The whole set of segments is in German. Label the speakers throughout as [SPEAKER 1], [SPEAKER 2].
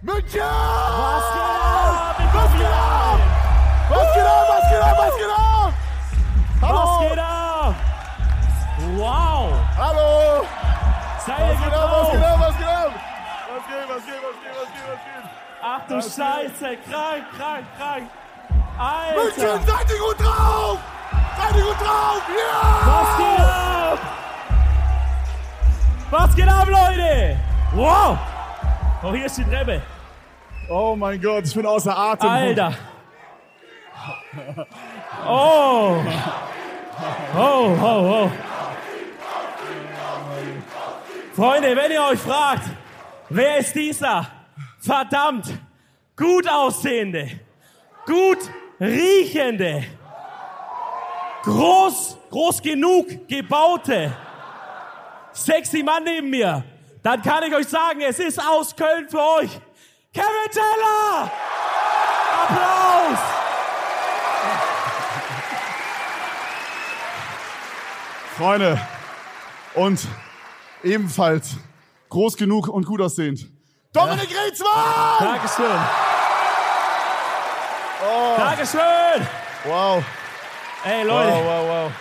[SPEAKER 1] München! Was geht ab? Was geht ab? Was geht ab? Was geht ab? Was geht ab? Hallo!
[SPEAKER 2] Was geht ab? Wow!
[SPEAKER 1] Hallo!
[SPEAKER 2] Seil
[SPEAKER 1] Was
[SPEAKER 2] geht
[SPEAKER 1] geht ab? Was geht
[SPEAKER 2] auf!
[SPEAKER 1] ab? Was geht ab? Was geht, was geht, was geht, was geht, was geht?
[SPEAKER 2] Ach du Scheiße! Krank, krank, krank!
[SPEAKER 1] München,
[SPEAKER 2] Alter!
[SPEAKER 1] seid ihr gut drauf! Seid ihr gut drauf? Ja!
[SPEAKER 2] Was geht ab? Was geht ab, Leute? Wow! Oh, hier ist die Treppe.
[SPEAKER 1] Oh mein Gott, ich bin außer Atem.
[SPEAKER 2] Alter. Oh. Oh, oh, oh. Freunde, wenn ihr euch fragt, wer ist dieser verdammt gut aussehende, gut riechende, groß, groß genug gebaute, sexy Mann neben mir, dann kann ich euch sagen, es ist aus Köln für euch. Kevin Teller! Applaus!
[SPEAKER 1] Freunde, und ebenfalls groß genug und gut aussehend. Dominik Rietzmann!
[SPEAKER 2] Dankeschön. Dankeschön.
[SPEAKER 1] Wow,
[SPEAKER 2] Ey
[SPEAKER 1] wow,
[SPEAKER 2] Leute,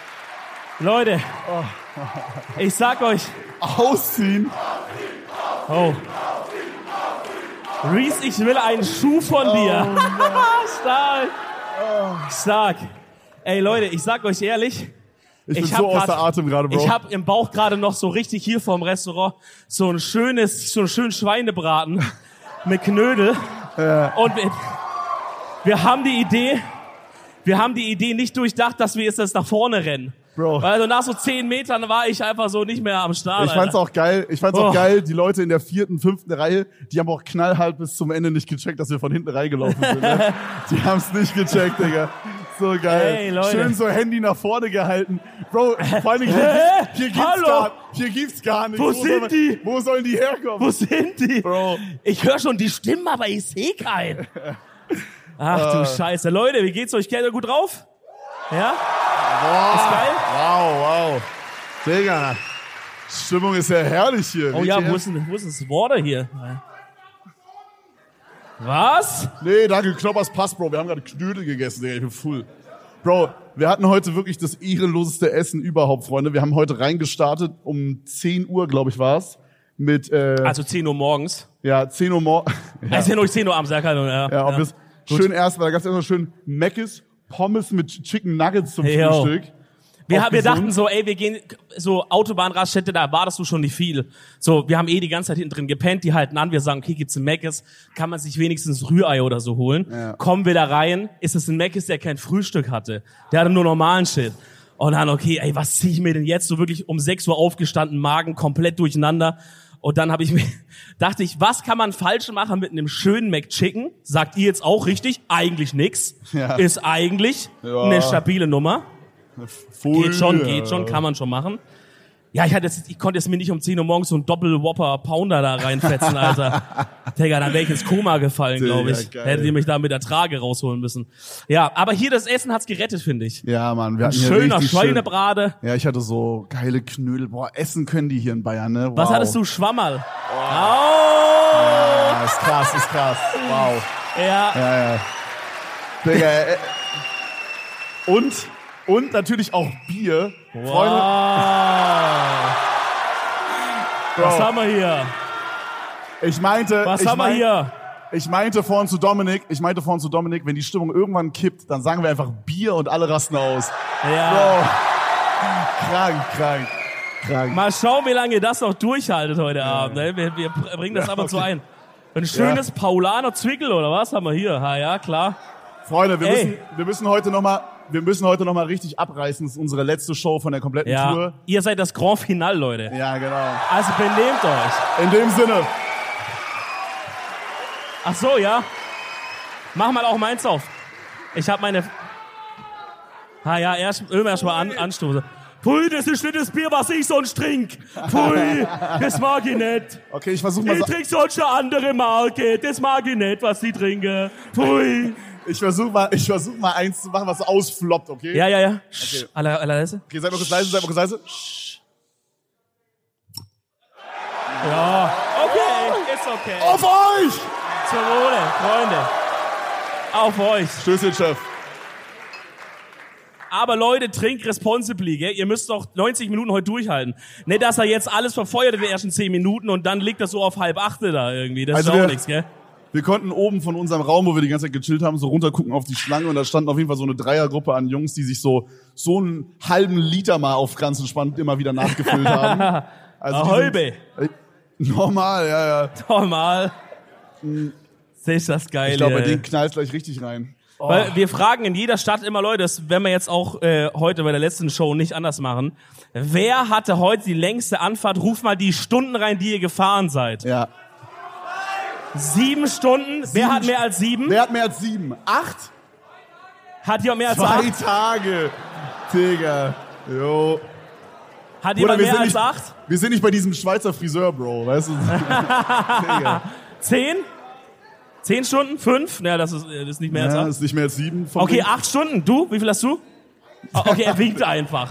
[SPEAKER 1] wow,
[SPEAKER 2] Leute. Ich sag euch.
[SPEAKER 1] wow. Ausziehen?
[SPEAKER 2] Oh. Reese, ich will einen Schuh von dir. Stark. Stark. Ey Leute, ich sag euch ehrlich,
[SPEAKER 1] Ich,
[SPEAKER 2] Ich
[SPEAKER 1] bin
[SPEAKER 2] hab
[SPEAKER 1] so außer
[SPEAKER 2] grad-
[SPEAKER 1] Atem gerade, Bro.
[SPEAKER 2] ich hab im Bauch gerade noch so richtig hier vorm Restaurant so ein schönes, so einen schönen Schweinebraten mit Knödel. Und wir, wir haben die Idee, wir haben die Idee nicht durchdacht, dass wir jetzt das nach vorne rennen.
[SPEAKER 1] Bro.
[SPEAKER 2] Weil so nach so zehn Metern war ich einfach so nicht mehr am Start.
[SPEAKER 1] Ich fand's
[SPEAKER 2] Alter.
[SPEAKER 1] auch geil. Ich fand's
[SPEAKER 2] Oh.
[SPEAKER 1] auch geil, die Leute in der vierten, fünften Reihe, die haben auch knallhart bis zum Ende nicht gecheckt, dass wir von hinten reingelaufen sind. Ne? Die haben's nicht gecheckt, Digga. So geil.
[SPEAKER 2] Ey, Leute.
[SPEAKER 1] Schön so Handy nach vorne gehalten. Bro, vor allen Dingen, hier, hier, gibt's
[SPEAKER 2] Hallo?
[SPEAKER 1] gar, hier gibt's gar nicht.
[SPEAKER 2] Wo sind
[SPEAKER 1] soll,
[SPEAKER 2] die?
[SPEAKER 1] Wo sollen die herkommen?
[SPEAKER 2] Wo sind die?
[SPEAKER 1] Bro.
[SPEAKER 2] Ich höre schon die Stimmen, aber ich sehe keinen. Ach
[SPEAKER 1] Äh.
[SPEAKER 2] du Scheiße. Leute, wie geht's euch? Geht ihr gut drauf? Ja?
[SPEAKER 1] Wow.
[SPEAKER 2] Ist geil?
[SPEAKER 1] Ah. Wow, wow. Digga. Stimmung ist ja herrlich hier.
[SPEAKER 2] Oh ja,
[SPEAKER 1] WTF?
[SPEAKER 2] wo ist, denn, wo ist das Water hier? Was?
[SPEAKER 1] Nee, danke, Knoppers passt, Bro. Wir haben gerade Knödel gegessen, Digga. Ich bin full. Bro, wir hatten heute wirklich das ehrenloseste Essen überhaupt, Freunde. Wir haben heute reingestartet, um 10 Uhr, glaube ich, war's Mit, äh,
[SPEAKER 2] Also 10 Uhr morgens.
[SPEAKER 1] ja, 10 Uhr morgens.
[SPEAKER 2] Ja. Also nur 10 Uhr abends, ja, keine Ahnung, ja.
[SPEAKER 1] Ja, ob
[SPEAKER 2] ja.
[SPEAKER 1] das schön erst, weil da gab's erstmal schön Meckes, Pommes mit Chicken Nuggets zum
[SPEAKER 2] Yo.
[SPEAKER 1] Frühstück.
[SPEAKER 2] Wir, haben- wir
[SPEAKER 1] gesund.
[SPEAKER 2] dachten so, ey, wir gehen so Autobahnraststätte, da erwartest du schon nicht viel. So, wir haben eh die ganze Zeit hinten drin gepennt, die halten an, wir sagen, okay, gibt's ein Meckes, kann man sich wenigstens Rührei oder so holen.
[SPEAKER 1] Ja.
[SPEAKER 2] Kommen wir da rein, ist es ein Meckes, der kein Frühstück hatte. Der hatte nur normalen Shit. Und dann, okay, ey, was zieh ich mir denn jetzt? So wirklich um 6 Uhr aufgestanden, Magen komplett durcheinander. Und dann habe ich mir, dachte ich, was kann man falsch machen mit einem schönen McChicken? Sagt ihr jetzt auch richtig? Eigentlich nix.
[SPEAKER 1] Ja.
[SPEAKER 2] Ist eigentlich
[SPEAKER 1] Ja.
[SPEAKER 2] eine stabile Nummer.
[SPEAKER 1] Full.
[SPEAKER 2] Geht schon, geht schon, kann man schon machen. Ja, ich, hatte jetzt, ich konnte jetzt mir nicht um 10 Uhr morgens so einen Doppel-Whopper-Pounder da reinfetzen, Alter. Digga, dann wäre ich ins Koma gefallen,
[SPEAKER 1] Digga,
[SPEAKER 2] glaube ich.
[SPEAKER 1] geil.
[SPEAKER 2] Hätte die mich da mit der Trage rausholen müssen. Ja, aber hier das Essen hat's gerettet, finde ich.
[SPEAKER 1] Ja, Mann, wir hatten hier
[SPEAKER 2] Schöner
[SPEAKER 1] richtig schön-
[SPEAKER 2] Schweinebrade.
[SPEAKER 1] Ja, ich hatte so geile Knödel. Boah, essen können die hier in Bayern, ne? Wow.
[SPEAKER 2] Was hattest du? Schwammerl.
[SPEAKER 1] Ja, ist krass, ist krass. Wow.
[SPEAKER 2] Oh! Ja.
[SPEAKER 1] Ja, ja. Äh, Digga, äh, und, und natürlich auch Bier. Freunde,
[SPEAKER 2] Wow. Was
[SPEAKER 1] Bro,
[SPEAKER 2] haben wir hier?
[SPEAKER 1] ich meinte,
[SPEAKER 2] Was
[SPEAKER 1] ich,
[SPEAKER 2] haben wir
[SPEAKER 1] mein-
[SPEAKER 2] hier?
[SPEAKER 1] ich meinte vorhin zu Dominik, ich meinte vorhin zu Dominik, wenn die Stimmung irgendwann kippt, dann sagen wir einfach Bier und alle rasten aus.
[SPEAKER 2] Ja.
[SPEAKER 1] Bro, krank, krank, krank.
[SPEAKER 2] Mal schauen, wie lange ihr das noch durchhaltet heute Abend. ne? Wir, wir bringen das ab und zu
[SPEAKER 1] okay.
[SPEAKER 2] ein. Ein schönes Paulaner Zwickel oder was haben wir hier? Ha, ja, klar.
[SPEAKER 1] Freunde, wir
[SPEAKER 2] Ey.
[SPEAKER 1] müssen, wir müssen heute noch mal, wir müssen heute noch mal richtig abreißen. Das ist unsere letzte Show von der kompletten
[SPEAKER 2] Ja.
[SPEAKER 1] Tour.
[SPEAKER 2] Ihr seid das Grand Finale, Leute.
[SPEAKER 1] Ja, genau.
[SPEAKER 2] Also benehmt euch.
[SPEAKER 1] In dem Sinne.
[SPEAKER 2] Ach so, ja. Mach mal auch meins auf. Ich hab meine. Ha, ja, erst, immer erst mal an, anstoßen. Pfui, das ist nicht das Bier, was ich sonst trink. Pfui, das mag ich nicht.
[SPEAKER 1] Okay, ich versuche mal,
[SPEAKER 2] Ich
[SPEAKER 1] sa-
[SPEAKER 2] trinke sonst eine andere Marke. Das mag ich nicht, was ich trinke. Pfui.
[SPEAKER 1] ich versuch mal, ich versuch mal eins zu machen, was ausfloppt, okay?
[SPEAKER 2] Ja, ja, ja. Okay. Aller, allerleise.
[SPEAKER 1] Okay, seid mal kurz leise, seid mal kurz leise.
[SPEAKER 2] Ja. Okay, ist okay.
[SPEAKER 1] Auf euch!
[SPEAKER 2] Zum Wohle, Freunde. Auf euch.
[SPEAKER 1] Stößchen, Chef.
[SPEAKER 2] Aber Leute, trinkt responsibly, gell? Ihr müsst doch 90 Minuten heute durchhalten. Nicht, dass er jetzt alles verfeuert in den ersten 10 Minuten und dann liegt das so auf halb achte da irgendwie. Das
[SPEAKER 1] Also
[SPEAKER 2] ist auch
[SPEAKER 1] wir-
[SPEAKER 2] nichts, gell?
[SPEAKER 1] Wir konnten oben von unserem Raum, wo wir die ganze Zeit gechillt haben, so runtergucken auf die Schlange und da standen auf jeden Fall so eine Dreiergruppe an Jungs, die sich so so einen halben Liter mal auf ganz entspannt immer wieder nachgefüllt haben. Also
[SPEAKER 2] Eine
[SPEAKER 1] die sind-
[SPEAKER 2] halbe.
[SPEAKER 1] Äh, Normal, ja, ja.
[SPEAKER 2] Normal. Ist das geil,
[SPEAKER 1] Ich glaube, bei
[SPEAKER 2] ey.
[SPEAKER 1] denen knallt gleich richtig rein.
[SPEAKER 2] Weil
[SPEAKER 1] Oh.
[SPEAKER 2] wir fragen in jeder Stadt immer Leute, das werden wir jetzt auch äh, heute bei der letzten Show nicht anders machen. Wer hatte heute die längste Anfahrt? Ruf mal die Stunden rein, die ihr gefahren seid.
[SPEAKER 1] Ja.
[SPEAKER 2] Sieben Stunden. Wer hat mehr als sieben?
[SPEAKER 1] Wer hat mehr als sieben? Acht?
[SPEAKER 2] Hat jemand mehr als
[SPEAKER 1] Zwei
[SPEAKER 2] acht?
[SPEAKER 1] Tage. Digga. Jo.
[SPEAKER 2] Hat
[SPEAKER 1] Bruder,
[SPEAKER 2] jemand mehr als
[SPEAKER 1] nicht,
[SPEAKER 2] acht?
[SPEAKER 1] wir sind nicht bei diesem Schweizer Friseur, Bro, weißt du? Digga.
[SPEAKER 2] Zehn? Zehn Stunden? Fünf? Naja, das ist, äh, das ist nicht mehr als
[SPEAKER 1] Ja,
[SPEAKER 2] acht.
[SPEAKER 1] ist nicht mehr als sieben. Von
[SPEAKER 2] Okay,
[SPEAKER 1] denen.
[SPEAKER 2] acht Stunden. Du? Wie viel hast du? Ah, Okay, er winkt einfach.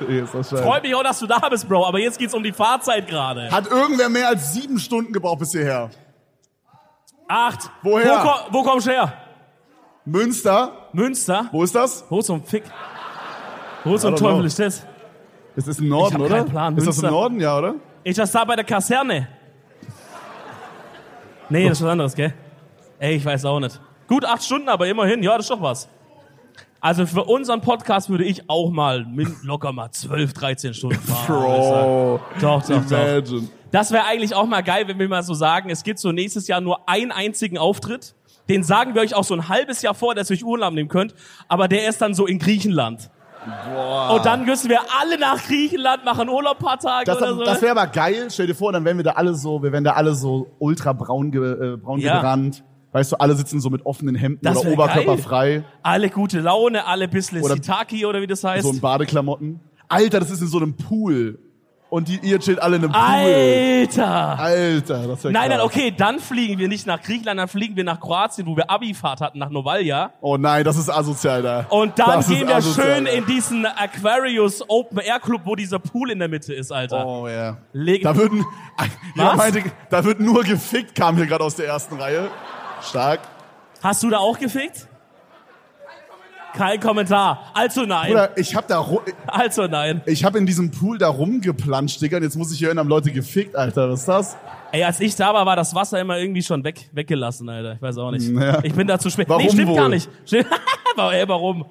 [SPEAKER 1] Digga, ist das scheiße.
[SPEAKER 2] Freut mich auch, dass du da bist, Bro. Aber jetzt geht's um die Fahrzeit gerade.
[SPEAKER 1] Hat irgendwer mehr als sieben Stunden gebraucht bis hierher?
[SPEAKER 2] Acht.
[SPEAKER 1] Woher?
[SPEAKER 2] Wo, ko- wo kommst du her?
[SPEAKER 1] Münster,
[SPEAKER 2] Münster?
[SPEAKER 1] wo ist das?
[SPEAKER 2] Wo zum Fick? Wo zum
[SPEAKER 1] I don't know.
[SPEAKER 2] Teufel ist das?
[SPEAKER 1] Es ist im Norden,
[SPEAKER 2] hab
[SPEAKER 1] oder?
[SPEAKER 2] keinen Plan.
[SPEAKER 1] Ist das
[SPEAKER 2] Münster.
[SPEAKER 1] im Norden, ja, oder?
[SPEAKER 2] Ich war da bei der Kaserne. Nee, das ist was anderes, gell? Ey, ich weiß auch nicht. Gut, acht Stunden, aber immerhin, ja, das ist doch was. Also für unseren Podcast würde ich auch mal min- locker mal 12, 13 Stunden fahren.
[SPEAKER 1] Bro,
[SPEAKER 2] Doch, doch, doch.
[SPEAKER 1] imagine.
[SPEAKER 2] Das wäre eigentlich auch mal geil, wenn wir mal so sagen, es gibt so nächstes Jahr nur einen einzigen Auftritt. Den sagen wir euch auch so ein halbes Jahr vor, dass ihr euch Urlaub nehmen könnt. Aber der ist dann so in Griechenland.
[SPEAKER 1] Boah.
[SPEAKER 2] Und Oh, dann müssen wir alle nach Griechenland machen, Urlaub ein paar Tage
[SPEAKER 1] Ah. Das,
[SPEAKER 2] oder so. ne?
[SPEAKER 1] das wäre aber geil. Stell dir vor, dann wären wir da alle so, wir wären da alle so ultra braun, ge, äh, braun
[SPEAKER 2] Ja.
[SPEAKER 1] gebrannt. Weißt du, alle sitzen so mit offenen Hemden
[SPEAKER 2] Das
[SPEAKER 1] oder
[SPEAKER 2] wär
[SPEAKER 1] oberkörperfrei,
[SPEAKER 2] alle gute Laune, alle bisschen
[SPEAKER 1] Oder-
[SPEAKER 2] Sitaki oder wie das heißt.
[SPEAKER 1] so in Badeklamotten. Alter, das ist in so einem Pool. Und die, ihr chillt alle in einem Pool.
[SPEAKER 2] Alter!
[SPEAKER 1] Alter, das wäre
[SPEAKER 2] Nein, nein, okay, dann fliegen wir nicht nach Griechenland, dann fliegen wir nach Kroatien, wo wir Abifahrt hatten, nach Novalja.
[SPEAKER 1] Oh nein, das ist asozial da.
[SPEAKER 2] Und dann
[SPEAKER 1] Das ist
[SPEAKER 2] gehen wir
[SPEAKER 1] asozial,
[SPEAKER 2] schön
[SPEAKER 1] Alter.
[SPEAKER 2] in diesen Aquarius Open Air Club, wo dieser Pool in der Mitte ist, Alter.
[SPEAKER 1] Oh ja.
[SPEAKER 2] Leg-
[SPEAKER 1] Da würden, ja,
[SPEAKER 2] Was?
[SPEAKER 1] meinte, da wird nur gefickt, kam hier gerade aus der ersten Reihe. Stark.
[SPEAKER 2] Hast du da auch gefickt? Kein Kommentar. Also nein.
[SPEAKER 1] Oder ich habe da, ru-
[SPEAKER 2] Also nein.
[SPEAKER 1] ich habe in diesem Pool da rumgeplanscht, Digga. Und jetzt muss ich hier hören, haben Leute gefickt, Alter. Was ist das?
[SPEAKER 2] Ey, als ich da war, war das Wasser immer irgendwie schon weg, weggelassen, Alter. Ich weiß auch nicht.
[SPEAKER 1] Ja.
[SPEAKER 2] Ich bin da zu spät.
[SPEAKER 1] Warum
[SPEAKER 2] nee, stimmt
[SPEAKER 1] wohl?
[SPEAKER 2] gar nicht. Stimmt. Aber ey, warum?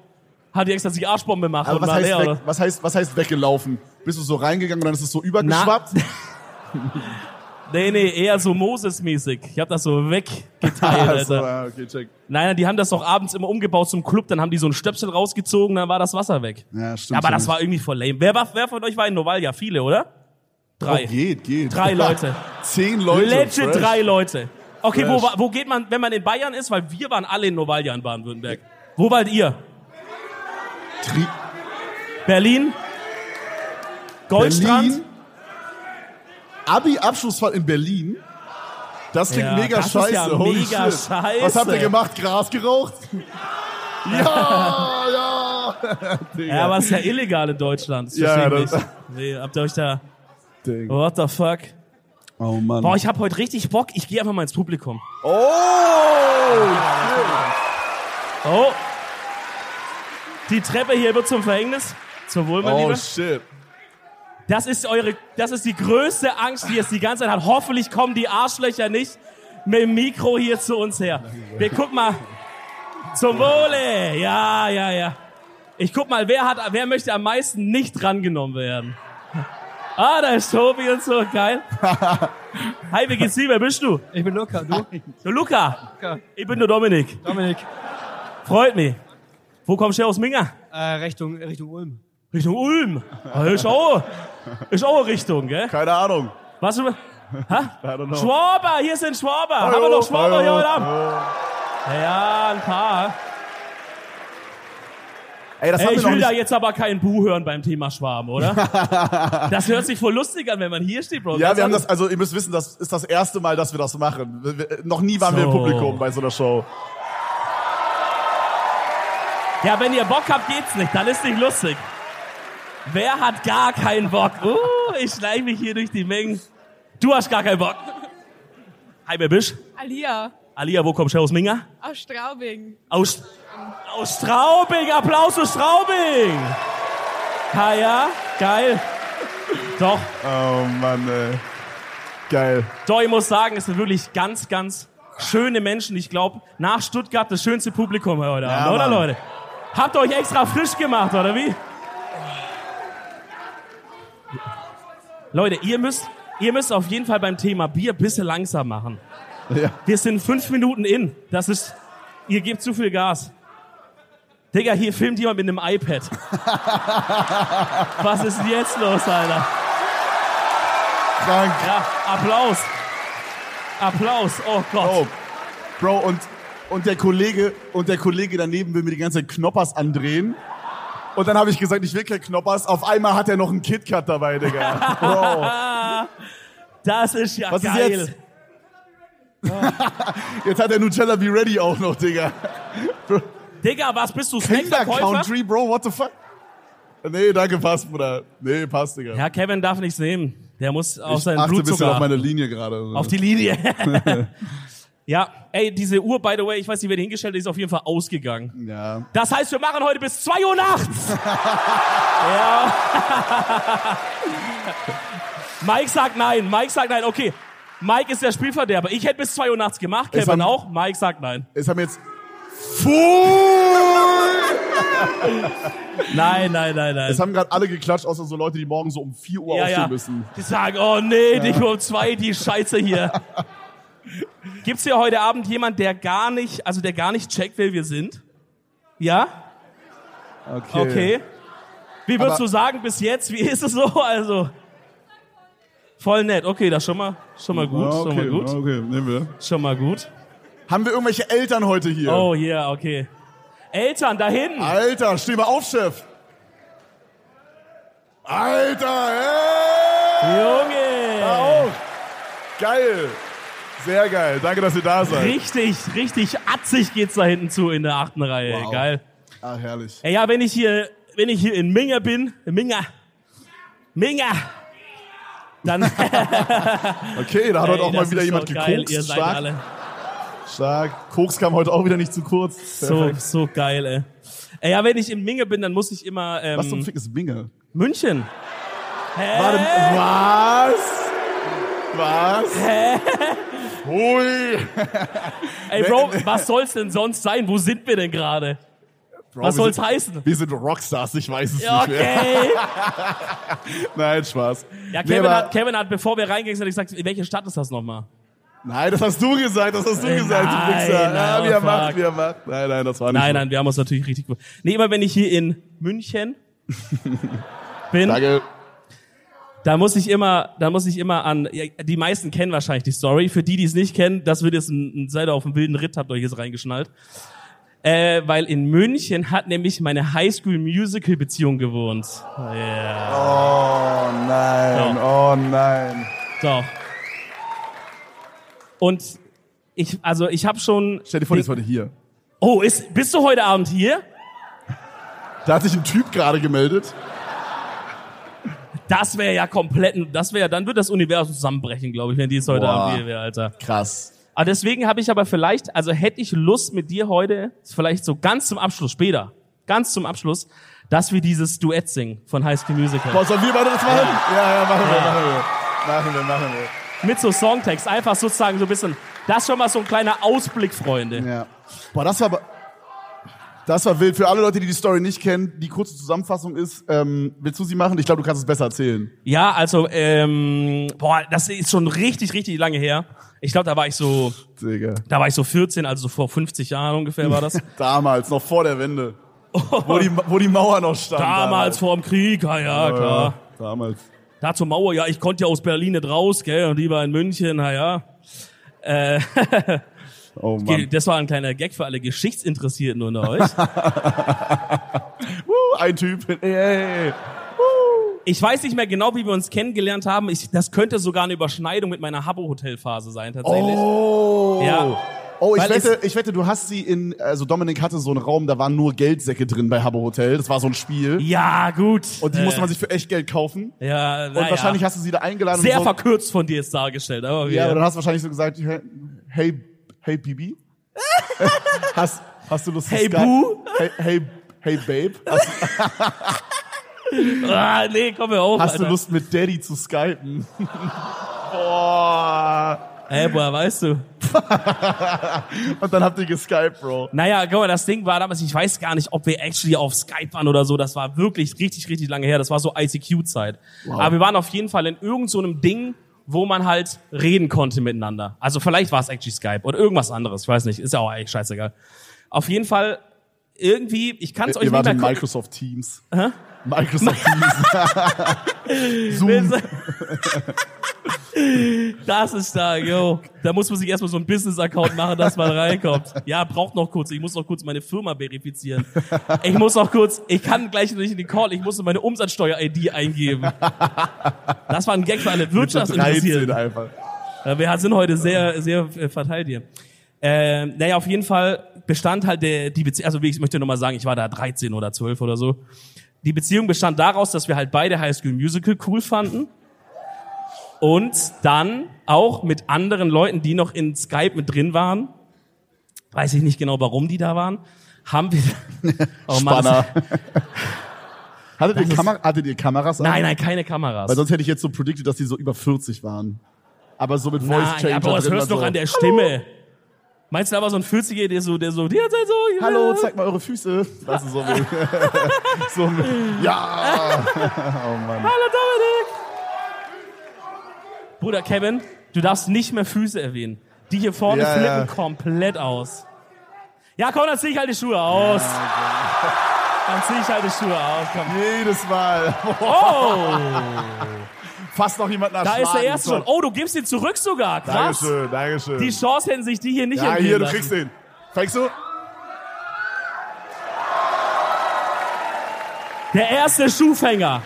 [SPEAKER 2] Hat die extra die Arschbombe gemacht
[SPEAKER 1] Aber
[SPEAKER 2] und
[SPEAKER 1] was
[SPEAKER 2] war
[SPEAKER 1] heißt,
[SPEAKER 2] leer,
[SPEAKER 1] weg,
[SPEAKER 2] oder?
[SPEAKER 1] was heißt, was heißt weggelaufen? Bist du so reingegangen und dann ist es so übergeschwappt?
[SPEAKER 2] Nee, nee, eher so Moses-mäßig. Ich hab das so weggeteilt,
[SPEAKER 1] Ah, so,
[SPEAKER 2] Alter.
[SPEAKER 1] ja, okay, check.
[SPEAKER 2] Nein, nein, die haben das doch abends immer umgebaut zum Club, dann haben die so einen Stöpsel rausgezogen, dann war das Wasser weg.
[SPEAKER 1] Ja, stimmt.
[SPEAKER 2] Aber das
[SPEAKER 1] schon.
[SPEAKER 2] war irgendwie voll lame. Wer, war, wer von euch war in Novalia? Viele, oder? Drei.
[SPEAKER 1] Oh, geht, geht.
[SPEAKER 2] Drei Leute.
[SPEAKER 1] Zehn Leute.
[SPEAKER 2] Legit
[SPEAKER 1] fresh.
[SPEAKER 2] drei Leute. Okay, wo,
[SPEAKER 1] Fresh.
[SPEAKER 2] wa- wo geht man, wenn man in Bayern ist? Weil wir waren alle in Novalia in Baden-Württemberg. Wo wart ihr?
[SPEAKER 1] Tri
[SPEAKER 2] Berlin? Goldstrand?
[SPEAKER 1] Berlin. Abi-Abschlussfahrt in Berlin. Das klingt
[SPEAKER 2] Ja,
[SPEAKER 1] mega
[SPEAKER 2] das ist
[SPEAKER 1] scheiße.
[SPEAKER 2] ja
[SPEAKER 1] Holy
[SPEAKER 2] mega
[SPEAKER 1] shit.
[SPEAKER 2] scheiße.
[SPEAKER 1] Was habt ihr gemacht? Gras geraucht? ja, ja. Digga.
[SPEAKER 2] Ja, aber es ist ja illegal in Deutschland. Das
[SPEAKER 1] Ja,
[SPEAKER 2] ja,
[SPEAKER 1] ja,
[SPEAKER 2] das
[SPEAKER 1] das-
[SPEAKER 2] nicht. Nee, habt ihr euch da...
[SPEAKER 1] Ding.
[SPEAKER 2] What the fuck?
[SPEAKER 1] Oh Mann.
[SPEAKER 2] Boah, ich hab heute richtig Bock. Ich gehe einfach mal ins Publikum.
[SPEAKER 1] Oh!
[SPEAKER 2] Oh. Die Treppe hier wird zum Verhängnis. Zum Wohl, mein
[SPEAKER 1] Oh
[SPEAKER 2] Lieber.
[SPEAKER 1] shit.
[SPEAKER 2] Das ist eure, das ist die größte Angst, die es die ganze Zeit hat. Hoffentlich kommen die Arschlöcher nicht mit dem Mikro hier zu uns her. Wir gucken mal. Zum Wohle. Ja, ja, ja. Ich guck mal, wer hat, wer möchte am meisten nicht drangenommen werden? Ah, da ist Tobi und so. Geil. Hi, wie geht's dir? Wer bist du?
[SPEAKER 3] Ich bin Luca, du?
[SPEAKER 2] Du, Luca.
[SPEAKER 3] Luca.
[SPEAKER 2] Ich bin der Dominik.
[SPEAKER 3] Dominik.
[SPEAKER 2] Freut mich. Wo kommst du her aus Minga?
[SPEAKER 3] Äh, Richtung, Richtung Ulm.
[SPEAKER 2] Richtung Ulm. Ah, Ist auch, ist auch eine Richtung, gell?
[SPEAKER 1] Keine Ahnung.
[SPEAKER 2] Was du?
[SPEAKER 1] I don't know.
[SPEAKER 2] Schwaber, hier sind Schwaber. Haben wir noch Schwaber hier heute Abend? Ja, ein paar.
[SPEAKER 1] Ey, das
[SPEAKER 2] Ey,
[SPEAKER 1] haben wir
[SPEAKER 2] ich
[SPEAKER 1] noch
[SPEAKER 2] will
[SPEAKER 1] nicht.
[SPEAKER 2] da jetzt aber keinen Bu hören beim Thema Schwaben, oder? das hört sich voll lustig an, wenn man hier steht, Bro.
[SPEAKER 1] ja,
[SPEAKER 2] Ganz
[SPEAKER 1] wir haben
[SPEAKER 2] anders.
[SPEAKER 1] das, also ihr müsst wissen, das ist das erste Mal, dass wir das machen. Wir, wir, noch nie waren wir im
[SPEAKER 2] So.
[SPEAKER 1] Publikum bei so einer Show.
[SPEAKER 2] Ja, wenn ihr Bock habt, geht's nicht. Dann ist nicht lustig. Wer hat gar keinen Bock? Uh, ich schleiche mich hier durch die Mengen. Du hast gar keinen Bock. Hi, wer bist?
[SPEAKER 4] Alia
[SPEAKER 2] Alia, wo kommst du her? aus Minga?
[SPEAKER 4] aus Straubing.
[SPEAKER 2] Aus, aus Straubing. Applaus für Straubing. Ha, ja, geil. Doch,
[SPEAKER 1] Oh Mann, ey. Geil.
[SPEAKER 2] doch, ich muss sagen, es sind wirklich ganz, ganz schöne Menschen. Ich glaube, nach Stuttgart das schönste Publikum heute Abend, oder
[SPEAKER 1] Mann.
[SPEAKER 2] Leute? Habt ihr euch extra frisch gemacht, oder wie? Leute, ihr müsst, ihr müsst auf jeden Fall beim Thema Bier ein bisschen langsam machen.
[SPEAKER 1] Ja.
[SPEAKER 2] Wir sind fünf Minuten in. Das ist, ihr gebt zu viel Gas. Digga, hier filmt jemand mit einem iPad. Was ist denn jetzt los, Alter?
[SPEAKER 1] Krank.
[SPEAKER 2] Ja, Applaus. Applaus. Oh Gott.
[SPEAKER 1] Oh. Bro, und, und der Kollege, und der Kollege daneben will mir die ganze Zeit Knoppers andrehen. Und dann habe ich gesagt, ich will kein Knoppers. Auf einmal hat er noch einen KitKat dabei, Digga. Bro.
[SPEAKER 2] Das ist ja
[SPEAKER 1] Was ist
[SPEAKER 2] geil.
[SPEAKER 1] jetzt? Jetzt hat er Nutella Be Ready auch noch, Digga.
[SPEAKER 2] Digga, was bist du?
[SPEAKER 1] Kinder
[SPEAKER 2] Snackverkäufer?
[SPEAKER 1] Country, Bro, what the fuck? Nee, danke, passt, Bruder. Nee, passt, Digga.
[SPEAKER 2] Ja, Kevin darf nichts nehmen. Der muss auf
[SPEAKER 1] ich
[SPEAKER 2] seinen
[SPEAKER 1] achte ein bisschen
[SPEAKER 2] Blutzucker
[SPEAKER 1] auf meine Linie gerade.
[SPEAKER 2] Auf die Linie. ja, ey, diese Uhr, by the way, ich weiß nicht, wer die hingestellt hat, die ist auf jeden Fall ausgegangen.
[SPEAKER 1] Ja.
[SPEAKER 2] Das heißt, wir machen heute bis 2 Uhr nachts. ja. Mike sagt nein, Mike sagt nein, okay. Mike ist der Spielverderber. Ich hätte bis 2 Uhr nachts gemacht,
[SPEAKER 1] Es haben-
[SPEAKER 2] Kevin auch. Mike sagt nein.
[SPEAKER 1] Es haben jetzt. Full!
[SPEAKER 2] Nein, nein, nein, nein.
[SPEAKER 1] Es haben gerade alle geklatscht, außer so Leute, die morgen so um 4 Uhr aufstehen müssen.
[SPEAKER 2] Die sagen, oh nee, die um zwei, die Scheiße hier. Gibt's hier heute Abend jemand, der gar nicht, also der gar nicht checkt, wer wir sind? Ja?
[SPEAKER 1] Okay.
[SPEAKER 2] Okay. Wie würdest
[SPEAKER 1] Aber-
[SPEAKER 2] du sagen bis jetzt? Wie ist es so? Also voll nett. Okay, das schon mal, schon mal gut,
[SPEAKER 1] Ja,
[SPEAKER 2] schon mal gut,
[SPEAKER 1] okay, nehmen wir.
[SPEAKER 2] schon mal gut.
[SPEAKER 1] Haben wir irgendwelche Eltern heute hier?
[SPEAKER 2] Oh yeah, okay. Eltern da hinten.
[SPEAKER 1] Alter, steh mal auf, Chef. Alter, hey!
[SPEAKER 2] Junge.
[SPEAKER 1] Auf. Geil. Sehr geil. Danke, dass ihr da seid.
[SPEAKER 2] Richtig, richtig atzig geht's da hinten zu in der achten Reihe.
[SPEAKER 1] Wow.
[SPEAKER 2] Geil.
[SPEAKER 1] Ah, herrlich.
[SPEAKER 2] Ey, ja, wenn ich hier, wenn ich hier in Minga bin, in Minga, Minga, dann
[SPEAKER 1] Okay, da hat heute auch
[SPEAKER 2] Ey,
[SPEAKER 1] mal
[SPEAKER 2] das
[SPEAKER 1] wieder
[SPEAKER 2] ist
[SPEAKER 1] jemand
[SPEAKER 2] so geil.
[SPEAKER 1] gekokst.
[SPEAKER 2] Ihr seid
[SPEAKER 1] Stark,
[SPEAKER 2] alle
[SPEAKER 1] stark. Koks kam heute auch wieder nicht zu kurz.
[SPEAKER 2] so,
[SPEAKER 1] Perfekt.
[SPEAKER 2] so geil, ey. Ey, ja, wenn ich in Minga bin, dann muss ich immer ähm,
[SPEAKER 1] Was zum Fick ist Minge?
[SPEAKER 2] München. Hä?
[SPEAKER 1] Warte, was? Was? Hä? Hui.
[SPEAKER 2] Ey, Bro, was soll's denn sonst sein? Wo sind wir denn gerade?
[SPEAKER 1] Bro,
[SPEAKER 2] Was
[SPEAKER 1] wir
[SPEAKER 2] soll's
[SPEAKER 1] sind-
[SPEAKER 2] heißen?
[SPEAKER 1] Wir sind Rockstars, ich weiß es
[SPEAKER 2] Ja,
[SPEAKER 1] nicht mehr.
[SPEAKER 2] Okay.
[SPEAKER 1] Nein, Spaß.
[SPEAKER 2] Ja,
[SPEAKER 1] Nee,
[SPEAKER 2] Kevin,
[SPEAKER 1] aber-
[SPEAKER 2] hat, Kevin hat, bevor wir reingingen, hat er gesagt, welche Stadt ist das nochmal?
[SPEAKER 1] Nein, das hast du gesagt, das hast du
[SPEAKER 2] Nein,
[SPEAKER 1] gesagt, du Wichser.
[SPEAKER 2] Äh, nein, oh,
[SPEAKER 1] Ja, wie er
[SPEAKER 2] fuck.
[SPEAKER 1] macht, wie er macht. Nein, nein, das war nicht
[SPEAKER 2] Nein,
[SPEAKER 1] so.
[SPEAKER 2] nein, wir haben uns natürlich richtig gut. Nee, immer wenn ich hier in München bin,
[SPEAKER 1] Danke.
[SPEAKER 2] Da muss ich immer, da muss ich immer an, ja, die meisten kennen wahrscheinlich die Story. Für die, die es nicht kennen, das wird jetzt ein, ein seid ihr auf dem wilden Ritt, habt euch jetzt reingeschnallt. Äh, weil in München hat nämlich meine Highschool-Musical-Beziehung gewohnt. Yeah.
[SPEAKER 1] Oh nein, oh nein.
[SPEAKER 2] Doch. Und ich, also ich habe schon.
[SPEAKER 1] Stell dir vor, die ist heute hier.
[SPEAKER 2] Oh, ist, bist du heute Abend hier?
[SPEAKER 1] Da hat sich ein Typ gerade gemeldet.
[SPEAKER 2] Das wäre ja komplett, das wäre, dann wird das Universum zusammenbrechen, glaube ich, wenn die es heute
[SPEAKER 1] Boah.
[SPEAKER 2] Abend hier wäre, Alter.
[SPEAKER 1] Krass.
[SPEAKER 2] Aber deswegen habe ich aber vielleicht, also hätte ich Lust mit dir heute, vielleicht so ganz zum Abschluss, später, ganz zum Abschluss, dass wir dieses Duett singen von High School Musical.
[SPEAKER 1] Boah, sollen wir beide das machen? Ja, ja, machen wir, machen wir. Machen wir, machen wir.
[SPEAKER 2] Mit so Songtext, einfach sozusagen so ein bisschen, das ist schon mal so ein kleiner Ausblick, Freunde.
[SPEAKER 1] Ja. Boah, das war, aber- das war wild. Für alle Leute, die die Story nicht kennen, die kurze Zusammenfassung ist, ähm, willst du sie machen? Ich glaube, du kannst es besser erzählen.
[SPEAKER 2] Ja, also, ähm, boah, das ist schon richtig, richtig lange her. Ich glaube, da war ich so,
[SPEAKER 1] Digga.
[SPEAKER 2] da war ich so 14, also so vor 50 Jahren ungefähr war das.
[SPEAKER 1] Damals, noch vor der Wende. Wo die, wo die Mauer noch stand.
[SPEAKER 2] Oh. Damals vor dem Krieg, ja, ja, klar.
[SPEAKER 1] Damals.
[SPEAKER 2] Da zur Mauer, ja, ich konnte ja aus Berlin nicht raus, gell, und die war in München, na ja.
[SPEAKER 1] Oh Mann.
[SPEAKER 2] Das war ein kleiner Gag für alle Geschichtsinteressierten unter euch.
[SPEAKER 1] Uh, ein Typ. Ey, ey, ey.
[SPEAKER 2] Ich weiß nicht mehr genau, wie wir uns kennengelernt haben. Ich, das könnte sogar eine Überschneidung mit meiner Habbo-Hotel-Phase sein, tatsächlich.
[SPEAKER 1] Oh.
[SPEAKER 2] Ja.
[SPEAKER 1] Oh, ich
[SPEAKER 2] Weil es-
[SPEAKER 1] wette, ich wette, du hast sie in, also Dominik hatte so einen Raum, da waren nur Geldsäcke drin bei Habbo Hotel. Das war so ein Spiel.
[SPEAKER 2] Ja, gut.
[SPEAKER 1] Und die musste man
[SPEAKER 2] sich.
[SPEAKER 1] sich für echt Geld kaufen.
[SPEAKER 2] Ja,
[SPEAKER 1] Und
[SPEAKER 2] na,
[SPEAKER 1] wahrscheinlich
[SPEAKER 2] ja.
[SPEAKER 1] hast du sie da eingeladen. und
[SPEAKER 2] Sehr
[SPEAKER 1] so,
[SPEAKER 2] verkürzt von dir ist dargestellt, aber
[SPEAKER 1] Ja,
[SPEAKER 2] wir-
[SPEAKER 1] aber dann hast du wahrscheinlich so gesagt, hey, hey, Bibi. hast, hast du Lust? auf
[SPEAKER 2] Hey,
[SPEAKER 1] Skat?
[SPEAKER 2] Boo?
[SPEAKER 1] Hey, hey, hey, Babe. Hast,
[SPEAKER 2] Ah, nee, komm mir auf.
[SPEAKER 1] hast du
[SPEAKER 2] Alter.
[SPEAKER 1] Lust, mit Daddy zu skypen? Boah.
[SPEAKER 2] Ey, boah, weißt du.
[SPEAKER 1] Und dann habt ihr geskypt, Bro.
[SPEAKER 2] Naja, guck mal, das Ding war damals, ich weiß gar nicht, ob wir actually auf Skype waren oder so. Das war wirklich richtig, richtig lange her. Das war so ICQ-Zeit. Aber wir waren auf jeden Fall in irgendeinem so einem Ding, wo man halt reden konnte miteinander. Also vielleicht war es actually Skype oder irgendwas anderes. Ich weiß nicht. Ist ja auch eigentlich scheißegal. Auf jeden Fall irgendwie, ich kann es euch
[SPEAKER 1] Ihr
[SPEAKER 2] nicht
[SPEAKER 1] wart
[SPEAKER 2] mehr
[SPEAKER 1] in
[SPEAKER 2] gucken.
[SPEAKER 1] Microsoft Teams. Microsoft Teams. Zoom.
[SPEAKER 2] Das ist da, yo. Da muss man sich erstmal so einen Business-Account machen, dass man reinkommt. Ja, braucht noch kurz. Ich muss noch kurz meine Firma verifizieren. Ich muss noch kurz, ich kann gleich nicht in den Call, ich muss meine Umsatzsteuer-ID eingeben. Das war ein Gag für alle Wirtschaftsinteressierten.
[SPEAKER 1] 13 einfach.
[SPEAKER 2] Ja, Äh, Wir sind heute sehr, sehr äh, verteilt hier. Ähm, naja, auf jeden Fall bestand halt der, die Beziehung, also wie ich möchte nochmal sagen, ich war da 13 oder 12 oder so. Die Beziehung bestand daraus, dass wir halt beide High School Musical cool fanden und dann auch mit anderen Leuten, die noch in Skype mit drin waren, weiß ich nicht genau, warum die da waren, haben wir... Oh Mann, das-
[SPEAKER 1] Spanner. hattet, ihr Kamer hattet ihr Kameras? an?
[SPEAKER 2] nein, nein, keine
[SPEAKER 1] Weil
[SPEAKER 2] Kameras.
[SPEAKER 1] sonst hätte ich jetzt so predicted, dass die so über 40 waren. Aber so mit Voice
[SPEAKER 2] Nein,
[SPEAKER 1] Changer
[SPEAKER 2] aber Ah, das
[SPEAKER 1] drin
[SPEAKER 2] hörst du
[SPEAKER 1] und
[SPEAKER 2] doch
[SPEAKER 1] so.
[SPEAKER 2] an der Stimme. Meinst du aber so ein 40er, der so, der so, der hat halt so...
[SPEAKER 1] Hallo, zeig mal eure Füße. Weißt du, so mit, so mit Ja!
[SPEAKER 2] Hallo Dominik! Bruder Kevin, du darfst nicht mehr Füße erwähnen. Die hier vorne
[SPEAKER 1] Ja,
[SPEAKER 2] flippen
[SPEAKER 1] ja.
[SPEAKER 2] komplett aus. Ja, komm, dann zieh ich halt die Schuhe aus. Dann zieh ich halt die Schuhe aus. Komm.
[SPEAKER 1] Jedes Mal.
[SPEAKER 2] Oh,
[SPEAKER 1] Fast noch jemand nach
[SPEAKER 2] da ist der erste schon.
[SPEAKER 1] Schwagen.
[SPEAKER 2] Oh, du gibst ihn zurück sogar. Krass.
[SPEAKER 1] Dankeschön, Dankeschön.
[SPEAKER 2] Die Chance hätten sich die hier nicht
[SPEAKER 1] ja,
[SPEAKER 2] entgehen
[SPEAKER 1] hier, du
[SPEAKER 2] lassen.
[SPEAKER 1] kriegst den. Fängst du?
[SPEAKER 2] Der erste Schuhfänger.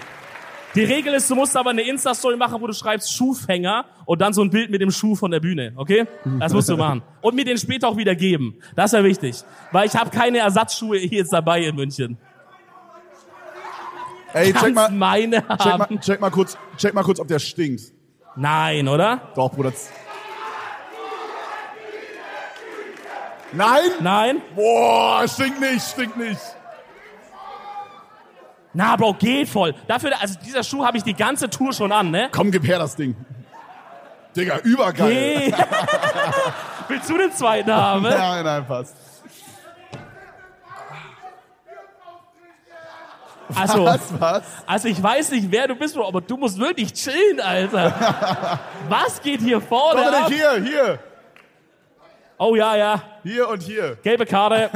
[SPEAKER 2] Die Regel ist, du musst aber eine Insta-Story machen, wo du schreibst Schuhfänger und dann so ein Bild mit dem Schuh von der Bühne, okay? Das musst du machen. Und mir den später auch wieder geben. Das ist ja wichtig. Weil ich habe keine Ersatzschuhe hier jetzt dabei in München.
[SPEAKER 1] Ey, check
[SPEAKER 2] Kannst
[SPEAKER 1] mal,
[SPEAKER 2] meine
[SPEAKER 1] check mal,
[SPEAKER 2] haben.
[SPEAKER 1] check mal kurz, check mal kurz, ob der stinkt.
[SPEAKER 2] Nein, oder?
[SPEAKER 1] Doch, Bruder. Nein?
[SPEAKER 2] Nein?
[SPEAKER 1] Boah, stinkt nicht, stinkt nicht.
[SPEAKER 2] Na, Bro, geht voll. Dafür, also dieser Schuh habe ich die ganze Tour schon an, ne?
[SPEAKER 1] Komm, gib her das Ding. Digga, übergeil.
[SPEAKER 2] Hey. Willst du den zweiten haben? ne?
[SPEAKER 1] Nein, nein, passt.
[SPEAKER 2] Also,
[SPEAKER 1] Was, was?
[SPEAKER 2] Also ich weiß nicht, wer du bist, Bro, aber du musst wirklich chillen, Alter. Was geht hier vorne
[SPEAKER 1] Dominik,
[SPEAKER 2] ab?
[SPEAKER 1] hier, hier,
[SPEAKER 2] Oh ja, ja.
[SPEAKER 1] hier und hier.
[SPEAKER 2] Gelbe Karte.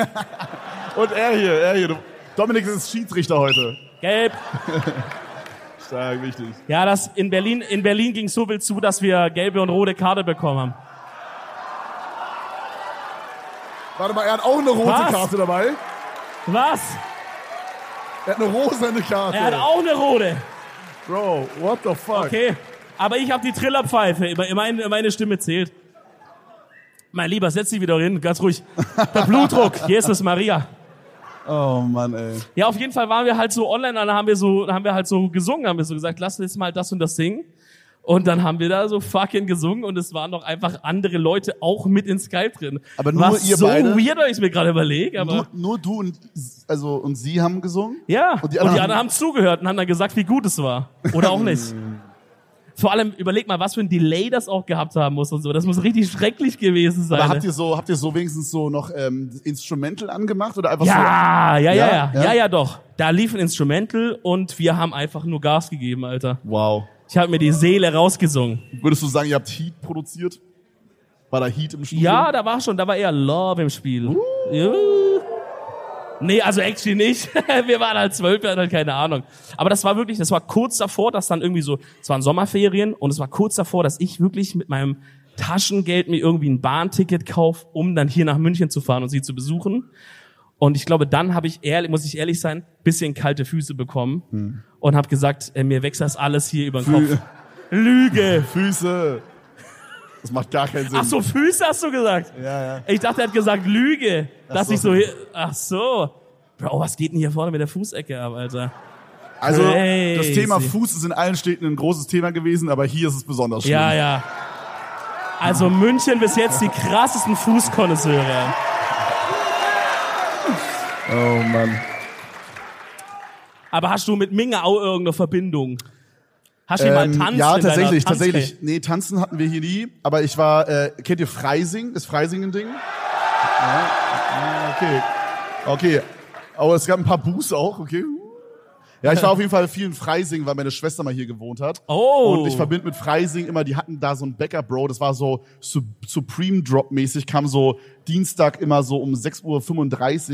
[SPEAKER 1] Und er hier, er hier. Du- Dominik ist Schiedsrichter heute.
[SPEAKER 2] Gelb.
[SPEAKER 1] Stark, wichtig.
[SPEAKER 2] Ja, das in Berlin, in Berlin ging so wild zu, dass wir gelbe und rote Karte bekommen haben.
[SPEAKER 1] Warte mal, er hat auch eine rote
[SPEAKER 2] Was?
[SPEAKER 1] Karte dabei.
[SPEAKER 2] Was?
[SPEAKER 1] Er hat eine rosane Karte.
[SPEAKER 2] Er hat auch eine rote.
[SPEAKER 1] Bro, what the fuck?
[SPEAKER 2] Okay. Aber ich habe die Trillerpfeife. Immer- Meine, meine Stimme zählt. Mein Lieber, setz dich wieder hin. Ganz ruhig. Der Blutdruck. Jesus Maria.
[SPEAKER 1] Oh Mann, ey.
[SPEAKER 2] Ja, auf jeden Fall waren wir halt so online und dann haben wir so, dann haben wir halt so gesungen, haben wir so gesagt, lass uns jetzt mal das und das singen. Und dann haben wir da so fucking gesungen und es waren noch einfach andere Leute auch mit in Skype drin.
[SPEAKER 1] Aber nur
[SPEAKER 2] Was
[SPEAKER 1] ihr
[SPEAKER 2] so
[SPEAKER 1] beide?
[SPEAKER 2] weird, wenn ich mir gerade überlege, aber
[SPEAKER 1] Nur, nur du und, also, und sie haben gesungen?
[SPEAKER 2] ja.
[SPEAKER 1] Und die anderen
[SPEAKER 2] haben zugehört und haben dann gesagt, wie gut es war. Oder auch nicht. Vor allem überleg mal, was für ein Delay das auch gehabt haben muss und so. Das muss richtig schrecklich gewesen sein. ne?
[SPEAKER 1] Aber habt ihr so, habt ihr so wenigstens so noch ähm, Instrumental angemacht oder einfach
[SPEAKER 2] ja, ja, ja,
[SPEAKER 1] Ja?
[SPEAKER 2] ja, ja,
[SPEAKER 1] Ja?
[SPEAKER 2] ja, doch. Da lief ein Instrumental und wir haben einfach nur Gas gegeben, Alter.
[SPEAKER 1] so? Wow.
[SPEAKER 2] Ich habe mir die Seele rausgesungen.
[SPEAKER 1] Würdest du sagen, ihr habt Heat produziert? War da Heat im Studio?
[SPEAKER 2] Ja, da war schon, da war eher Love im Spiel. Ja. Nee, also actually nicht. Wir waren halt zwölf, wir hatten halt keine Ahnung. Aber das war wirklich, das war kurz davor, dass dann irgendwie so, es waren Sommerferien und es war kurz davor, dass ich wirklich mit meinem Taschengeld mir irgendwie ein Bahnticket kaufe, um dann hier nach München zu fahren und sie zu besuchen. Und ich glaube, dann habe ich ehrlich, muss ich ehrlich sein, bisschen kalte Füße bekommen und habe gesagt, äh, mir wächst das alles hier über den Kopf.
[SPEAKER 1] Fü
[SPEAKER 2] Lüge.
[SPEAKER 1] Füße. Das macht gar keinen Sinn.
[SPEAKER 2] Ach so, Füße hast du gesagt?
[SPEAKER 5] Ja, ja.
[SPEAKER 2] Ich dachte, er hat gesagt Lüge. Dass
[SPEAKER 5] so.
[SPEAKER 2] ich so hier, ach so. Bro, was geht denn hier vorne mit der Fußecke ab, Alter?
[SPEAKER 1] Also das
[SPEAKER 2] Crazy.
[SPEAKER 1] Thema Fuß ist in allen Städten ein großes Thema gewesen, aber hier ist es besonders schlimm.
[SPEAKER 2] Ja, ja. Also München bis jetzt die krassesten Fußkonnoisseure.
[SPEAKER 1] Oh Mann.
[SPEAKER 2] Aber hast du mit Mingeau irgendeine Verbindung? Hast du mal
[SPEAKER 1] Ähm,
[SPEAKER 2] tanzt?
[SPEAKER 1] ja,
[SPEAKER 2] in deiner
[SPEAKER 1] tatsächlich,
[SPEAKER 2] Tanzwelt?
[SPEAKER 1] tatsächlich. Nee, tanzen hatten wir hier nie, aber ich war, äh, kennt ihr Freising? Ist Freising ein Ding? Ja, okay. Okay. Aber es gab ein paar Buß auch, okay. Ja, ich war auf jeden Fall viel in Freising, weil meine Schwester mal hier gewohnt hat.
[SPEAKER 2] Oh.
[SPEAKER 1] Und ich verbinde mit Freising immer, die hatten da so einen Bäcker, Bro, das war so Su Supreme Drop mäßig, kam so Dienstag immer so um 6.35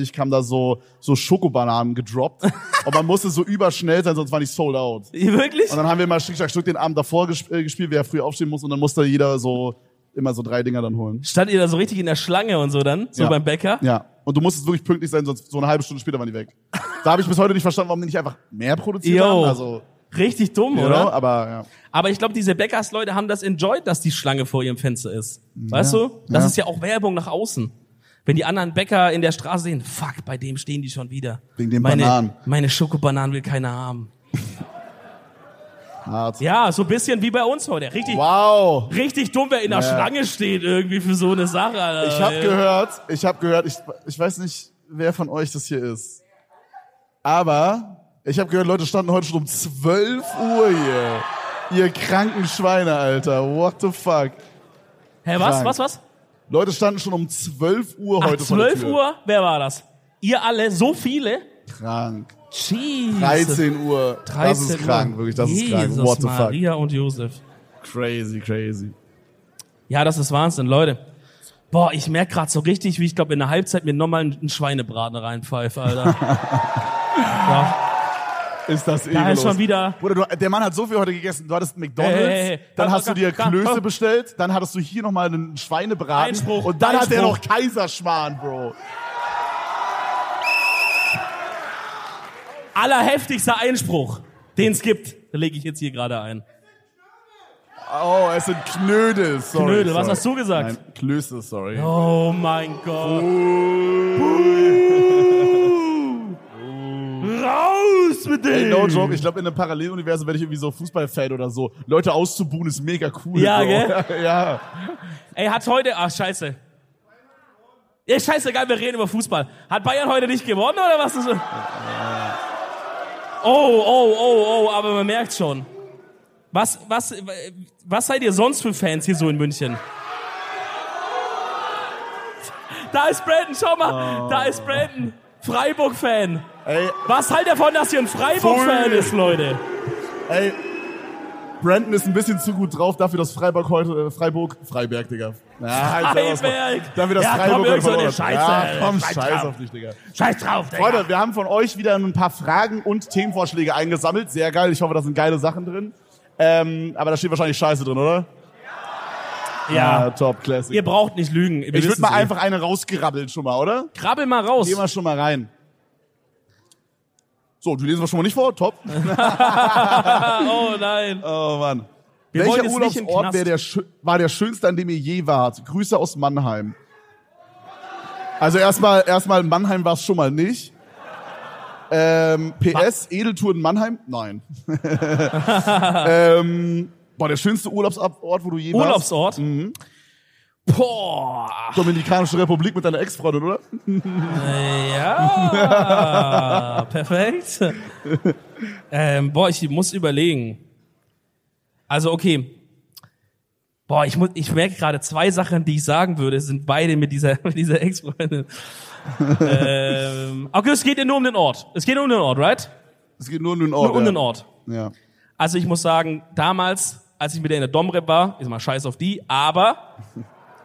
[SPEAKER 1] Uhr kam da so, so Schokobananen gedroppt. Und man musste so überschnell sein, sonst war ich sold out.
[SPEAKER 2] Wirklich?
[SPEAKER 1] Und dann haben wir mal Stück, Stück, Stück den Abend davor gesp äh, gespielt, wer früh aufstehen muss. Und dann musste jeder so immer so drei Dinger dann holen.
[SPEAKER 2] Stand ihr da so richtig in der Schlange und so dann? So
[SPEAKER 1] Ja.
[SPEAKER 2] beim Bäcker?
[SPEAKER 1] Ja. Und du musstest wirklich pünktlich sein, sonst so eine halbe Stunde später waren die weg. Da habe ich bis heute nicht verstanden, warum die nicht einfach mehr produziert
[SPEAKER 2] Yo.
[SPEAKER 1] haben. Also,
[SPEAKER 2] Richtig dumm,
[SPEAKER 1] you know,
[SPEAKER 2] oder?
[SPEAKER 1] aber ja.
[SPEAKER 2] Aber ich glaube, diese Bäckersleute haben das enjoyed, dass die Schlange vor ihrem Fenster ist. Weißt du? Das
[SPEAKER 1] Ja.
[SPEAKER 2] ist ja auch Werbung nach außen. Wenn die anderen Bäcker in der Straße sehen, fuck, bei dem stehen die schon wieder.
[SPEAKER 1] Wegen den
[SPEAKER 2] meine,
[SPEAKER 1] Bananen.
[SPEAKER 2] Meine Schokobananen will keiner haben.
[SPEAKER 1] Hart.
[SPEAKER 2] Ja, so ein bisschen wie bei uns heute. Richtig,
[SPEAKER 1] Wow.
[SPEAKER 2] richtig dumm, wer in der
[SPEAKER 1] Ja.
[SPEAKER 2] Schlange steht irgendwie für so eine Sache. Alter.
[SPEAKER 1] Ich habe gehört, ich habe gehört, ich, ich weiß nicht, wer von euch das hier ist. Aber ich habe gehört, Leute standen heute schon um 12 Uhr hier. Ihr kranken Schweine, Alter. What the fuck?
[SPEAKER 2] Hä, was,
[SPEAKER 1] Krank.
[SPEAKER 2] was, was?
[SPEAKER 1] Leute standen schon um 12 Uhr
[SPEAKER 2] Ach,
[SPEAKER 1] heute vor der
[SPEAKER 2] 12
[SPEAKER 1] Tür.
[SPEAKER 2] Uhr? Wer war das? Ihr alle? So viele?
[SPEAKER 1] Krank.
[SPEAKER 2] Jesus.
[SPEAKER 1] 13 Uhr.
[SPEAKER 2] 13
[SPEAKER 1] das ist
[SPEAKER 2] Uhr.
[SPEAKER 1] krank, wirklich, das
[SPEAKER 2] Jesus,
[SPEAKER 1] ist krank. What the fuck?
[SPEAKER 2] Maria und Josef.
[SPEAKER 1] Crazy, crazy.
[SPEAKER 2] Ja, das ist Wahnsinn, Leute. Boah, ich merk grad so richtig, wie ich glaube in der Halbzeit mir nochmal einen Schweinebraten reinpfeife, Alter. ja,
[SPEAKER 1] Ist das ekellos.
[SPEAKER 2] da ist schon wieder.
[SPEAKER 1] Bruder, du, der Mann hat so viel heute gegessen. Du hattest McDonalds,
[SPEAKER 2] Hey, hey, hey.
[SPEAKER 1] dann
[SPEAKER 2] Komm,
[SPEAKER 1] hast du
[SPEAKER 2] komm,
[SPEAKER 1] dir
[SPEAKER 2] komm,
[SPEAKER 1] Klöße
[SPEAKER 2] komm.
[SPEAKER 1] bestellt, dann hattest du hier nochmal einen Schweinebraten.
[SPEAKER 2] Einspruch,
[SPEAKER 1] und dann hat der noch
[SPEAKER 2] Einspruch.
[SPEAKER 1] Kaiserschmarrn, Bro.
[SPEAKER 2] Allerheftigster Einspruch, den es gibt, lege ich jetzt hier gerade ein.
[SPEAKER 1] Oh, es sind Knödel, sorry.
[SPEAKER 2] Knödel, was
[SPEAKER 1] sorry.
[SPEAKER 2] hast du gesagt?
[SPEAKER 1] Nein, Klöße, sorry.
[SPEAKER 2] Oh mein Gott. Raus mit dem!
[SPEAKER 1] Ey, no joke, ich glaube, in einem Paralleluniversum werde ich irgendwie so Fußballfan oder so. Leute auszubuhen ist mega cool.
[SPEAKER 2] Ja,
[SPEAKER 1] Bro.
[SPEAKER 2] gell?
[SPEAKER 1] ja.
[SPEAKER 2] Ey, hat heute. Ach, scheiße. Ja, scheißegal, wir reden über Fußball. Hat Bayern heute nicht gewonnen oder was? Ist oh, oh, oh, oh, aber man merkt schon. Was, was, was seid ihr sonst für Fans hier so in München? Da ist Brandon, schau
[SPEAKER 1] Oh.
[SPEAKER 2] mal, da ist Brandon. Freiburg-Fan.
[SPEAKER 1] Ey,
[SPEAKER 2] Was halt davon, dass ihr ein Freiburg-Fan
[SPEAKER 1] Pfui.
[SPEAKER 2] ist, Leute?
[SPEAKER 1] Ey, Brandon ist ein bisschen zu gut drauf dafür, dass Freiburg heute, äh, Freiburg, Freiberg, Digga. Ja, halt selber was mal.
[SPEAKER 2] Freiberg.
[SPEAKER 1] Dafür, dass
[SPEAKER 2] Ja, komm,
[SPEAKER 1] Freiburg heute
[SPEAKER 2] irgend so eine
[SPEAKER 1] verloren hat.
[SPEAKER 2] Scheiße,
[SPEAKER 1] Ja, komm,
[SPEAKER 2] Scheiß
[SPEAKER 1] scheiß,
[SPEAKER 2] drauf.
[SPEAKER 1] auf dich, Digga.
[SPEAKER 2] Scheiß drauf, Digga.
[SPEAKER 1] Freunde, wir haben von euch wieder ein paar Fragen und Themenvorschläge eingesammelt. Sehr geil, ich hoffe, da sind geile Sachen drin. Ähm, aber da steht wahrscheinlich Scheiße drin, oder? Ah,
[SPEAKER 2] ja.
[SPEAKER 1] top, classic.
[SPEAKER 2] Ihr eh. braucht nicht lügen.
[SPEAKER 1] ich würde mal einfach eine rausgerabbeln schon mal, oder?
[SPEAKER 2] Krabbel mal raus.
[SPEAKER 1] Gehen wir schon mal rein. So, die lesen wir schon mal nicht vor, top.
[SPEAKER 2] Oh nein.
[SPEAKER 1] Oh Mann.
[SPEAKER 2] Wir wollen
[SPEAKER 1] Welcher
[SPEAKER 2] jetzt nicht in den
[SPEAKER 1] Urlaubsort
[SPEAKER 2] Knast.
[SPEAKER 1] wär der, schö- war der schönste, an dem ihr je wart? Grüße aus Mannheim. Also erstmal, erstmal Mannheim war es schon mal nicht. Ähm, PS, Edeltour in Mannheim? Nein. ähm, boah, der schönste Urlaubsort, wo du je warst?
[SPEAKER 2] Urlaubsort. Boah.
[SPEAKER 1] Dominikanische Republik mit deiner Ex-Freundin, oder?
[SPEAKER 2] Ja. Perfekt. ähm, boah, ich muss überlegen. Also, okay. Boah, ich, muss, ich merke gerade zwei Sachen, die ich sagen würde, sind beide mit dieser, mit dieser Ex-Freundin. ähm, okay, es geht ja nur um den Ort. Es geht nur um den Ort, right?
[SPEAKER 1] Es geht nur um den Ort.
[SPEAKER 2] Nur um
[SPEAKER 1] ja.
[SPEAKER 2] den Ort.
[SPEAKER 1] Ja.
[SPEAKER 2] Also ich muss sagen, damals, als ich mit der in der Domrep war, ist mal scheiß auf die, aber,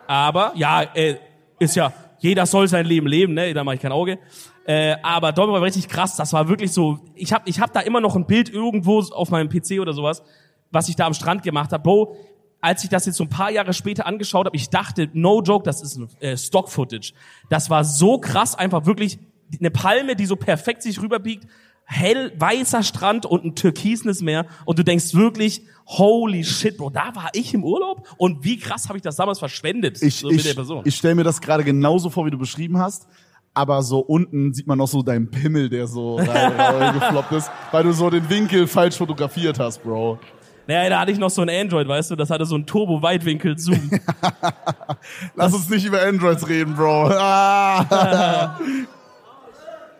[SPEAKER 2] aber, ja, äh, ist ja, jeder soll sein Leben leben, ne, da mache ich kein Auge. Äh, aber Domrep war richtig krass, das war wirklich so, ich hab, ich hab da immer noch ein Bild irgendwo auf meinem PC oder sowas, was ich da am Strand gemacht habe. Bro, als ich das jetzt so ein paar Jahre später angeschaut habe, ich dachte, no joke, das ist ein, äh, Stock-Footage. Das war so krass, einfach wirklich eine Palme, die so perfekt sich rüberbiegt, hell weißer Strand und ein türkisenes Meer und du denkst wirklich, holy shit, Bro, da war ich im Urlaub und wie krass habe ich das damals verschwendet
[SPEAKER 1] Ich,
[SPEAKER 2] so mit der
[SPEAKER 1] ich,
[SPEAKER 2] Person.
[SPEAKER 1] ich stelle mir das gerade genauso vor, wie du beschrieben hast. Aber so unten sieht man noch so deinen Pimmel, der so rein- gefloppt ist, weil du so den Winkel falsch fotografiert hast, Bro.
[SPEAKER 2] naja, da hatte ich noch so ein Android, weißt du, das hatte so einen Turbo-Weitwinkel-Zoom.
[SPEAKER 1] Lass uns nicht über Androids reden, Bro. Ah.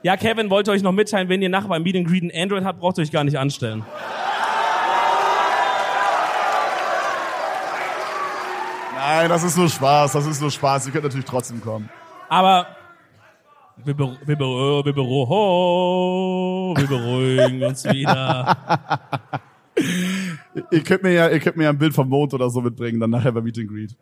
[SPEAKER 2] ja, Kevin wollte euch noch mitteilen, wenn ihr nachher beim Meet and Greet ein Android habt, braucht ihr euch gar nicht anstellen.
[SPEAKER 1] Nein, das ist nur Spaß, das ist nur Spaß. Ihr könnt natürlich trotzdem kommen.
[SPEAKER 2] Aber wir, ber wir, ber wir, ber ho, wir beruhigen uns wieder.
[SPEAKER 1] Ihr könnt mir ja, ihr könnt mir ja ein Bild vom Mond oder so mitbringen, dann nachher bei Meet and Greet.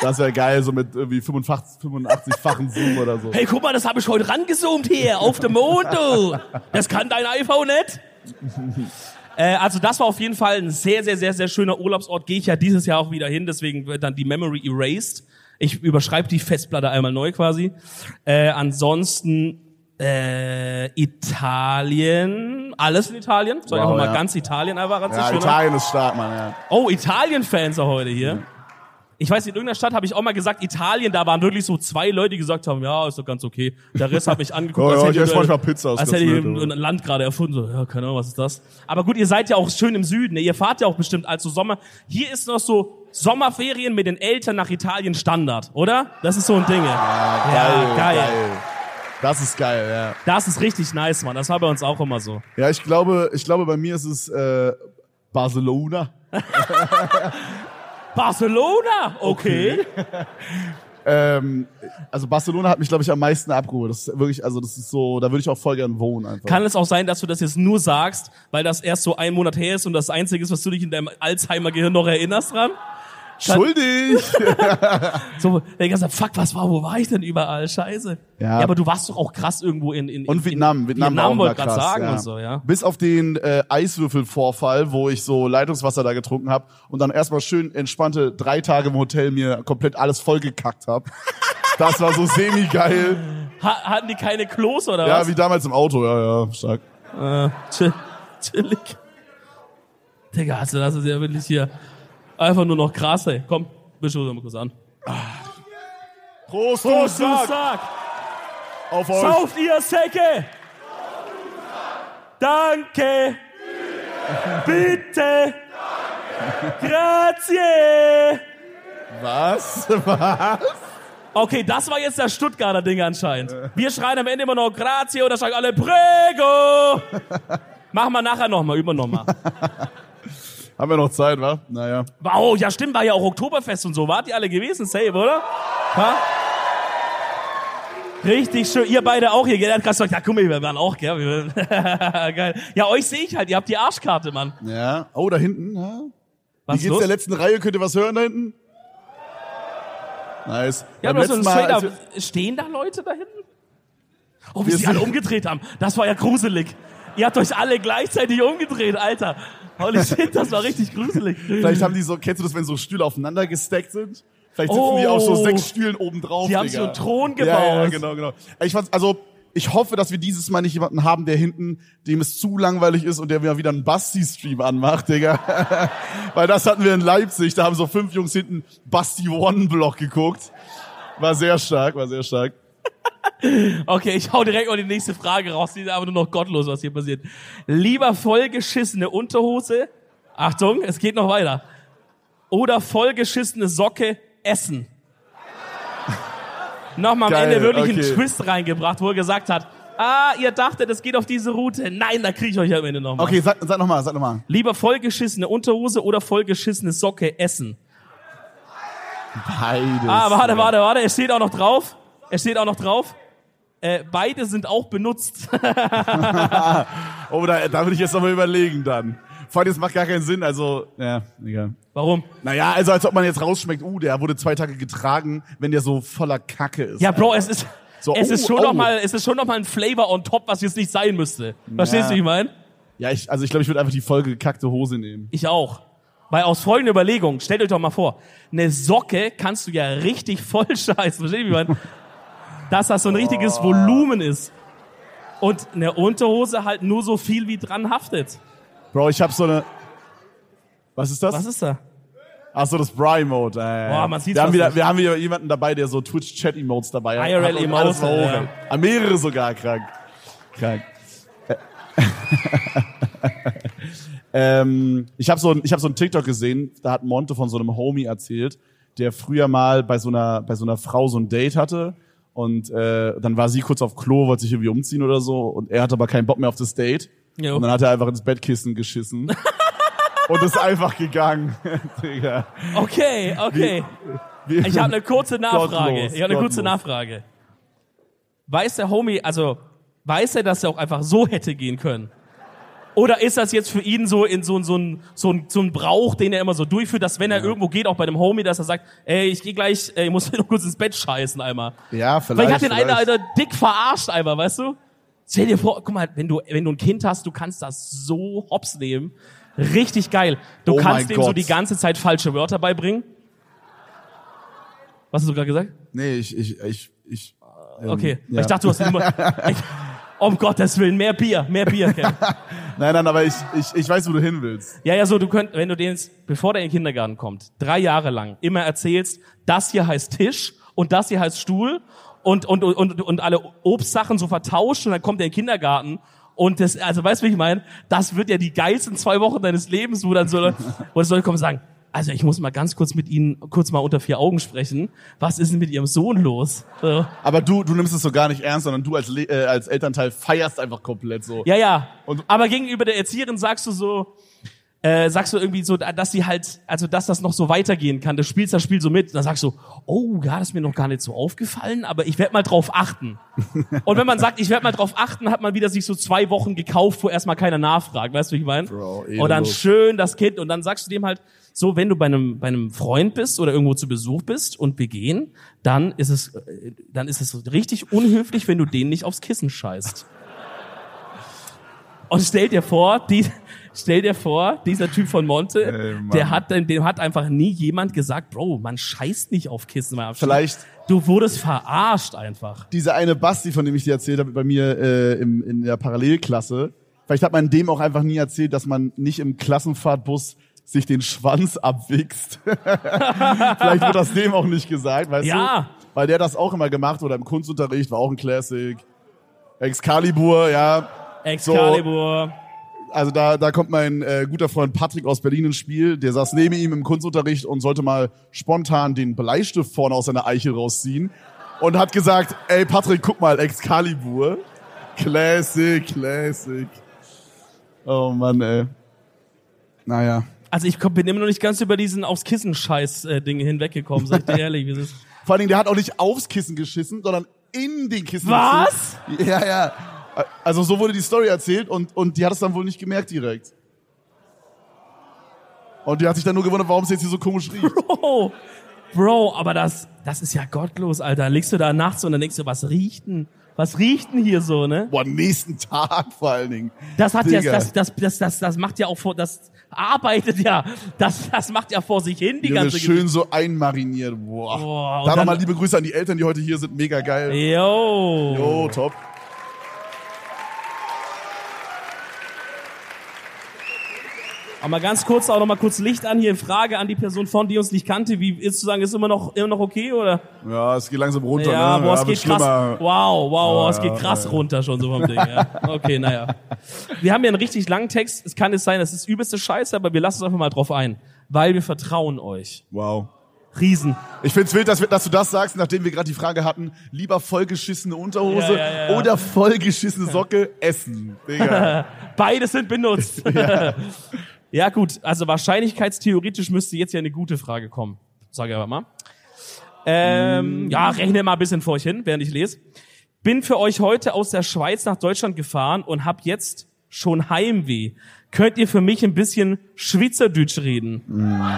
[SPEAKER 1] Das wäre geil, so mit irgendwie 85 85-fachen Zoom oder so.
[SPEAKER 2] Hey, guck mal, das habe ich heute rangezoomt hier auf dem Mond, du. Das kann dein iPhone nicht. Äh, also das war auf jeden Fall ein sehr, sehr, sehr, sehr schöner Urlaubsort. Gehe ich ja dieses Jahr auch wieder hin, deswegen wird dann die Memory erased. Ich überschreibe die Festplatte einmal neu quasi. Äh, ansonsten äh, Italien, alles in Italien. Soll ich
[SPEAKER 1] Wow,
[SPEAKER 2] einfach mal
[SPEAKER 1] ja.
[SPEAKER 2] ganz Italien einfach erzählen?
[SPEAKER 1] Ja,
[SPEAKER 2] oder?
[SPEAKER 1] Italien ist stark, Mann. Ja.
[SPEAKER 2] Oh, Italien-Fans auch heute hier. Ich weiß, in irgendeiner Stadt habe ich auch mal gesagt, Italien, da waren wirklich so zwei Leute, die gesagt haben, ja, ist doch ganz okay. Der Rest hat mich angeguckt,
[SPEAKER 1] Ja,
[SPEAKER 2] als
[SPEAKER 1] ja, ich
[SPEAKER 2] hätte
[SPEAKER 1] esse
[SPEAKER 2] irgendein-
[SPEAKER 1] manchmal Pizza, ist
[SPEAKER 2] als
[SPEAKER 1] ganz
[SPEAKER 2] hätte
[SPEAKER 1] nett,
[SPEAKER 2] ich ein
[SPEAKER 1] aber-
[SPEAKER 2] ein Land gerade erfunden. So, ja, keine Ahnung, was ist das? Aber gut, ihr seid ja auch schön im Süden, ne? ihr fahrt ja auch bestimmt also Sommer. Hier ist noch so Sommerferien mit den Eltern nach Italien Standard, oder? Das ist so ein Ding.
[SPEAKER 1] Ah,
[SPEAKER 2] Ja,
[SPEAKER 1] Das ist geil, ja.
[SPEAKER 2] Das ist richtig nice, Mann. Das war bei uns auch immer so.
[SPEAKER 1] Ja, ich glaube, ich glaube, bei mir ist es äh, Barcelona.
[SPEAKER 2] Barcelona, okay.
[SPEAKER 1] Ähm, also Barcelona hat mich, glaube ich, am meisten abgeholt. Das ist wirklich, also das ist so, da würde ich auch voll gern wohnen einfach.
[SPEAKER 2] Kann es auch sein, dass du das jetzt nur sagst, weil das erst so ein Monat her ist und das Einzige ist, was du dich in deinem Alzheimer-Gehirn noch erinnerst dran?
[SPEAKER 1] Schuldig!
[SPEAKER 2] So, der ganze Fuck, was war, wo war ich denn überall? Scheiße.
[SPEAKER 1] Ja.
[SPEAKER 2] aber du warst doch auch krass irgendwo in, in in,
[SPEAKER 1] Und Vietnam, Vietnam, war auch
[SPEAKER 2] Vietnam wollte
[SPEAKER 1] mal
[SPEAKER 2] ich gerade
[SPEAKER 1] krass,
[SPEAKER 2] sagen
[SPEAKER 1] ja.
[SPEAKER 2] und so, ja.
[SPEAKER 1] Bis auf den äh, Eiswürfelvorfall, wo ich so Leitungswasser da getrunken habe und dann erstmal schön entspannte drei Tage im Hotel mir komplett alles vollgekackt habe. Das war so semi geil.
[SPEAKER 2] Ha hatten die keine Klos oder
[SPEAKER 1] Ja,
[SPEAKER 2] was?
[SPEAKER 1] wie damals im Auto, ja, ja, stark.
[SPEAKER 2] Chill, chillig. Digga, also das ist ja wirklich hier einfach nur noch krass, ey. Komm, wir schauen uns mal kurz an.
[SPEAKER 1] Prost,
[SPEAKER 2] Prost, du
[SPEAKER 1] Sack,
[SPEAKER 2] Sack!
[SPEAKER 1] auf euch.
[SPEAKER 2] Sauft ihr Säcke! Danke! Bitte! Grazie!
[SPEAKER 1] Was? Was?
[SPEAKER 2] Okay, das war jetzt das Stuttgarter Ding anscheinend. Wir schreien am Ende immer noch Grazie oder schreien alle Prego! Machen wir nachher nochmal, über nochmal.
[SPEAKER 1] Haben wir noch Zeit, wa? Naja.
[SPEAKER 2] Wow, oh, ja stimmt, war ja auch Oktoberfest und so. Wart ihr alle gewesen, safe, oder? Ha? Richtig schön. Ihr beide auch hier. gell? Der hat gerade gesagt, ja guck mal, wir waren auch, gell? Wir waren- Geil. Ja, euch sehe ich halt. Ihr habt die Arschkarte, Mann.
[SPEAKER 1] Ja. Oh, da hinten, ja.
[SPEAKER 2] Was
[SPEAKER 1] Wie geht's der letzten Reihe? Könnt ihr was hören da hinten? Nice.
[SPEAKER 2] Ja,
[SPEAKER 1] Beim
[SPEAKER 2] aber so ein
[SPEAKER 1] letzten Mal, also, als
[SPEAKER 2] straight
[SPEAKER 1] wir-
[SPEAKER 2] up. Stehen da Leute da hinten? Oh, wie
[SPEAKER 1] Wir
[SPEAKER 2] sie sich alle
[SPEAKER 1] sind-
[SPEAKER 2] umgedreht haben. Das war ja gruselig. Ihr habt euch alle gleichzeitig umgedreht, Alter. Holy shit, das war richtig gruselig.
[SPEAKER 1] Vielleicht haben die so, kennst du das, wenn so Stühle aufeinander gesteckt sind? Vielleicht sitzen
[SPEAKER 2] Oh.
[SPEAKER 1] die auf so sechs Stühlen oben drauf.
[SPEAKER 2] Die haben
[SPEAKER 1] Digga.
[SPEAKER 2] so einen Thron
[SPEAKER 1] Ja, ja,
[SPEAKER 2] gebaut.
[SPEAKER 1] genau, genau. Ich fand's, also, ich hoffe, dass wir dieses Mal nicht jemanden haben, der hinten, dem es zu langweilig ist und der mir wieder einen Basti-Stream anmacht, Digga. Weil das hatten wir in Leipzig, da haben so fünf Jungs hinten Basti One-Block geguckt. War sehr stark, war sehr stark.
[SPEAKER 2] Okay, ich hau direkt mal die nächste Frage raus. Die ist aber nur noch gottlos, was hier passiert. Lieber vollgeschissene Unterhose. Achtung, es geht noch weiter. Oder vollgeschissene Socke essen. Nochmal am
[SPEAKER 1] Geil,
[SPEAKER 2] Ende wirklich
[SPEAKER 1] okay.
[SPEAKER 2] einen Twist reingebracht, wo er gesagt hat, ah, ihr dachtet, es geht auf diese Route. Nein, da kriege ich euch am Ende nochmal.
[SPEAKER 1] Okay, sag, sag nochmal, sag nochmal.
[SPEAKER 2] Lieber vollgeschissene Unterhose oder vollgeschissene Socke essen.
[SPEAKER 1] Beides.
[SPEAKER 2] Ah, warte, warte, warte, es steht auch noch drauf. Es steht auch noch drauf. Äh, beide sind auch benutzt.
[SPEAKER 1] Oh, da, da würde ich jetzt nochmal überlegen dann. Vor allem, das macht gar keinen Sinn, also, ja, egal.
[SPEAKER 2] Warum?
[SPEAKER 1] Naja, also als ob man jetzt rausschmeckt, uh, der wurde zwei Tage getragen, wenn der so voller Kacke ist.
[SPEAKER 2] Ja, Bro, es ist,
[SPEAKER 1] So,
[SPEAKER 2] es,
[SPEAKER 1] oh,
[SPEAKER 2] ist schon
[SPEAKER 1] oh.
[SPEAKER 2] noch mal, es ist schon noch mal ein Flavor on top, was jetzt nicht sein müsste. Verstehst du, wie ich meine?
[SPEAKER 1] Ja, ich, also ich glaube, ich würde einfach die vollgekackte Hose nehmen.
[SPEAKER 2] Ich auch. Weil aus folgender Überlegung, stellt euch doch mal vor, eine Socke kannst du ja richtig voll scheißen. Verstehst du, wie ich meine? Dass das so ein richtiges Volumen ist. und eine Unterhose halt nur so viel wie dran haftet.
[SPEAKER 1] Bro, ich hab so eine. Was ist das?
[SPEAKER 2] Was ist da?
[SPEAKER 1] Ach so, das Bry-Mode. Äh.
[SPEAKER 2] Boah, man sieht's
[SPEAKER 1] wir, haben
[SPEAKER 2] fast
[SPEAKER 1] wieder,
[SPEAKER 2] nicht.
[SPEAKER 1] wir haben wieder jemanden dabei, der so Twitch-Chat-Emotes dabei hat.
[SPEAKER 2] IRL
[SPEAKER 1] Hat und alles
[SPEAKER 2] Emotes,
[SPEAKER 1] mal
[SPEAKER 2] ja.
[SPEAKER 1] hochhält. Ah, Mehrere sogar, krank. Krank. Ä- ähm, ich habe so, ein- ich hab so ein TikTok gesehen, da hat Monte von so einem Homie erzählt, der früher mal bei so einer, bei so einer Frau so ein Date hatte. Und äh, dann war sie kurz auf Klo, wollte sich irgendwie umziehen oder so. Und er hatte aber keinen Bock mehr auf das Date.
[SPEAKER 2] Jo.
[SPEAKER 1] Und dann hat er einfach ins Bettkissen geschissen. und ist einfach gegangen. Digga.
[SPEAKER 2] Okay, okay.
[SPEAKER 1] Wie-
[SPEAKER 2] Ich habe eine kurze Nachfrage.
[SPEAKER 1] Gottlos,
[SPEAKER 2] Ich habe eine kurze
[SPEAKER 1] gottlos.
[SPEAKER 2] Nachfrage. Weiß der Homie, also weiß er, dass er auch einfach so hätte gehen können? Oder ist das jetzt für ihn so in so, so, ein, so, ein, so ein Brauch, den er immer so durchführt, dass wenn er irgendwo geht, auch bei dem Homie, dass er sagt, ey, ich gehe gleich, ey, ich muss nur kurz ins Bett scheißen einmal.
[SPEAKER 1] Ja, vielleicht.
[SPEAKER 2] ne- Vielleicht hat den einer
[SPEAKER 1] vielleicht.
[SPEAKER 2] Alter dick verarscht einmal, weißt du? Stell dir vor, guck mal, wenn du, wenn du ein Kind hast, du kannst das so hops nehmen. Richtig geil. Du
[SPEAKER 1] Oh mein
[SPEAKER 2] kannst dem so
[SPEAKER 1] Gott.
[SPEAKER 2] die ganze Zeit falsche Wörter beibringen. Was hast du gerade gesagt?
[SPEAKER 1] Nee, ich, ich, ich, ich. ähm,
[SPEAKER 2] Okay.
[SPEAKER 1] ja.
[SPEAKER 2] Ich dachte, du hast immer. Ich, um Gottes Willen, mehr Bier, mehr Bier, Kev.
[SPEAKER 1] Nein, nein, aber ich, ich, ich weiß, wo du hin willst.
[SPEAKER 2] Ja, ja, so, du könnt, wenn du den, bevor der in den Kindergarten kommt, drei Jahre lang immer erzählst, das hier heißt Tisch und das hier heißt Stuhl und, und, und, und, und alle Obstsachen so vertauscht und dann kommt der in den Kindergarten und das, also weißt du, wie ich meine? Das wird ja die geilsten zwei Wochen deines Lebens, wo dann so, wo das Leute kommen und sagen, also ich muss mal ganz kurz mit Ihnen, kurz mal unter vier Augen sprechen. Was ist denn mit Ihrem Sohn los? So.
[SPEAKER 1] Aber du, du nimmst es so gar nicht ernst, sondern du als, Le- äh, als Elternteil feierst einfach komplett so.
[SPEAKER 2] Ja, ja.
[SPEAKER 1] Und-
[SPEAKER 2] aber gegenüber der Erzieherin sagst du so, äh, sagst du irgendwie so, dass sie halt, also dass das noch so weitergehen kann. Du spielst das Spiel so mit. Dann sagst du, oh ja, das ist mir noch gar nicht so aufgefallen, aber ich werde mal drauf achten. Und wenn man sagt, ich werde mal drauf achten, hat man wieder sich so zwei Wochen gekauft, wo erstmal keiner nachfragt. Weißt du, wie ich meine?
[SPEAKER 1] Bro,
[SPEAKER 2] Und dann
[SPEAKER 1] ehrenlos.
[SPEAKER 2] schön das Kind. Und dann sagst du dem halt, so, wenn du bei einem, bei einem Freund bist oder irgendwo zu Besuch bist und wir gehen, dann ist es, äh, dann ist es richtig unhöflich, wenn du den nicht aufs Kissen scheißt. Und stell dir vor, die, stell dir vor, dieser Typ von Monte,
[SPEAKER 1] Ey, Mann.
[SPEAKER 2] der hat, dann- dem hat einfach nie jemand gesagt, Bro, man scheißt nicht auf Kissen beim Abschied.
[SPEAKER 1] Vielleicht
[SPEAKER 2] Du wurdest verarscht einfach.
[SPEAKER 1] dieser eine Basti, von dem ich dir erzählt habe, bei mir äh, im, in der Parallelklasse. Vielleicht hat man dem auch einfach nie erzählt, dass man nicht im Klassenfahrtbus sich den Schwanz abwichst. Vielleicht wird das dem auch nicht gesagt, weißt du?
[SPEAKER 2] Ja.
[SPEAKER 1] Weil der das auch immer gemacht oder im Kunstunterricht war auch ein Classic. Excalibur, ja.
[SPEAKER 2] Excalibur.
[SPEAKER 1] also da, da kommt mein äh, guter Freund Patrick aus Berlin ins Spiel. Der saß neben ihm im Kunstunterricht und sollte mal spontan den Bleistift vorne aus seiner Eichel rausziehen und hat gesagt, ey Patrick, guck mal, Excalibur. Classic, Classic. Oh Mann, ey. Naja.
[SPEAKER 2] Also ich komm, bin immer noch nicht ganz über diesen aufs Kissen Scheiß äh, Ding hinweggekommen, sag ich dir ehrlich. wie es ist.
[SPEAKER 1] Vor allen Dingen, der hat auch nicht aufs Kissen geschissen, sondern in den Kissen
[SPEAKER 2] Was?
[SPEAKER 1] geschissen. Ja, ja. Also so wurde die Story erzählt und, und die hat es dann wohl nicht gemerkt direkt. Und die hat sich dann nur gewundert, warum es jetzt hier so komisch riecht.
[SPEAKER 2] Oh, Bro, aber das, das ist ja gottlos, Alter. Liegst du da nachts und dann denkst du, was riecht denn? Was riecht denn hier so, ne?
[SPEAKER 1] Boah, nächsten Tag vor allen Dingen.
[SPEAKER 2] Das hat ja,
[SPEAKER 1] Digga.
[SPEAKER 2] das, das, das, das, das macht ja auch vor, das arbeitet ja, das, das macht ja vor sich hin die
[SPEAKER 1] Junge,
[SPEAKER 2] ganze Geschichte.
[SPEAKER 1] schön so einmariniert. Boah.
[SPEAKER 2] Boah, und
[SPEAKER 1] da
[SPEAKER 2] dann-
[SPEAKER 1] nochmal liebe Grüße an die Eltern, die heute hier sind. Mega geil.
[SPEAKER 2] Yo.
[SPEAKER 1] Jo, top.
[SPEAKER 2] Aber mal ganz kurz auch noch mal kurz Licht an hier. Frage an die Person von, die uns nicht kannte. Wie ist zu sagen, ist immer noch, immer noch okay oder?
[SPEAKER 1] Ja, es geht langsam runter.
[SPEAKER 2] ja,
[SPEAKER 1] ne?
[SPEAKER 2] boah,
[SPEAKER 1] ja,
[SPEAKER 2] es geht
[SPEAKER 1] wird
[SPEAKER 2] krass. Wow, wow, wow, es
[SPEAKER 1] Ja,
[SPEAKER 2] geht
[SPEAKER 1] ja,
[SPEAKER 2] krass
[SPEAKER 1] ja.
[SPEAKER 2] runter schon so vom Ding. Ja. Okay, naja. Wir haben ja einen richtig langen Text. Es kann es sein, das ist übelste Scheiße, aber wir lassen uns einfach mal drauf ein, weil wir vertrauen euch.
[SPEAKER 1] Wow.
[SPEAKER 2] Riesen.
[SPEAKER 1] Ich find's wild, dass, wir, dass du das sagst, nachdem wir gerade die Frage hatten, lieber vollgeschissene Unterhose
[SPEAKER 2] Ja, ja, ja.
[SPEAKER 1] oder vollgeschissene Socke essen. Digga.
[SPEAKER 2] Beides sind benutzt. ja. gut. Also wahrscheinlichkeitstheoretisch müsste jetzt ja eine gute Frage kommen. Sag ich aber mal. Ähm, ja, rechne mal ein bisschen vor euch hin, während ich lese. Bin für euch heute aus der Schweiz nach Deutschland gefahren und hab jetzt schon Heimweh. Könnt ihr für mich ein bisschen Schweizerdeutsch reden?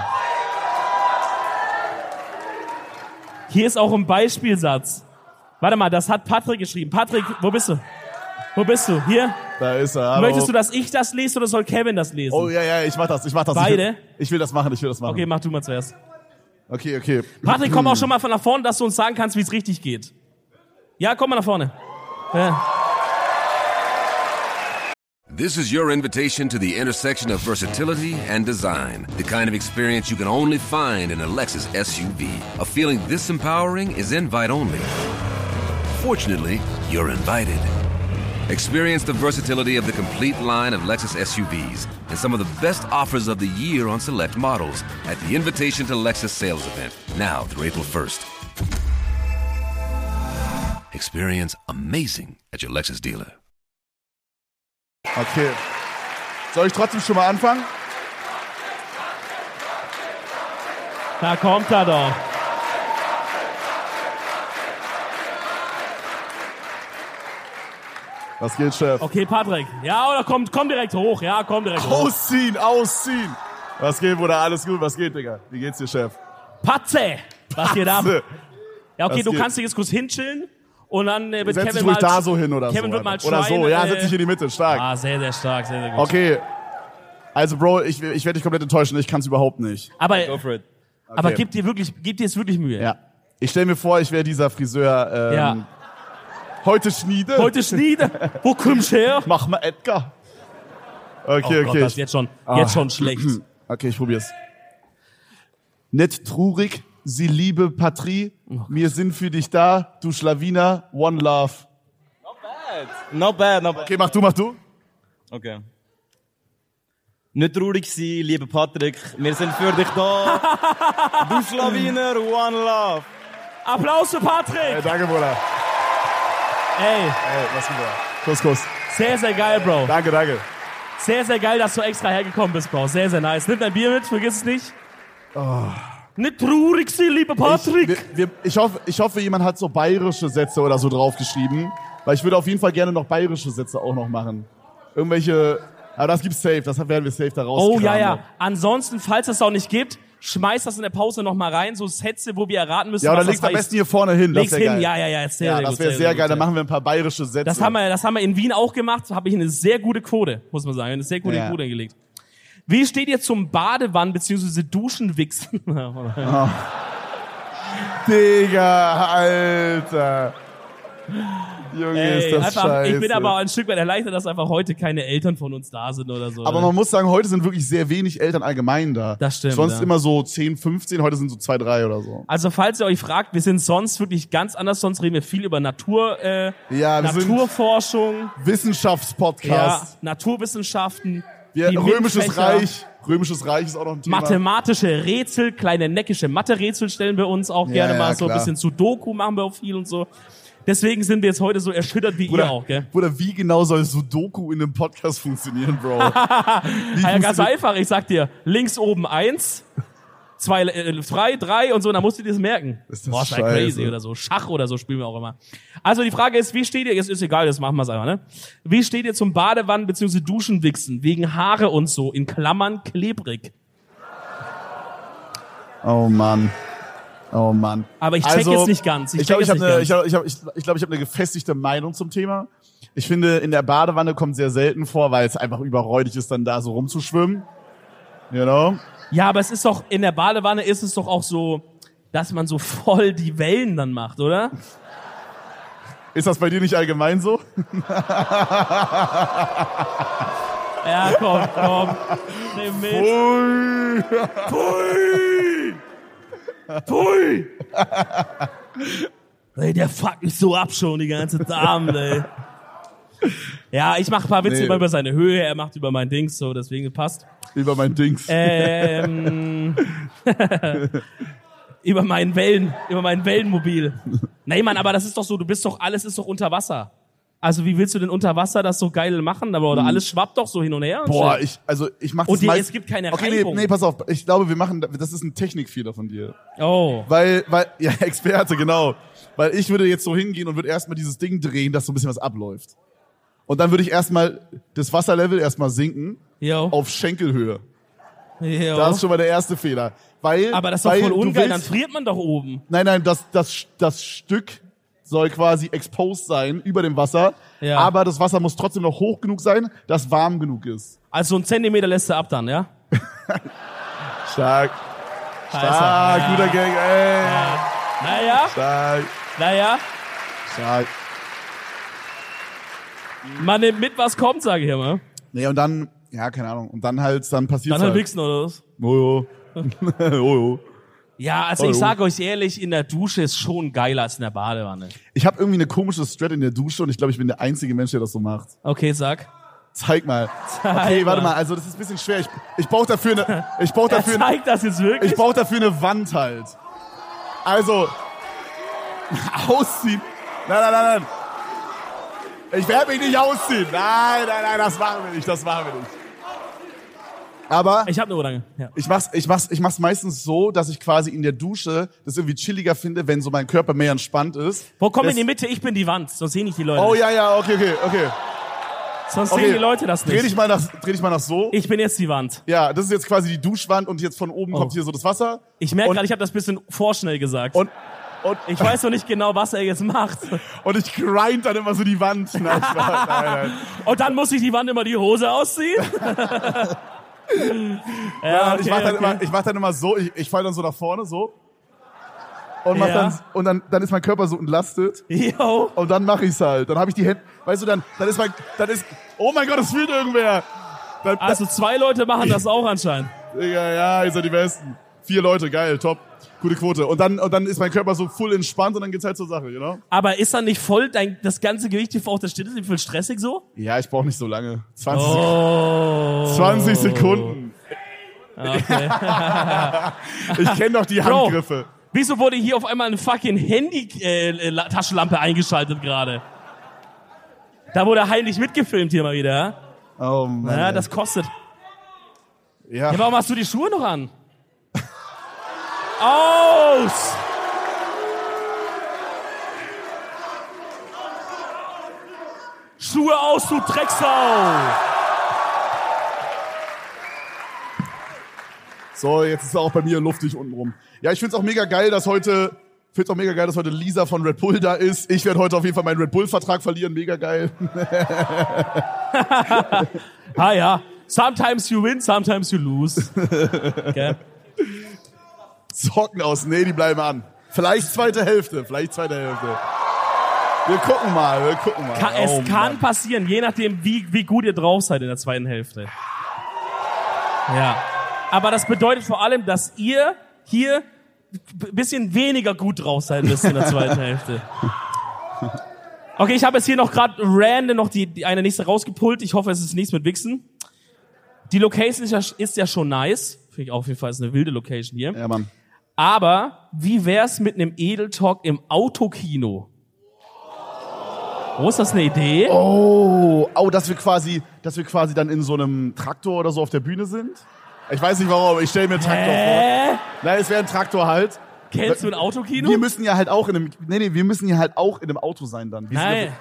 [SPEAKER 2] Hier ist auch ein Beispielsatz. Warte mal, das hat Patrick geschrieben. Patrick, wo bist du? Wo bist du? Hier?
[SPEAKER 1] Da ist er. Hallo.
[SPEAKER 2] Möchtest du, dass ich das lese oder soll Kevin das lesen?
[SPEAKER 1] Oh ja, ja, ich mach das, ich mach das. Ich
[SPEAKER 2] Beide?
[SPEAKER 1] will, ich will das machen, ich will das machen.
[SPEAKER 2] Okay, mach du mal zuerst.
[SPEAKER 1] okay. okay.
[SPEAKER 2] Patrick, komm auch schon mal von nach vorne, dass du uns sagen kannst, wie es richtig geht. Ja, komm mal nach vorne. Ja.
[SPEAKER 5] This is your invitation to the intersection of versatility and design. The kind of experience you can only find in a Lexus SUV. A feeling this empowering is invite only. Fortunately, you're invited. Experience the versatility of the complete line of Lexus SUVs and some of the best offers of the year on select models at the Invitation to Lexus sales event, now through April 1st. Experience amazing at your Lexus dealer.
[SPEAKER 1] Okay. Soll ich trotzdem schon mal anfangen?
[SPEAKER 2] Da kommt er doch.
[SPEAKER 1] Was geht, Chef?
[SPEAKER 2] Okay, Patrick. Ja, oder komm, komm direkt hoch. Ja, komm direkt hoch.
[SPEAKER 1] Ausziehen, ausziehen. Was geht, Bruder? Alles gut? Was geht, Digga? Wie geht's dir, Chef?
[SPEAKER 2] Patze! Was geht ab?
[SPEAKER 1] Äh,
[SPEAKER 2] Ja, okay,
[SPEAKER 1] Das
[SPEAKER 2] du
[SPEAKER 1] geht.
[SPEAKER 2] kannst dich jetzt kurz hinchillen und dann äh, wird
[SPEAKER 1] Setz dich
[SPEAKER 2] Kevin
[SPEAKER 1] ruhig
[SPEAKER 2] mal
[SPEAKER 1] da so hin oder
[SPEAKER 2] Kevin
[SPEAKER 1] so.
[SPEAKER 2] wird mal
[SPEAKER 1] Alter. oder so,
[SPEAKER 2] schreien,
[SPEAKER 1] ja,
[SPEAKER 2] äh,
[SPEAKER 1] setz dich in die Mitte, stark.
[SPEAKER 2] Ah, sehr, sehr stark, sehr, sehr gut.
[SPEAKER 1] Okay. Also, Bro, ich, ich werde dich komplett enttäuschen. Ich kann's überhaupt nicht.
[SPEAKER 2] Aber,
[SPEAKER 3] Go for it.
[SPEAKER 2] aber gib dir wirklich, gib dir jetzt wirklich Mühe.
[SPEAKER 1] Ja. Ich stell mir vor, ich wäre dieser Friseur. Ähm,
[SPEAKER 2] Ja.
[SPEAKER 1] Heute Schniede.
[SPEAKER 2] Heute Schnieder. Wo kommst du her?
[SPEAKER 1] Mach mal Edgar. Okay,
[SPEAKER 2] oh Gott,
[SPEAKER 1] okay.
[SPEAKER 2] das ist
[SPEAKER 1] ich,
[SPEAKER 2] jetzt schon, jetzt schon schlecht.
[SPEAKER 1] Hm. okay, ich probier's. Nett trurig, sie liebe Patrie.
[SPEAKER 2] Oh
[SPEAKER 1] Wir sind für dich da, du Schlawiner, one love.
[SPEAKER 6] Not bad, not bad.
[SPEAKER 1] Okay, mach du, mach du.
[SPEAKER 6] Okay. Nicht traurig sein, lieber Patrick. Wir sind für dich da. Du Schlawiner, one love.
[SPEAKER 2] Applaus für Patrick!
[SPEAKER 1] Äh, danke, Bruder.
[SPEAKER 2] Ey,
[SPEAKER 1] Ey, was geht da? Kuss, Kuss.
[SPEAKER 2] sehr, sehr geil, Bro.
[SPEAKER 1] Danke, danke.
[SPEAKER 2] Sehr, sehr geil, dass du extra hergekommen bist, Bro. Sehr, sehr nice. Nimm dein Bier mit, vergiss es nicht. Oh. Nicht traurig sein, lieber Patrick.
[SPEAKER 1] Ich, wir, wir, ich, hoffe, ich hoffe, jemand hat so bayerische Sätze oder so draufgeschrieben. Weil ich würde auf jeden Fall gerne noch bayerische Sätze auch noch machen. Irgendwelche. Aber das gibt's safe, das werden wir safe da raus.
[SPEAKER 2] Oh ja, ja. Ansonsten, falls es auch nicht gibt, schmeiß das in der Pause nochmal rein, so Sätze, wo wir erraten müssen,
[SPEAKER 1] Ja, oder
[SPEAKER 2] was
[SPEAKER 1] leg's
[SPEAKER 2] das
[SPEAKER 1] am
[SPEAKER 2] heißt.
[SPEAKER 1] besten hier vorne hin.
[SPEAKER 2] Leg's
[SPEAKER 1] das
[SPEAKER 2] hin,
[SPEAKER 1] wär geil.
[SPEAKER 2] ja, ja, ja, ist sehr,
[SPEAKER 1] Ja,
[SPEAKER 2] sehr
[SPEAKER 1] das
[SPEAKER 2] gut,
[SPEAKER 1] wäre sehr geil.
[SPEAKER 2] gut,
[SPEAKER 1] Dann
[SPEAKER 2] ja.
[SPEAKER 1] machen wir ein paar bayerische Sätze.
[SPEAKER 2] Das haben, wir, das haben wir in Wien auch gemacht, habe ich eine sehr gute Quote, muss man sagen, eine sehr gute
[SPEAKER 1] Ja.
[SPEAKER 2] Quote gelegt. Wie steht ihr zum Badewannen bzw. Duschenwichsen?
[SPEAKER 1] Digga, Alter. Junge, ist
[SPEAKER 2] Ey,
[SPEAKER 1] das
[SPEAKER 2] einfach,
[SPEAKER 1] scheiße.
[SPEAKER 2] ich bin aber ein Stück weit erleichtert, dass einfach heute keine Eltern von uns da sind oder so.
[SPEAKER 1] Aber man muss sagen, heute sind wirklich sehr wenig Eltern allgemein da.
[SPEAKER 2] Das stimmt,
[SPEAKER 1] Sonst
[SPEAKER 2] ja.
[SPEAKER 1] immer so 10, 15, heute sind so 2, 3 oder so.
[SPEAKER 2] also falls ihr euch fragt, wir sind sonst wirklich ganz anders, sonst reden wir viel über Natur, äh,
[SPEAKER 1] Ja, wir sind
[SPEAKER 2] Naturforschung, ja,
[SPEAKER 1] Wissenschaftspodcast.
[SPEAKER 2] Naturwissenschaften,
[SPEAKER 1] Wir,
[SPEAKER 2] die
[SPEAKER 1] Römisches
[SPEAKER 2] Mittelfächer,
[SPEAKER 1] Reich. Römisches Reich ist auch noch ein Thema.
[SPEAKER 2] Mathematische Rätsel, kleine neckische Mathe-Rätsel stellen wir uns auch
[SPEAKER 1] Ja,
[SPEAKER 2] gerne mal
[SPEAKER 1] ja,
[SPEAKER 2] so ein
[SPEAKER 1] klar.
[SPEAKER 2] bisschen Sudoku machen wir auch viel und so. Deswegen sind wir jetzt heute so erschüttert wie ihr auch, gell?
[SPEAKER 1] Bruder, wie genau soll Sudoku in einem Podcast funktionieren, Bro? Wie
[SPEAKER 2] Ah, ja, ganz
[SPEAKER 1] funktioniert-
[SPEAKER 2] einfach, ich sag dir, links oben eins, zwei, äh, drei, drei und so, und dann musst du dir das merken.
[SPEAKER 1] Ist das
[SPEAKER 2] Boah, ist ja
[SPEAKER 1] scheiße.
[SPEAKER 2] crazy oder so. Schach oder so spielen wir auch immer. Also die Frage ist, wie steht ihr, jetzt ist egal, das machen wir einfach, ne? Wie steht ihr zum Badewannen bzw. Duschenwichsen wegen Haare und so, in Klammern klebrig?
[SPEAKER 1] oh Mann. Oh Mann.
[SPEAKER 2] Aber ich check jetzt nicht ganz. Ich
[SPEAKER 1] Ich glaube, ich,
[SPEAKER 2] check
[SPEAKER 1] habe
[SPEAKER 2] jetzt
[SPEAKER 1] eine, ich
[SPEAKER 2] nicht
[SPEAKER 1] glaub, ich hab, ich, ich glaub, ich hab eine gefestigte Meinung zum Thema. Ich finde, in der Badewanne kommt sehr selten vor, weil es einfach überräudig ist, dann da so rumzuschwimmen. You know?
[SPEAKER 2] Ja, aber es ist doch, in der Badewanne ist es doch auch so, dass man so voll die Wellen dann macht, oder?
[SPEAKER 1] Ist das bei dir nicht allgemein so?
[SPEAKER 2] Ja, komm, komm. Nimm mit.
[SPEAKER 1] Ui. Ui. Ui.
[SPEAKER 2] Ey, der fuckt mich so ab schon die ganze Abend, ey. Ja, ich mach ein paar Witze
[SPEAKER 1] Nee.
[SPEAKER 2] immer über seine Höhe, er macht über mein Dings, so, deswegen passt.
[SPEAKER 1] Über mein Dings.
[SPEAKER 2] Äh, Ähm, über meinen Wellen, über meinen Wellenmobil. Nee, Mann, aber das ist doch so, du bist doch, alles ist doch unter Wasser. Also wie willst du denn unter Wasser das so geil machen? Aber oder alles schwappt doch so hin und her. und
[SPEAKER 1] Hm. Boah,
[SPEAKER 2] shit.
[SPEAKER 1] ich, also ich mach
[SPEAKER 2] Und
[SPEAKER 1] das
[SPEAKER 2] die-
[SPEAKER 1] meist-
[SPEAKER 2] es gibt keine
[SPEAKER 1] Okay, nee,
[SPEAKER 2] Reibung.
[SPEAKER 1] nee, pass auf. Ich glaube, wir machen, das ist ein Technikfehler von dir.
[SPEAKER 2] oh.
[SPEAKER 1] Weil, weil, ja, Experte, genau. Weil ich würde jetzt so hingehen und würde erstmal dieses Ding drehen, dass so ein bisschen was abläuft. Und dann würde ich erstmal das Wasserlevel erstmal sinken
[SPEAKER 2] Yo.
[SPEAKER 1] auf Schenkelhöhe.
[SPEAKER 2] Yo.
[SPEAKER 1] Oh, Das ist schon mal der erste Fehler. Weil,
[SPEAKER 2] aber das ist doch
[SPEAKER 1] weil
[SPEAKER 2] voll
[SPEAKER 1] du
[SPEAKER 2] ungeil, dann
[SPEAKER 1] willst-
[SPEAKER 2] friert man doch oben.
[SPEAKER 1] Nein, nein, das, das, das Stück soll quasi exposed sein über dem Wasser.
[SPEAKER 2] Ja.
[SPEAKER 1] Aber das Wasser muss trotzdem noch hoch genug sein, dass warm genug ist.
[SPEAKER 2] Also einen Zentimeter lässt du ab dann, ja?
[SPEAKER 1] Stark. Stark,
[SPEAKER 2] Scheiße.
[SPEAKER 1] guter Gang, ey.
[SPEAKER 2] Naja,
[SPEAKER 1] Stark,
[SPEAKER 2] naja,
[SPEAKER 1] stark.
[SPEAKER 2] man nimmt mit, was kommt, sage ich immer.
[SPEAKER 1] Nee, und dann, ja, keine Ahnung. Und dann halt, dann passiert
[SPEAKER 2] Dann halt
[SPEAKER 1] halt.
[SPEAKER 2] wichsen oder was?
[SPEAKER 1] Jojo. Jojo.
[SPEAKER 2] Ja, also
[SPEAKER 1] Oh,
[SPEAKER 2] ich
[SPEAKER 1] jo.
[SPEAKER 2] sag euch ehrlich, in der Dusche ist schon geiler als in der Badewanne.
[SPEAKER 1] Ich habe irgendwie eine komische Strat in der Dusche und ich glaube, ich bin der einzige Mensch, der das so macht.
[SPEAKER 2] Okay, sag.
[SPEAKER 1] Zeig mal. Okay, warte mal, also das ist ein bisschen schwer. Ich, ich brauche dafür eine ich brauche
[SPEAKER 2] Er
[SPEAKER 1] dafür eine,
[SPEAKER 2] zeigt das jetzt wirklich?
[SPEAKER 1] ich brauche dafür eine Wand halt. Also ausziehen. Nein, nein, nein, nein. Ich werde mich nicht ausziehen. Nein, nein, nein, das machen wir nicht, das machen wir nicht. Aber
[SPEAKER 2] Ich hab ne Orange. Ja.
[SPEAKER 1] ich mach's, ich mach's, ich mach's meistens so, dass ich quasi in der Dusche das irgendwie chilliger finde, wenn so mein Körper mehr entspannt ist.
[SPEAKER 2] Wo komm
[SPEAKER 1] Das-
[SPEAKER 2] in die Mitte? Ich bin die Wand. Sonst sehen nicht die Leute.
[SPEAKER 1] Oh
[SPEAKER 2] nicht.
[SPEAKER 1] ja, ja, okay, okay, okay.
[SPEAKER 2] Sonst
[SPEAKER 1] okay.
[SPEAKER 2] sehen die Leute das
[SPEAKER 1] Dreh
[SPEAKER 2] nicht.
[SPEAKER 1] dich mal nach, dreh dich mal nach so.
[SPEAKER 2] Ich bin jetzt die Wand.
[SPEAKER 1] Ja, das ist jetzt quasi die Duschwand und jetzt von oben
[SPEAKER 2] Oh.
[SPEAKER 1] kommt hier so das Wasser.
[SPEAKER 2] Ich merke
[SPEAKER 1] Und-
[SPEAKER 2] gerade, ich habe das bisschen vorschnell gesagt.
[SPEAKER 1] Und, und,
[SPEAKER 2] ich weiß noch nicht genau, was er jetzt macht.
[SPEAKER 1] und ich grind dann immer so die Wand. Nein, Spaß, nein, nein.
[SPEAKER 2] Und dann muss ich die Wand immer die Hose ausziehen. ja, Ah, okay,
[SPEAKER 1] ich, mach dann
[SPEAKER 2] okay.
[SPEAKER 1] immer, ich mach dann immer so, ich, ich fall dann so nach vorne, so. Und, mach
[SPEAKER 2] Ja.
[SPEAKER 1] dann, und dann, dann ist mein Körper so entlastet.
[SPEAKER 2] Yo.
[SPEAKER 1] Und dann mache ich's halt. Dann habe ich die Hände, weißt du, dann, dann ist mein, dann ist, oh mein Gott, das fühlt irgendwer. Dann,
[SPEAKER 2] Also zwei Leute machen das auch anscheinend.
[SPEAKER 1] Digga, ja, ihr seid die Besten. Vier Leute, geil, top. Gute Quote. Und dann, und dann ist mein Körper so full entspannt und dann geht's halt zur Sache, genau? You know?
[SPEAKER 2] Aber ist dann nicht voll dein, das ganze Gewicht hier auf der Stirn? Ist nicht voll stressig so?
[SPEAKER 1] Ja, ich brauche nicht so lange. 20, Sek-
[SPEAKER 2] Oh.
[SPEAKER 1] 20 Sekunden. ich kenne doch die
[SPEAKER 2] Ah, Bro.
[SPEAKER 1] Handgriffe.
[SPEAKER 2] Wieso wurde hier auf einmal eine fucking Handy-Taschenlampe eingeschaltet gerade? Da wurde heimlich mitgefilmt hier mal wieder. ja?
[SPEAKER 1] Oh Mann.
[SPEAKER 2] Ja,
[SPEAKER 1] ey.
[SPEAKER 2] das kostet.
[SPEAKER 1] ja.
[SPEAKER 2] Ja, warum hast du die Schuhe noch an? Aus! Schuhe aus, du Drecksau!
[SPEAKER 1] So, jetzt ist auch bei mir luftig unten rum. Ja, ich find's auch mega geil, dass heute, find's auch mega geil, dass heute Lisa von Red Bull da ist. Ich werde heute auf jeden Fall meinen Red Bull-Vertrag verlieren. Mega geil.
[SPEAKER 2] Ah ja, sometimes you win, sometimes you lose. Okay.
[SPEAKER 1] Socken aus. Nee, die bleiben an. Vielleicht zweite Hälfte. Vielleicht zweite Hälfte. Wir gucken mal, wir gucken mal.
[SPEAKER 2] Ka- Es
[SPEAKER 1] Oh,
[SPEAKER 2] kann
[SPEAKER 1] Mann.
[SPEAKER 2] passieren, je nachdem, wie, wie gut ihr drauf seid in der zweiten Hälfte. Ja. Aber das bedeutet vor allem, dass ihr hier ein bisschen weniger gut drauf sein müsst in der zweiten Hälfte. Okay, ich habe jetzt hier noch gerade random noch die, die eine nächste rausgepult. Ich hoffe, es ist nichts mit Wichsen. Die Location ist ja, ist ja schon nice. Finde ich auf jeden Fall ist eine wilde Location hier.
[SPEAKER 1] Ja, Mann.
[SPEAKER 2] Aber wie wär's mit einem Edeltalk im Autokino? Oh, ist das eine Idee?
[SPEAKER 1] Oh, au, dass wir quasi, dass wir quasi dann in so einem Traktor oder so auf der Bühne sind. Ich weiß nicht warum, ich stelle mir einen Traktor
[SPEAKER 2] Hä?
[SPEAKER 1] vor. Nein, es wäre ein Traktor halt.
[SPEAKER 2] Kennst du ein Autokino?
[SPEAKER 1] Wir müssen ja halt auch in einem, nee, nee, wir müssen ja halt auch in einem Auto sein dann. Wir
[SPEAKER 2] Nein.
[SPEAKER 1] Sind,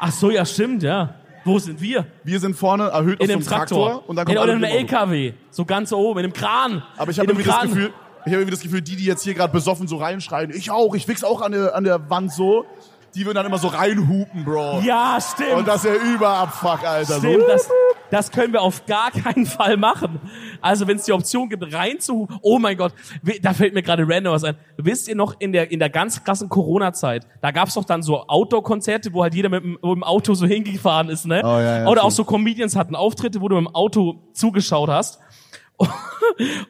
[SPEAKER 2] Ach so, ja, stimmt, ja. Wo sind wir?
[SPEAKER 1] wir sind vorne erhöht
[SPEAKER 2] In
[SPEAKER 1] auf
[SPEAKER 2] einem
[SPEAKER 1] so einem Traktor.
[SPEAKER 2] Traktor.
[SPEAKER 1] und dann
[SPEAKER 2] in,
[SPEAKER 1] kommt
[SPEAKER 2] oder
[SPEAKER 1] alle
[SPEAKER 2] in einem
[SPEAKER 1] mit dem Auto.
[SPEAKER 2] LKW. So ganz oben, in einem Kran.
[SPEAKER 1] Aber ich
[SPEAKER 2] In
[SPEAKER 1] habe
[SPEAKER 2] einem
[SPEAKER 1] irgendwie das
[SPEAKER 2] Kran.
[SPEAKER 1] Gefühl, ich habe irgendwie das Gefühl, die, die jetzt hier gerade besoffen so reinschreien, ich auch, ich wichs auch an der, an der Wand so, die würden dann immer so reinhupen, Bro.
[SPEAKER 2] Ja, stimmt.
[SPEAKER 1] Und das ist ja überabfuck, Alter.
[SPEAKER 2] Stimmt,
[SPEAKER 1] so.
[SPEAKER 2] das, das können wir auf gar keinen Fall machen. Also wenn es die Option gibt, reinzuhupen. Oh mein Gott, we- da fällt mir gerade random was ein. Wisst ihr noch, in der, in der ganz krassen Corona-Zeit, da gab's doch dann so Outdoor-Konzerte, wo halt jeder mit, dem- mit dem Auto so hingefahren ist, ne?
[SPEAKER 1] Oh, ja, ja,
[SPEAKER 2] Oder auch
[SPEAKER 1] stimmt.
[SPEAKER 2] so Comedians hatten Auftritte, wo du mit dem Auto zugeschaut hast.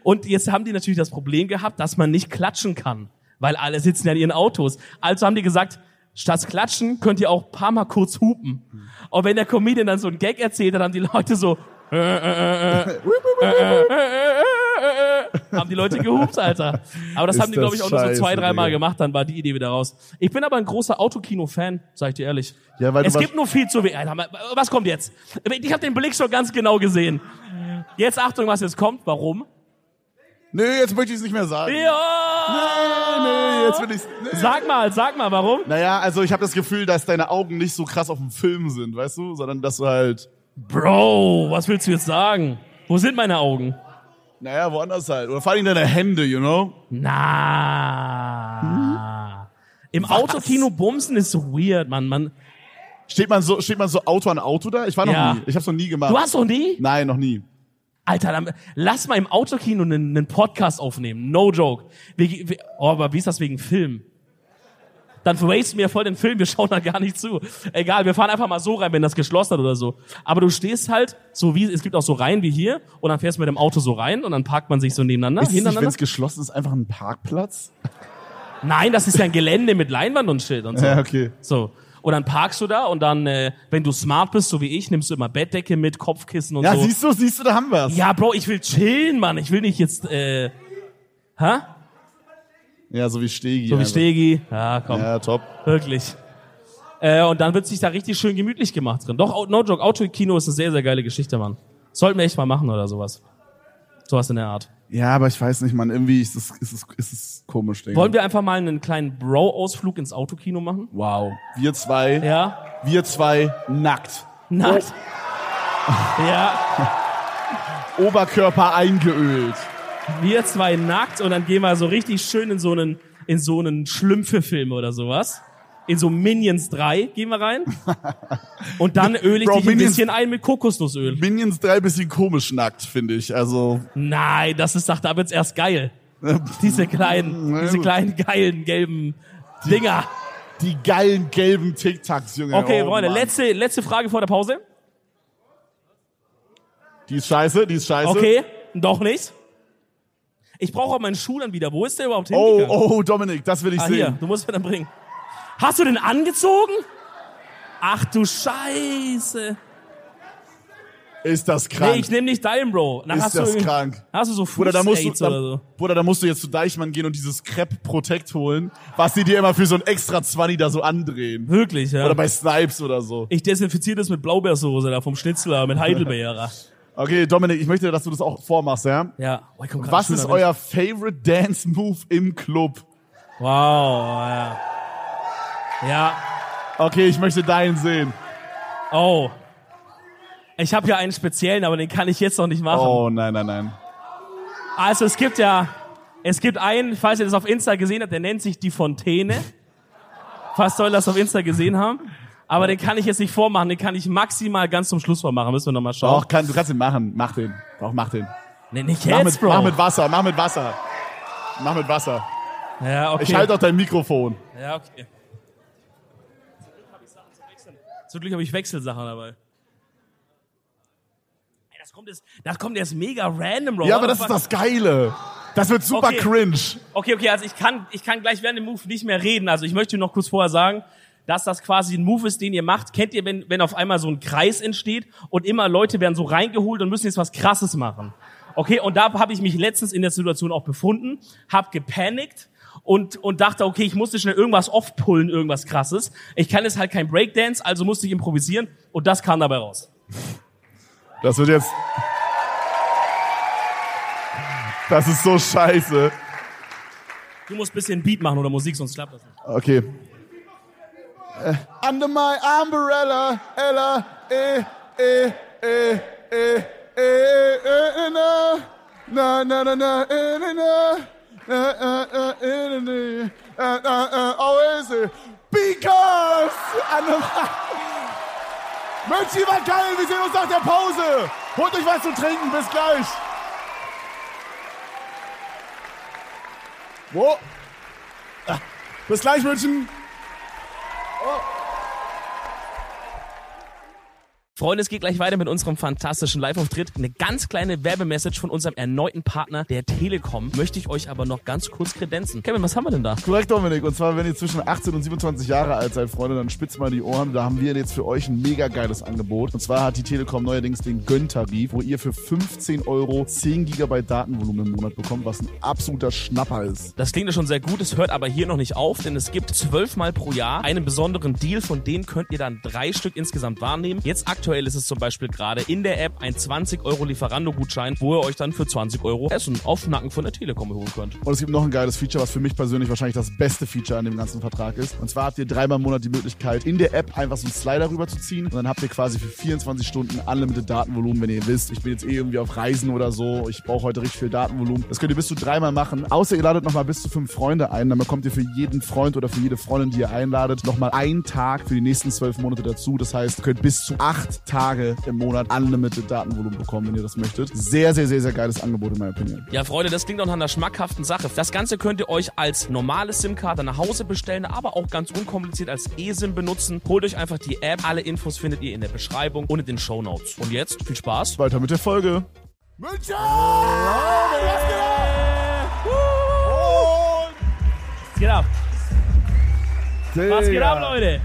[SPEAKER 2] Und jetzt haben die natürlich das Problem gehabt, dass man nicht klatschen kann, weil alle sitzen ja in ihren Autos. Also haben die gesagt, statt klatschen könnt ihr auch ein paar Mal kurz hupen. Und wenn der Comedian dann so einen Gag erzählt, dann haben die Leute so, äh, äh, äh, äh, äh, äh, äh, äh, haben die Leute gehupt, Alter. Aber das
[SPEAKER 1] Ist
[SPEAKER 2] haben die, glaube
[SPEAKER 1] das
[SPEAKER 2] ich, auch nur so
[SPEAKER 1] scheiße,
[SPEAKER 2] zwei, dreimal
[SPEAKER 1] Digga.
[SPEAKER 2] gemacht, dann war die Idee wieder raus. Ich bin aber ein großer Autokino-Fan, sag ich dir ehrlich.
[SPEAKER 1] Ja, weil du
[SPEAKER 2] es
[SPEAKER 1] was-
[SPEAKER 2] gibt nur viel zu wenig. Alter, mal- Was kommt jetzt? Ich habe den Blick schon ganz genau gesehen. Jetzt Achtung, was jetzt kommt. Warum?
[SPEAKER 1] Nee, jetzt möchte ich es nicht mehr sagen.
[SPEAKER 2] Ja!
[SPEAKER 1] Nee, nee, jetzt will ich's. Nee.
[SPEAKER 2] Sag mal, sag mal, warum?
[SPEAKER 1] Naja, also ich habe das Gefühl, dass deine Augen nicht so krass auf dem Film sind, weißt du, sondern dass du halt,
[SPEAKER 2] Bro, was willst du jetzt sagen? Wo sind meine Augen?
[SPEAKER 1] naja, woanders halt. Oder vor allem deine Hände, you know? Hm?
[SPEAKER 2] Na. Im Autokino bumsen ist so weird, Mann, Mann.
[SPEAKER 1] Steht man so, steht man so Auto an Auto da? Ich war noch
[SPEAKER 2] Ja.
[SPEAKER 1] nie. Ich hab's noch nie gemacht.
[SPEAKER 2] Du hast doch nie?
[SPEAKER 1] Nein, noch nie.
[SPEAKER 2] Alter, dann, lass mal im Autokino einen, einen Podcast aufnehmen. No joke. Wir, wir, oh, aber wie ist das wegen Film? dann wasten wir voll den Film, wir schauen da gar nicht zu. Egal, wir fahren einfach mal so rein, wenn das geschlossen hat oder so. Aber du stehst halt so wie, es gibt auch so Reihen wie hier und dann fährst du mit dem Auto so rein und dann parkt man sich so nebeneinander,
[SPEAKER 1] Ist es nicht, wenn
[SPEAKER 2] hintereinander.
[SPEAKER 1] es geschlossen ist, einfach ein Parkplatz?
[SPEAKER 2] Nein, das ist ja ein Gelände mit Leinwand und Schild und so.
[SPEAKER 1] Ja, okay.
[SPEAKER 2] So. Und dann parkst du da und dann, äh, wenn du smart bist, so wie ich, nimmst du immer Bettdecke mit, Kopfkissen und
[SPEAKER 1] Ja,
[SPEAKER 2] so.
[SPEAKER 1] Ah, siehst du, siehst du, da haben wir's.
[SPEAKER 2] Ja, Bro, ich will chillen, Mann. Ich will nicht jetzt, äh, hä?
[SPEAKER 1] Ja, so wie Stegi.
[SPEAKER 2] So wie
[SPEAKER 1] einfach.
[SPEAKER 2] Stegi. Ja, komm,
[SPEAKER 1] Ja, top.
[SPEAKER 2] wirklich. Äh, und dann wird sich da richtig schön gemütlich gemacht drin. Doch, au- no joke, Autokino ist eine sehr, sehr geile Geschichte, Mann. Sollten wir echt mal machen oder sowas. Sowas in der Art.
[SPEAKER 1] Ja, aber ich weiß nicht, Mann, irgendwie ist es, ist es, ist es komisch, Digga.
[SPEAKER 2] Wollen wir einfach mal einen kleinen Bro-Ausflug ins Autokino machen?
[SPEAKER 1] Wow. Wir zwei,
[SPEAKER 2] Ja?
[SPEAKER 1] wir zwei nackt.
[SPEAKER 2] Nackt? Ja,
[SPEAKER 1] Oberkörper eingeölt.
[SPEAKER 2] wir zwei nackt und dann gehen wir so richtig schön in so einen, in so einen Schlümpfe-Film oder sowas. In so Minions 3 gehen wir rein. Und dann öle ich
[SPEAKER 1] Bro,
[SPEAKER 2] dich ein
[SPEAKER 1] Minions-
[SPEAKER 2] bisschen ein mit Kokosnussöl.
[SPEAKER 1] Minions 3 bisschen komisch nackt, finde ich. Also,
[SPEAKER 2] Nein, das ist, sagt, da wird's erst geil. Diese kleinen,
[SPEAKER 1] Na
[SPEAKER 2] diese
[SPEAKER 1] gut.
[SPEAKER 2] kleinen geilen gelben Dinger.
[SPEAKER 1] die geilen gelben Tic-Tacs, Junge.
[SPEAKER 2] Okay,
[SPEAKER 1] oh,
[SPEAKER 2] Freunde,
[SPEAKER 1] Mann.
[SPEAKER 2] letzte, letzte Frage vor der Pause.
[SPEAKER 1] Die ist scheiße, die ist scheiße.
[SPEAKER 2] Okay, doch nicht. Ich brauche auch meinen Schuh dann wieder. Wo ist der überhaupt
[SPEAKER 1] Oh,
[SPEAKER 2] hingegangen?
[SPEAKER 1] oh, Dominik, das will ich
[SPEAKER 2] ah, hier,
[SPEAKER 1] sehen.
[SPEAKER 2] du musst mir dann bringen. Hast du den angezogen? Ach du Scheiße.
[SPEAKER 1] Ist das
[SPEAKER 2] Nee,
[SPEAKER 1] krank?
[SPEAKER 2] ich nehme nicht deinen, Bro. Na, hast
[SPEAKER 1] ist
[SPEAKER 2] du
[SPEAKER 1] das
[SPEAKER 2] irgendwie-
[SPEAKER 1] krank?
[SPEAKER 2] Hast du so Fuß
[SPEAKER 1] Bruder, da musst du,
[SPEAKER 2] Aids oder
[SPEAKER 1] da,
[SPEAKER 2] so?
[SPEAKER 1] Bruder, da musst du jetzt zu Deichmann gehen und dieses Crepe Protect holen, was die dir immer für so ein extra 20 da so andrehen.
[SPEAKER 2] Wirklich, ja.
[SPEAKER 1] Oder bei Snipes oder so.
[SPEAKER 2] Ich desinfiziere das mit Blaubeersoße da vom Schnitzler, mit Heidelbeerer.
[SPEAKER 1] Okay, Dominik, ich möchte, dass du das auch vormachst, ja?
[SPEAKER 2] ja. Oh, ich komm grad
[SPEAKER 1] Was
[SPEAKER 2] schön
[SPEAKER 1] ist
[SPEAKER 2] an den
[SPEAKER 1] euer favorite Dance Move im Club?
[SPEAKER 2] Wow, ja. Ja,
[SPEAKER 1] Okay, ich möchte deinen sehen.
[SPEAKER 2] oh. Ich habe ja einen speziellen, aber den kann ich jetzt noch nicht machen.
[SPEAKER 1] Oh, nein, nein, nein.
[SPEAKER 2] Also es gibt ja, es gibt einen, falls ihr das auf Insta gesehen habt, der nennt sich die Fontäne. Fast soll das auf Insta gesehen haben. Aber den kann ich jetzt nicht vormachen, den kann ich maximal ganz zum Schluss vormachen. Müssen wir nochmal schauen.
[SPEAKER 1] Doch, kann, du kannst ihn machen. Mach den. Doch, mach den.
[SPEAKER 2] Nee, nicht
[SPEAKER 1] Mach
[SPEAKER 2] jetzt,
[SPEAKER 1] mit,
[SPEAKER 2] Bro.
[SPEAKER 1] mach mit Wasser, mach mit Wasser. Mach mit Wasser.
[SPEAKER 2] ja, okay.
[SPEAKER 1] Ich halte auch dein Mikrofon.
[SPEAKER 2] Ja, okay. Zum Glück habe ich Wechselsachen dabei. Ey, Das kommt jetzt, das kommt jetzt mega random, Bro.
[SPEAKER 1] Ja, aber das ist das Geile. Das wird super
[SPEAKER 2] Okay.
[SPEAKER 1] cringe.
[SPEAKER 2] Okay, okay, also ich kann, ich kann gleich während dem Move nicht mehr reden. Also ich möchte noch kurz vorher sagen, dass das quasi ein Move ist, den ihr macht. Kennt ihr, wenn, wenn auf einmal so ein Kreis entsteht und immer Leute werden so reingeholt und müssen jetzt was Krasses machen. Okay, und da habe ich mich letztens in der Situation auch befunden, hab gepanikt und, und dachte, okay, ich musste schnell irgendwas offpullen, irgendwas Krasses. Ich kann jetzt halt kein Breakdance, also musste ich improvisieren und das kam dabei raus.
[SPEAKER 1] Das wird jetzt. Das ist so scheiße.
[SPEAKER 2] Du musst bisschen Beat machen oder Musik, sonst klappt das nicht.
[SPEAKER 1] Okay. Äh, Under my umbrella, Ella, eh, eh, eh, eh, eh, eh, eh, na, na, na, na, na, eh, na, na, eh, eh, eh, eh, na, na, eh, eh, eh, always, eh, because under my- Mensch, ihr wart geil, wir sehen uns nach der Pause. Holt euch was zu trinken, bis gleich. Wo? Ah, Bis gleich, München.
[SPEAKER 2] Freunde, es geht gleich weiter mit unserem fantastischen Live-Auftritt. Eine ganz kleine Werbemessage von unserem erneuten Partner, der Telekom, möchte ich euch aber noch ganz kurz kredenzen. Kevin, was haben wir denn da?
[SPEAKER 1] Korrekt, Dominik. Und zwar, wenn ihr zwischen 18 und 27 Jahre alt seid, Freunde, dann spitzt mal die Ohren. Da haben wir jetzt für euch ein mega geiles Angebot. Und zwar hat die Telekom neuerdings den Gönntarif, wo ihr für 15 Euro 10 GB Datenvolumen im Monat bekommt, was ein absoluter Schnapper ist.
[SPEAKER 2] Das klingt ja schon sehr gut, es hört aber hier noch nicht auf, denn es gibt zwölfmal pro Jahr einen besonderen Deal, von denen könnt ihr dann drei Stück insgesamt wahrnehmen. Jetzt aktuell ist es zum Beispiel gerade in der App ein 20 Euro Lieferando-Gutschein, wo ihr euch dann für 20 Euro Essen auf Nacken von der Telekom holen könnt.
[SPEAKER 1] Und es gibt noch ein geiles Feature, was für mich persönlich wahrscheinlich das beste Feature an dem ganzen Vertrag ist. Und zwar habt ihr dreimal im Monat die Möglichkeit, in der App einfach so einen Slider rüberzuziehen. Und dann habt ihr quasi für 24 Stunden unlimited Datenvolumen, wenn ihr wisst, ich bin jetzt eh irgendwie auf Reisen oder so. Ich brauche heute richtig viel Datenvolumen. Das könnt ihr bis zu dreimal machen. Außer ihr ladet nochmal bis zu fünf Freunde ein. Dann bekommt ihr für jeden Freund oder für jede Freundin, die ihr einladet, nochmal einen Tag für die nächsten zwölf Monate dazu. Das heißt, ihr könnt bis zu acht 100 Tage im Monat unlimited Datenvolumen bekommen, wenn ihr das möchtet. Sehr, sehr, sehr, sehr geiles Angebot in meiner Opinion.
[SPEAKER 2] Ja, Freunde, das klingt doch nach einer schmackhaften Sache. Das Ganze könnt ihr euch als normale SIM-Karte nach Hause bestellen, aber auch ganz unkompliziert als eSIM benutzen. Holt euch einfach die App. Alle Infos findet ihr in der Beschreibung und in den Show Notes. Und jetzt viel Spaß.
[SPEAKER 1] Weiter mit der Folge. München! Was geht ab?
[SPEAKER 2] Was geht ab? Genau. Was geht
[SPEAKER 1] Digga.
[SPEAKER 2] ab, Leute?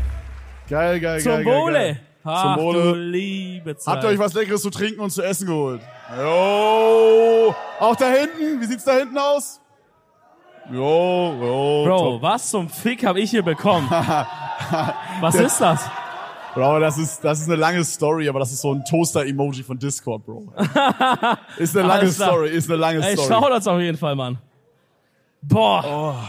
[SPEAKER 1] Geil, geil, geil.
[SPEAKER 2] Zum
[SPEAKER 1] geil,
[SPEAKER 2] Wohle.
[SPEAKER 1] Geil. Zum
[SPEAKER 2] Ach, du
[SPEAKER 1] Wohle.
[SPEAKER 2] liebe Zeit.
[SPEAKER 1] Habt ihr euch was Leckeres zu trinken und zu essen geholt? Jo! Auch da hinten? Wie sieht's da hinten aus? Jo, jo.
[SPEAKER 2] Bro, was zum Fick hab ich hier bekommen? was ist das?
[SPEAKER 1] top. Bro, das ist, das ist eine lange Story, aber das ist so ein Toaster-Emoji von Discord, Bro. ist eine lange
[SPEAKER 2] Alles klar.
[SPEAKER 1] Story, ist eine lange
[SPEAKER 2] Ey,
[SPEAKER 1] Story.
[SPEAKER 2] schau das auf jeden Fall, Mann. Boah,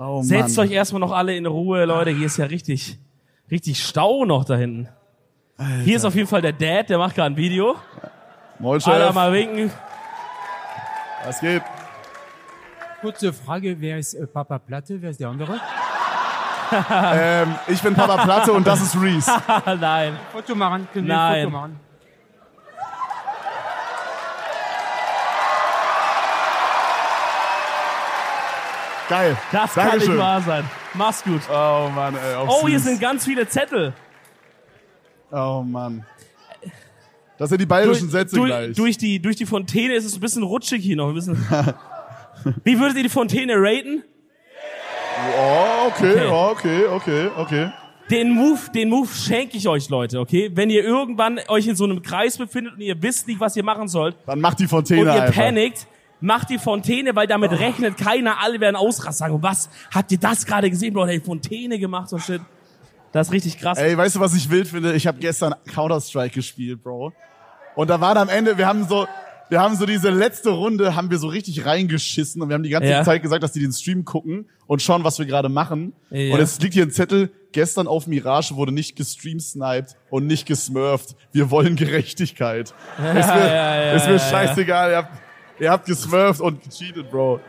[SPEAKER 1] Oh,
[SPEAKER 2] setzt
[SPEAKER 1] Mann.
[SPEAKER 2] euch erstmal noch alle in Ruhe, Leute. Hier ist ja richtig, richtig Stau noch da hinten. Hier ist auf jeden Fall der Dad, der macht gerade ein Video.
[SPEAKER 1] Moin, Chef.
[SPEAKER 2] Alle mal winken.
[SPEAKER 1] Was geht?
[SPEAKER 3] Kurze Frage, wer ist äh, Papa Platte, wer ist der andere?
[SPEAKER 1] Ähm, ich bin Papa Platte und das ist Reese.
[SPEAKER 2] Ah, nein.
[SPEAKER 3] Foto machen, können wir
[SPEAKER 2] Nein.
[SPEAKER 3] ein Foto machen?
[SPEAKER 1] Geil.
[SPEAKER 2] Das kann
[SPEAKER 1] Dankeschön.
[SPEAKER 2] nicht wahr sein. Mach's gut.
[SPEAKER 1] Oh Mann, ey. Auf
[SPEAKER 2] Oh, hier
[SPEAKER 1] süß.
[SPEAKER 2] sind ganz viele Zettel.
[SPEAKER 1] Oh Mann. Das sind die bayerischen Sätze
[SPEAKER 2] durch,
[SPEAKER 1] gleich.
[SPEAKER 2] durch, die, durch die Fontäne ist es ein bisschen rutschig hier noch. Ein bisschen. Wie würdet ihr die Fontäne raten?
[SPEAKER 1] Oh, okay,
[SPEAKER 2] Okay.
[SPEAKER 1] Oh, okay, okay, okay.
[SPEAKER 2] Den Move, den Move schenke ich euch, Leute, okay? Wenn ihr irgendwann euch in so einem Kreis befindet und ihr wisst nicht, was ihr machen sollt
[SPEAKER 1] Dann macht die Fontäne
[SPEAKER 2] und ihr
[SPEAKER 1] einfach.
[SPEAKER 2] panikt, macht die Fontäne, weil
[SPEAKER 1] Oh.
[SPEAKER 2] damit rechnet keiner, alle werden ausrasten. Sagen, was, habt ihr das gerade gesehen, Leute? Hey, Fontäne gemacht und shit. Das ist richtig krass.
[SPEAKER 1] Ey, weißt du, was ich wild finde? Ich habe gestern Counter-Strike gespielt, Bro. Und da waren am Ende, wir haben so, wir haben so diese letzte Runde, haben wir so richtig reingeschissen und wir haben die ganze
[SPEAKER 2] Ja.
[SPEAKER 1] Zeit gesagt, dass die den Stream gucken und schauen, was wir gerade machen.
[SPEAKER 2] Ja.
[SPEAKER 1] Und es liegt hier ein Zettel, gestern auf Mirage wurde nicht gestreamsniped und nicht gesmurft. Wir wollen Gerechtigkeit. ist mir, ist mir scheißegal, ihr habt, ihr habt gesmurft und gecheatet, Bro.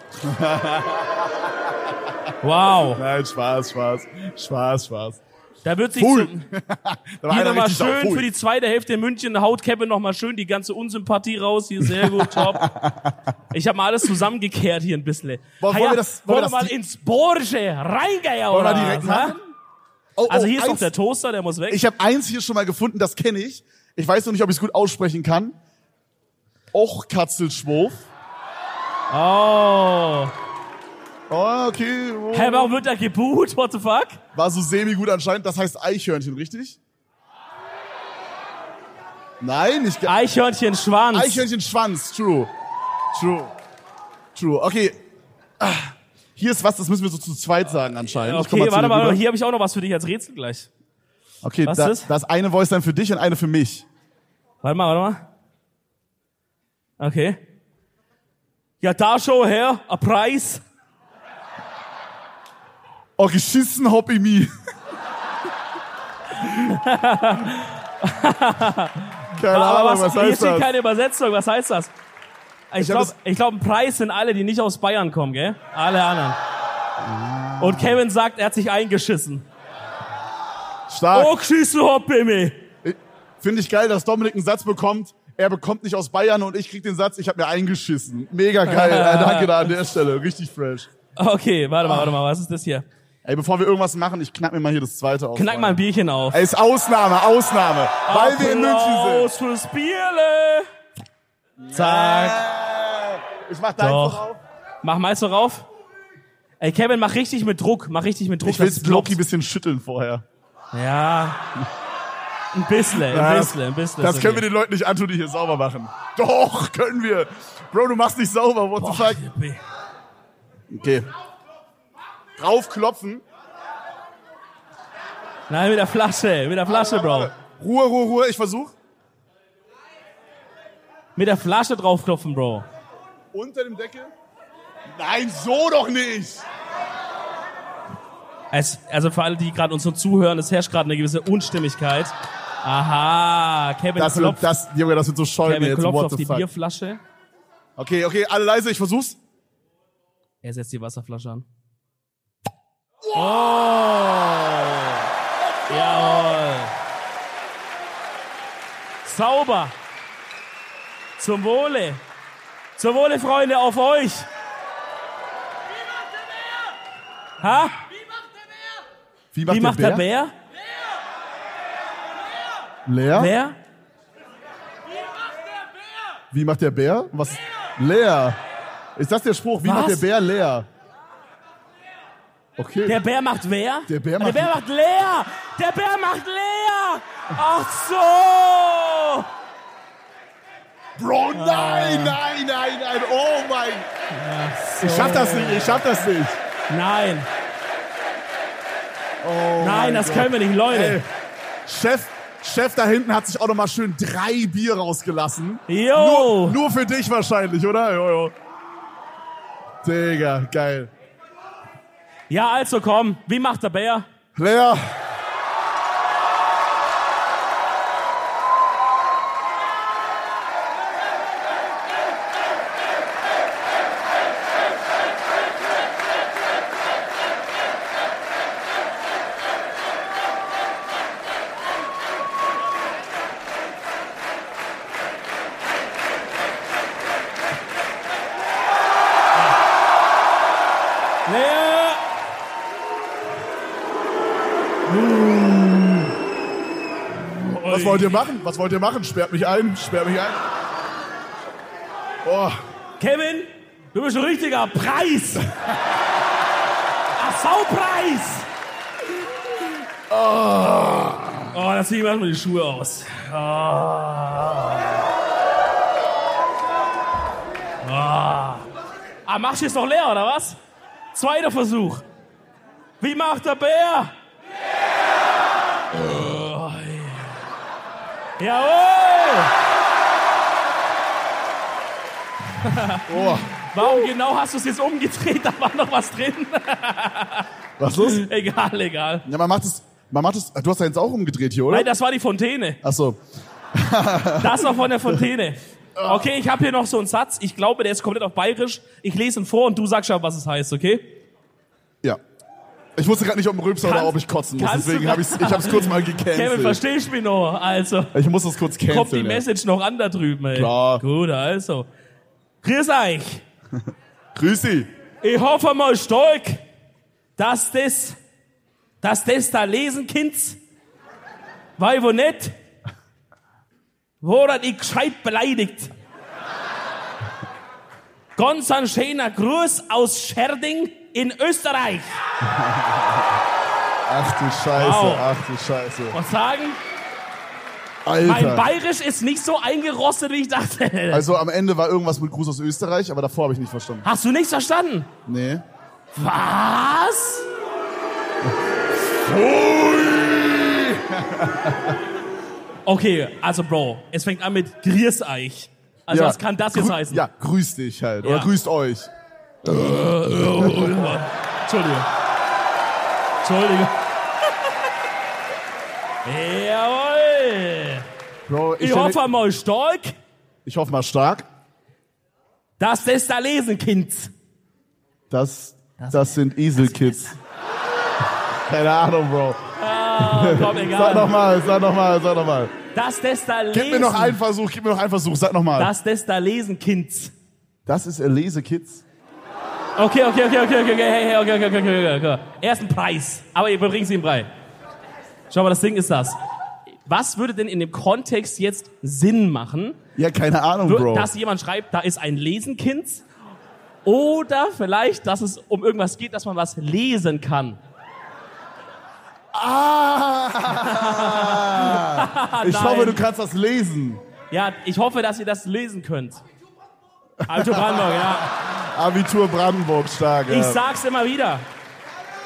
[SPEAKER 2] Wow.
[SPEAKER 1] Nein, Spaß, Spaß, Spaß, Spaß.
[SPEAKER 2] Da wird sich
[SPEAKER 1] Pfui.
[SPEAKER 2] zum,
[SPEAKER 1] Da war
[SPEAKER 2] Hier
[SPEAKER 1] einer
[SPEAKER 2] nochmal
[SPEAKER 1] richtig sauer.
[SPEAKER 2] schön
[SPEAKER 1] Pfui.
[SPEAKER 2] für die zweite Hälfte in München. Hautkäppe nochmal schön, die ganze Unsympathie raus. Hier sehr gut, top. Ich habe mal alles zusammengekehrt hier ein bisschen.
[SPEAKER 1] Wollen
[SPEAKER 2] Ah ja,
[SPEAKER 1] wir das- wollen wir
[SPEAKER 2] wollen wir
[SPEAKER 1] das
[SPEAKER 2] mal
[SPEAKER 1] di-
[SPEAKER 2] ins Borge reingehen,
[SPEAKER 1] Wollen wir
[SPEAKER 2] oder?
[SPEAKER 1] direkt
[SPEAKER 2] was,
[SPEAKER 1] machen?
[SPEAKER 2] hä?
[SPEAKER 1] Oh,
[SPEAKER 2] Also
[SPEAKER 1] oh,
[SPEAKER 2] hier ist noch
[SPEAKER 1] eins-
[SPEAKER 2] der Toaster, der muss weg.
[SPEAKER 1] Ich habe eins hier schon mal gefunden, das kenne ich. Ich weiß noch nicht, ob ich es gut aussprechen kann. Och Katzelschwof.
[SPEAKER 2] oh.
[SPEAKER 1] Oh, okay. Oh.
[SPEAKER 2] Hä, warum wird da geboot? What the fuck?
[SPEAKER 1] War so semi-gut anscheinend. Das heißt Eichhörnchen, richtig? Nein, ich... ge-
[SPEAKER 2] Eichhörnchen Schwanz.
[SPEAKER 1] Eichhörnchen Schwanz, true. True. True, okay. Ah, Hier ist was, das müssen wir so zu zweit sagen anscheinend. Ich komm
[SPEAKER 2] Okay,
[SPEAKER 1] zu
[SPEAKER 2] warte
[SPEAKER 1] dir
[SPEAKER 2] mal,
[SPEAKER 1] rüber.
[SPEAKER 2] hier habe ich auch noch was für dich als Rätsel gleich.
[SPEAKER 1] Okay,
[SPEAKER 2] Was
[SPEAKER 1] da,
[SPEAKER 2] ist das?
[SPEAKER 1] da ist eine Voice dann für dich und eine für mich.
[SPEAKER 2] Warte mal, warte mal. Okay. Ja, da schau her, ein Preis.
[SPEAKER 1] Oh, geschissen Hobby me. Keine
[SPEAKER 2] Aber
[SPEAKER 1] Ahnung,
[SPEAKER 2] was,
[SPEAKER 1] Ah, was
[SPEAKER 2] hier
[SPEAKER 1] heißt
[SPEAKER 2] steht
[SPEAKER 1] das?
[SPEAKER 2] keine Übersetzung, was heißt das? Ich
[SPEAKER 1] hab
[SPEAKER 2] glaube,
[SPEAKER 1] es-
[SPEAKER 2] ich glaub, ein Preis sind alle, die nicht aus Bayern kommen, gell? Alle anderen. Und Kevin sagt, er hat sich eingeschissen.
[SPEAKER 1] Stark.
[SPEAKER 2] Oh, geschissen hab ich mich.
[SPEAKER 1] Finde ich geil, dass Dominik einen Satz bekommt. Er bekommt nicht aus Bayern und ich krieg den Satz, ich habe mir eingeschissen. Mega geil. Äh, Danke da an der Stelle. Richtig fresh.
[SPEAKER 2] Okay,
[SPEAKER 1] Ah.
[SPEAKER 2] warte mal, warte mal, was ist das hier?
[SPEAKER 1] Ey, bevor wir irgendwas machen, ich knack mir mal hier das zweite auf.
[SPEAKER 2] Knack mal ein Bierchen auf.
[SPEAKER 1] Ey, ist Ausnahme, Ausnahme. Weil wir in München sind.
[SPEAKER 2] Applaus fürs Bierle. Zack.
[SPEAKER 1] Äh, Ich mach deins
[SPEAKER 2] Doch.
[SPEAKER 1] noch auf.
[SPEAKER 2] Mach meist noch rauf. Ey, Kevin, mach richtig mit Druck, mach richtig mit Druck.
[SPEAKER 1] Ich will
[SPEAKER 2] dass es
[SPEAKER 1] Loki ein
[SPEAKER 2] ploppt.
[SPEAKER 1] bisschen schütteln vorher.
[SPEAKER 2] Ja. Ein bisschen,
[SPEAKER 1] Ja,
[SPEAKER 2] ein bisschen, ein bisschen.
[SPEAKER 1] Das
[SPEAKER 2] ist
[SPEAKER 1] können
[SPEAKER 2] okay.
[SPEAKER 1] wir den Leuten nicht antun, die hier sauber machen. Doch, können wir. Bro, du machst nicht sauber, what the fuck? Okay. Draufklopfen.
[SPEAKER 2] Nein, mit der Flasche, mit der Flasche, Bro.
[SPEAKER 1] Ruhe, Ruhe, Ruhe, ich versuch.
[SPEAKER 2] Mit der Flasche draufklopfen, Bro.
[SPEAKER 1] Unter dem Deckel. Nein, so doch nicht.
[SPEAKER 2] Es, also für alle, die gerade uns so zuhören, es herrscht gerade eine gewisse Unstimmigkeit. Aha, Kevin
[SPEAKER 1] Das wird,
[SPEAKER 2] klopft,
[SPEAKER 1] das, Junge, das wird so schäumen
[SPEAKER 2] Kevin
[SPEAKER 1] jetzt.
[SPEAKER 2] klopft
[SPEAKER 1] what
[SPEAKER 2] auf
[SPEAKER 1] the
[SPEAKER 2] die
[SPEAKER 1] fuck.
[SPEAKER 2] Bierflasche.
[SPEAKER 1] Okay, okay, alle leise, ich versuch's.
[SPEAKER 2] Er setzt die Wasserflasche an. Oh! Jawohl. Sauber. Zum Wohle. Zum Wohle, Freunde, auf euch. Ha?
[SPEAKER 1] Wie macht,
[SPEAKER 2] Wie macht der
[SPEAKER 1] Bär?
[SPEAKER 2] Bär?
[SPEAKER 1] Leer?
[SPEAKER 2] Wer?
[SPEAKER 1] Wie macht der Bär? Was? Leer. Ist das der Spruch? Wie
[SPEAKER 2] Was?
[SPEAKER 1] macht der Bär leer? Okay.
[SPEAKER 2] Der Bär macht wer?
[SPEAKER 1] Der Bär macht-
[SPEAKER 2] der Bär macht leer. Der Bär macht leer. Ach so. Ah.
[SPEAKER 1] Bro, nein, nein, nein, nein. Oh mein. Ich schaff das nicht, ich schaff das nicht.
[SPEAKER 2] Nein,
[SPEAKER 1] Oh
[SPEAKER 2] nein,
[SPEAKER 1] mein
[SPEAKER 2] das
[SPEAKER 1] Gott.
[SPEAKER 2] können wir nicht, Leute.
[SPEAKER 1] Ey, Chef, Chef da hinten hat sich auch nochmal schön drei Bier rausgelassen.
[SPEAKER 2] Yo.
[SPEAKER 1] Nur, nur für dich wahrscheinlich, oder? Jo, jo. Digga, geil.
[SPEAKER 2] Ja, also komm. Wie macht der Bär?
[SPEAKER 1] Lea.
[SPEAKER 2] Leer.
[SPEAKER 1] Was wollt ihr machen? Was wollt ihr machen? Sperrt mich ein, sperrt mich ein. Boah.
[SPEAKER 2] Kevin, du bist ein richtiger Preis. Ein Saupreis. Oh, oh da zieh ich mir erstmal die Schuhe aus. Oh. Ah. Ah, machst du jetzt noch leer, oder was? Zweiter Versuch. Wie macht der Bär? Oh, ja. Jawohl!
[SPEAKER 1] Boah.
[SPEAKER 2] Warum genau hast du es jetzt umgedreht? Da war noch was drin.
[SPEAKER 1] Was ist los?
[SPEAKER 2] egal, egal.
[SPEAKER 1] Ja, man macht es. Man macht es. äh, Du hast da jetzt auch umgedreht hier, oder?
[SPEAKER 2] Nein, das war die Fontäne.
[SPEAKER 1] Ach so.
[SPEAKER 2] Das war von der Fontäne. Okay, ich habe hier noch so einen Satz. Ich glaube, der ist komplett auf Bayerisch. Ich lese ihn vor und du sagst ja, was es heißt, okay?
[SPEAKER 1] Ja. Ich wusste gerade nicht, ob ein Rülpser oder
[SPEAKER 2] Kannst-
[SPEAKER 1] ob ich kotzen muss.
[SPEAKER 2] kannst du-
[SPEAKER 1] Deswegen habe ich's, ich habe es kurz mal
[SPEAKER 2] Kevin,
[SPEAKER 1] gecancelt.
[SPEAKER 2] verstehst du mich noch? Also,
[SPEAKER 1] Ich muss es kurz canceln.
[SPEAKER 2] kommt die
[SPEAKER 1] ey.
[SPEAKER 2] Message noch an da drüben, ey.
[SPEAKER 1] Klar.
[SPEAKER 2] Gut, also. Grüß euch.
[SPEAKER 1] Grüß Sie.
[SPEAKER 2] Ich hoffe mal stark, dass das, dass das da lesen könnt. Weil wo nicht, wo dann ich gescheit beleidigt. Ganz ein schöner Gruß aus Scherding in Österreich.
[SPEAKER 1] Ach du Scheiße,
[SPEAKER 2] Wow.
[SPEAKER 1] ach du Scheiße.
[SPEAKER 2] Und sagen, mein
[SPEAKER 1] Alter.
[SPEAKER 2] Bayerisch ist nicht so eingerostet, wie ich dachte.
[SPEAKER 1] Also am Ende war irgendwas mit Gruß aus Österreich, aber davor habe ich nicht verstanden.
[SPEAKER 2] Hast du nichts verstanden?
[SPEAKER 1] Nee.
[SPEAKER 2] Was? Okay, also Bro, es fängt an mit Grieß euch. Also was kann das jetzt
[SPEAKER 1] Grü-
[SPEAKER 2] heißen?
[SPEAKER 1] Ja, grüß dich halt. Oder
[SPEAKER 2] Ja.
[SPEAKER 1] grüßt euch.
[SPEAKER 2] Entschuldigung. Entschuldigung. Jawohl.
[SPEAKER 1] Bro,
[SPEAKER 2] Ich
[SPEAKER 1] stell-
[SPEAKER 2] hoffe mal stark,
[SPEAKER 1] ich hoffe mal stark,
[SPEAKER 2] dass das da lesen könnt.
[SPEAKER 1] dass das, sind Eselkids. Keine Ahnung, Bro.
[SPEAKER 2] Ah, komm,
[SPEAKER 1] Sag
[SPEAKER 2] egal.
[SPEAKER 1] nochmal, sag nochmal, sag nochmal.
[SPEAKER 2] Dass das da lesen.
[SPEAKER 1] Gib mir noch einen Versuch, gib mir noch einen Versuch, sag nochmal.
[SPEAKER 2] Dass das da lesen könnt.
[SPEAKER 1] Das ist Elese Kids.
[SPEAKER 2] Okay, okay, okay, okay, okay, okay, hey, hey, okay, okay, okay, okay, okay, okay. Erst ein Preis, aber ihr bringt sie ihm bei. Schau mal, das Ding ist das. Was würde denn in dem Kontext jetzt Sinn machen,
[SPEAKER 1] Ja, keine Ahnung,
[SPEAKER 2] Du-
[SPEAKER 1] Bro.
[SPEAKER 2] dass jemand schreibt, da ist ein Lesenkind? Oder vielleicht, dass es um irgendwas geht, dass man was lesen kann.
[SPEAKER 1] ah! ich
[SPEAKER 2] Nein.
[SPEAKER 1] hoffe, du kannst das lesen.
[SPEAKER 2] Ja, ich hoffe, dass ihr das lesen könnt. Abitur Brandenburg, ja.
[SPEAKER 1] Abitur Brandenburg stark.
[SPEAKER 2] Ich
[SPEAKER 1] ja.
[SPEAKER 2] sag's immer wieder.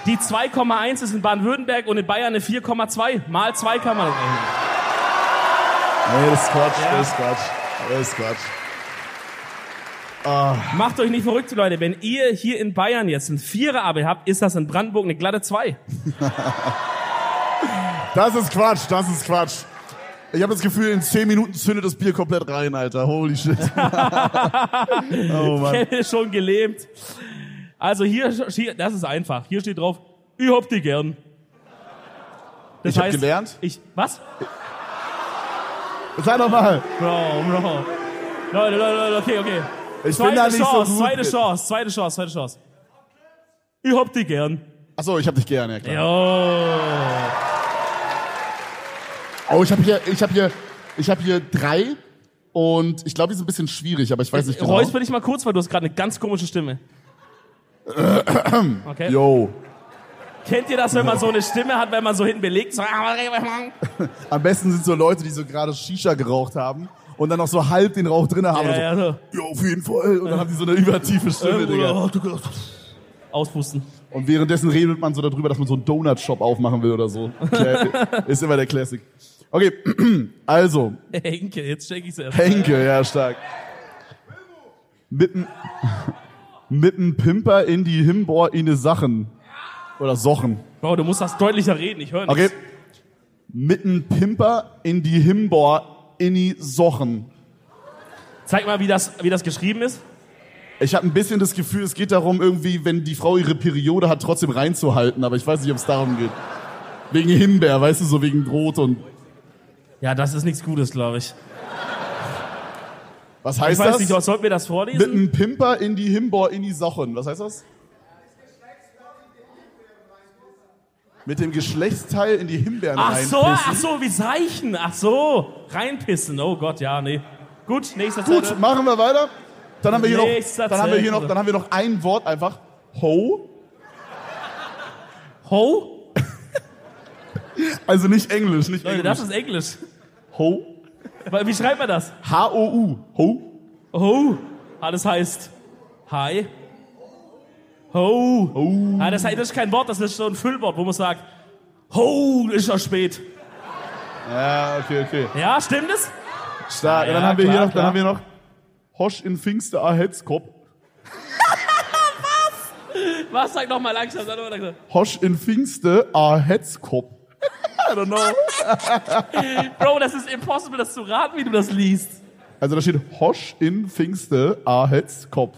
[SPEAKER 2] Die 2,1 ist in Baden-Württemberg und in Bayern eine 4,2. Mal 2 kann man das rechnen.
[SPEAKER 1] Nee, das ist Quatsch, das ist Quatsch. Das ist Quatsch.
[SPEAKER 2] Macht euch nicht verrückt, Leute. Wenn ihr hier in Bayern jetzt ein Vierer-Abi habt, ist das in Brandenburg eine glatte 2.
[SPEAKER 1] Das ist Quatsch, das ist Quatsch. Ich habe das Gefühl, in 10 Minuten zündet das Bier komplett rein, Alter. Holy shit. oh Mann.
[SPEAKER 2] Kevin ist schon gelähmt. Also hier, hier, das ist einfach. Hier steht drauf, ich hab die gern. Das
[SPEAKER 1] Ich hab
[SPEAKER 2] heißt,
[SPEAKER 1] gelernt?
[SPEAKER 2] Ich, was?
[SPEAKER 1] Sag doch mal.
[SPEAKER 2] Bro, Bro. Leute, Leute, Leute, okay, okay.
[SPEAKER 1] Ich bin
[SPEAKER 2] Zweite
[SPEAKER 1] da nicht
[SPEAKER 2] Chance,
[SPEAKER 1] so gut.
[SPEAKER 2] zweite Chance, zweite Chance, zweite Chance. Ich hab dich gern.
[SPEAKER 1] Achso, ich hab dich gerne, ja klar.
[SPEAKER 2] Jo.
[SPEAKER 1] Oh, ich habe hier, ich habe hier, ich habe hier drei und ich glaube, die sind ein bisschen schwierig, aber ich weiß nicht genau.
[SPEAKER 2] Räusper dich mal kurz, weil du hast gerade eine ganz komische Stimme. Okay.
[SPEAKER 1] Yo,
[SPEAKER 2] Kennt ihr das, wenn man so eine Stimme hat, wenn man so hinten belegt? So,
[SPEAKER 1] am besten sind so Leute, die so gerade Shisha geraucht haben und dann noch so halb den Rauch drinne haben.
[SPEAKER 2] ja,
[SPEAKER 1] Ja,
[SPEAKER 2] ja, so.
[SPEAKER 1] so, Yo, auf jeden Fall. Und dann haben die so eine übertiefe Stimme, Digga.
[SPEAKER 2] Auspusten.
[SPEAKER 1] Und währenddessen redet man so darüber, dass man so einen Donut-Shop aufmachen will oder so. Cla- Ist immer der Classic. Okay, also,
[SPEAKER 2] Henke, jetzt check ich's erst.
[SPEAKER 1] Henke, ja, stark. Mitten, mitten Pimper in die Himbohr in die Sachen. Oder Sochen.
[SPEAKER 2] Bro, du musst das deutlicher reden, ich höre nicht.
[SPEAKER 1] Okay. Mitten Pimper in die Himbor in die Sochen.
[SPEAKER 2] Zeig mal, wie das, wie das geschrieben ist.
[SPEAKER 1] Ich habe ein bisschen das Gefühl, es geht darum, irgendwie, wenn die Frau ihre Periode hat, trotzdem reinzuhalten. Aber ich weiß nicht, ob es darum geht. Wegen Himbeer, weißt du, so wegen Rot und
[SPEAKER 2] Ja, das ist nichts Gutes, glaube ich.
[SPEAKER 1] was
[SPEAKER 2] Ich
[SPEAKER 1] heißt
[SPEAKER 2] weiß
[SPEAKER 1] das?
[SPEAKER 2] nicht, sollten wir das vorlesen?
[SPEAKER 1] Mitten Pimper in die Himbor in die Sochen. Was heißt das? Mit dem Geschlechtsteil in die Himbeeren
[SPEAKER 2] Ach so, ach
[SPEAKER 1] reinpissen.
[SPEAKER 2] so, wie Zeichen. Ach so, reinpissen. Oh Gott, ja, nee. Gut, nächster
[SPEAKER 1] Gut, machen wir weiter. Dann haben wir hier
[SPEAKER 2] Nächster
[SPEAKER 1] noch, dann haben wir hier
[SPEAKER 2] Zettel.
[SPEAKER 1] noch, dann haben wir noch ein Wort einfach. Ho.
[SPEAKER 2] Ho?
[SPEAKER 1] Also nicht Englisch, nicht
[SPEAKER 2] Leute,
[SPEAKER 1] Englisch.
[SPEAKER 2] das ist Englisch.
[SPEAKER 1] Ho.
[SPEAKER 2] Weil, Wie schreibt man das?
[SPEAKER 1] H-O-U. Ho.
[SPEAKER 2] Ho. Ah, das heißt Hi. Ho.
[SPEAKER 1] Ho.
[SPEAKER 2] Ah, das, heißt, das ist kein Wort, das ist so ein Füllwort, wo man sagt, ho, ist ja spät.
[SPEAKER 1] Ja, okay, okay.
[SPEAKER 2] Ja, stimmt es?
[SPEAKER 1] Stark.
[SPEAKER 2] Ja,
[SPEAKER 1] dann haben wir
[SPEAKER 2] klar,
[SPEAKER 1] hier noch, dann
[SPEAKER 2] klar.
[SPEAKER 1] haben wir noch Hosch in Pfingste a Hetzkopf.
[SPEAKER 2] Was? Sag noch mal langsam. Sag noch mal langsam.
[SPEAKER 1] Hosch in Pfingste a Hetzkopf. I don't know.
[SPEAKER 2] Bro, das ist impossible, das zu raten, wie du das liest.
[SPEAKER 1] Also da steht Hosch in Pfingste a Hetzkopf.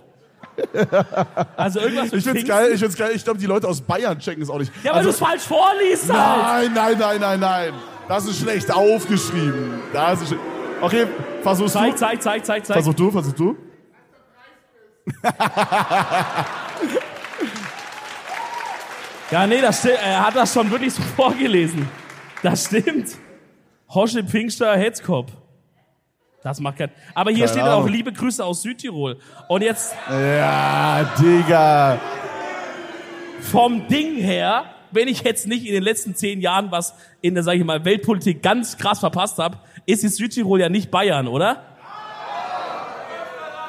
[SPEAKER 2] Also irgendwas mit
[SPEAKER 1] Ich find's
[SPEAKER 2] Pfingsten.
[SPEAKER 1] geil, Also- ich find's geil. Ich glaube, die Leute aus Bayern checken es auch nicht. Äh,
[SPEAKER 2] Ja, weil du es falsch vorliest
[SPEAKER 1] nein,
[SPEAKER 2] halt.
[SPEAKER 1] nein, nein, nein, nein. Das ist schlecht aufgeschrieben. Das ist schlecht. Okay, versuch's du.
[SPEAKER 2] Zeig, zeig, zeig, zeig, zeig.
[SPEAKER 1] Versuch du, versuch du.
[SPEAKER 2] Ja, nee, das stimmt. Er hat das schon wirklich so vorgelesen. Das stimmt. Hosche Pfingster Hetzkopf. Das macht keinen. Aber hier
[SPEAKER 1] Keine
[SPEAKER 2] steht dann auch
[SPEAKER 1] Ahnung.
[SPEAKER 2] liebe Grüße aus Südtirol. Und jetzt
[SPEAKER 1] Ja, Digga.
[SPEAKER 2] vom Ding her, wenn ich jetzt nicht in den letzten zehn Jahren was in der, sag ich mal, Weltpolitik ganz krass verpasst habe, ist die Südtirol ja nicht Bayern, oder?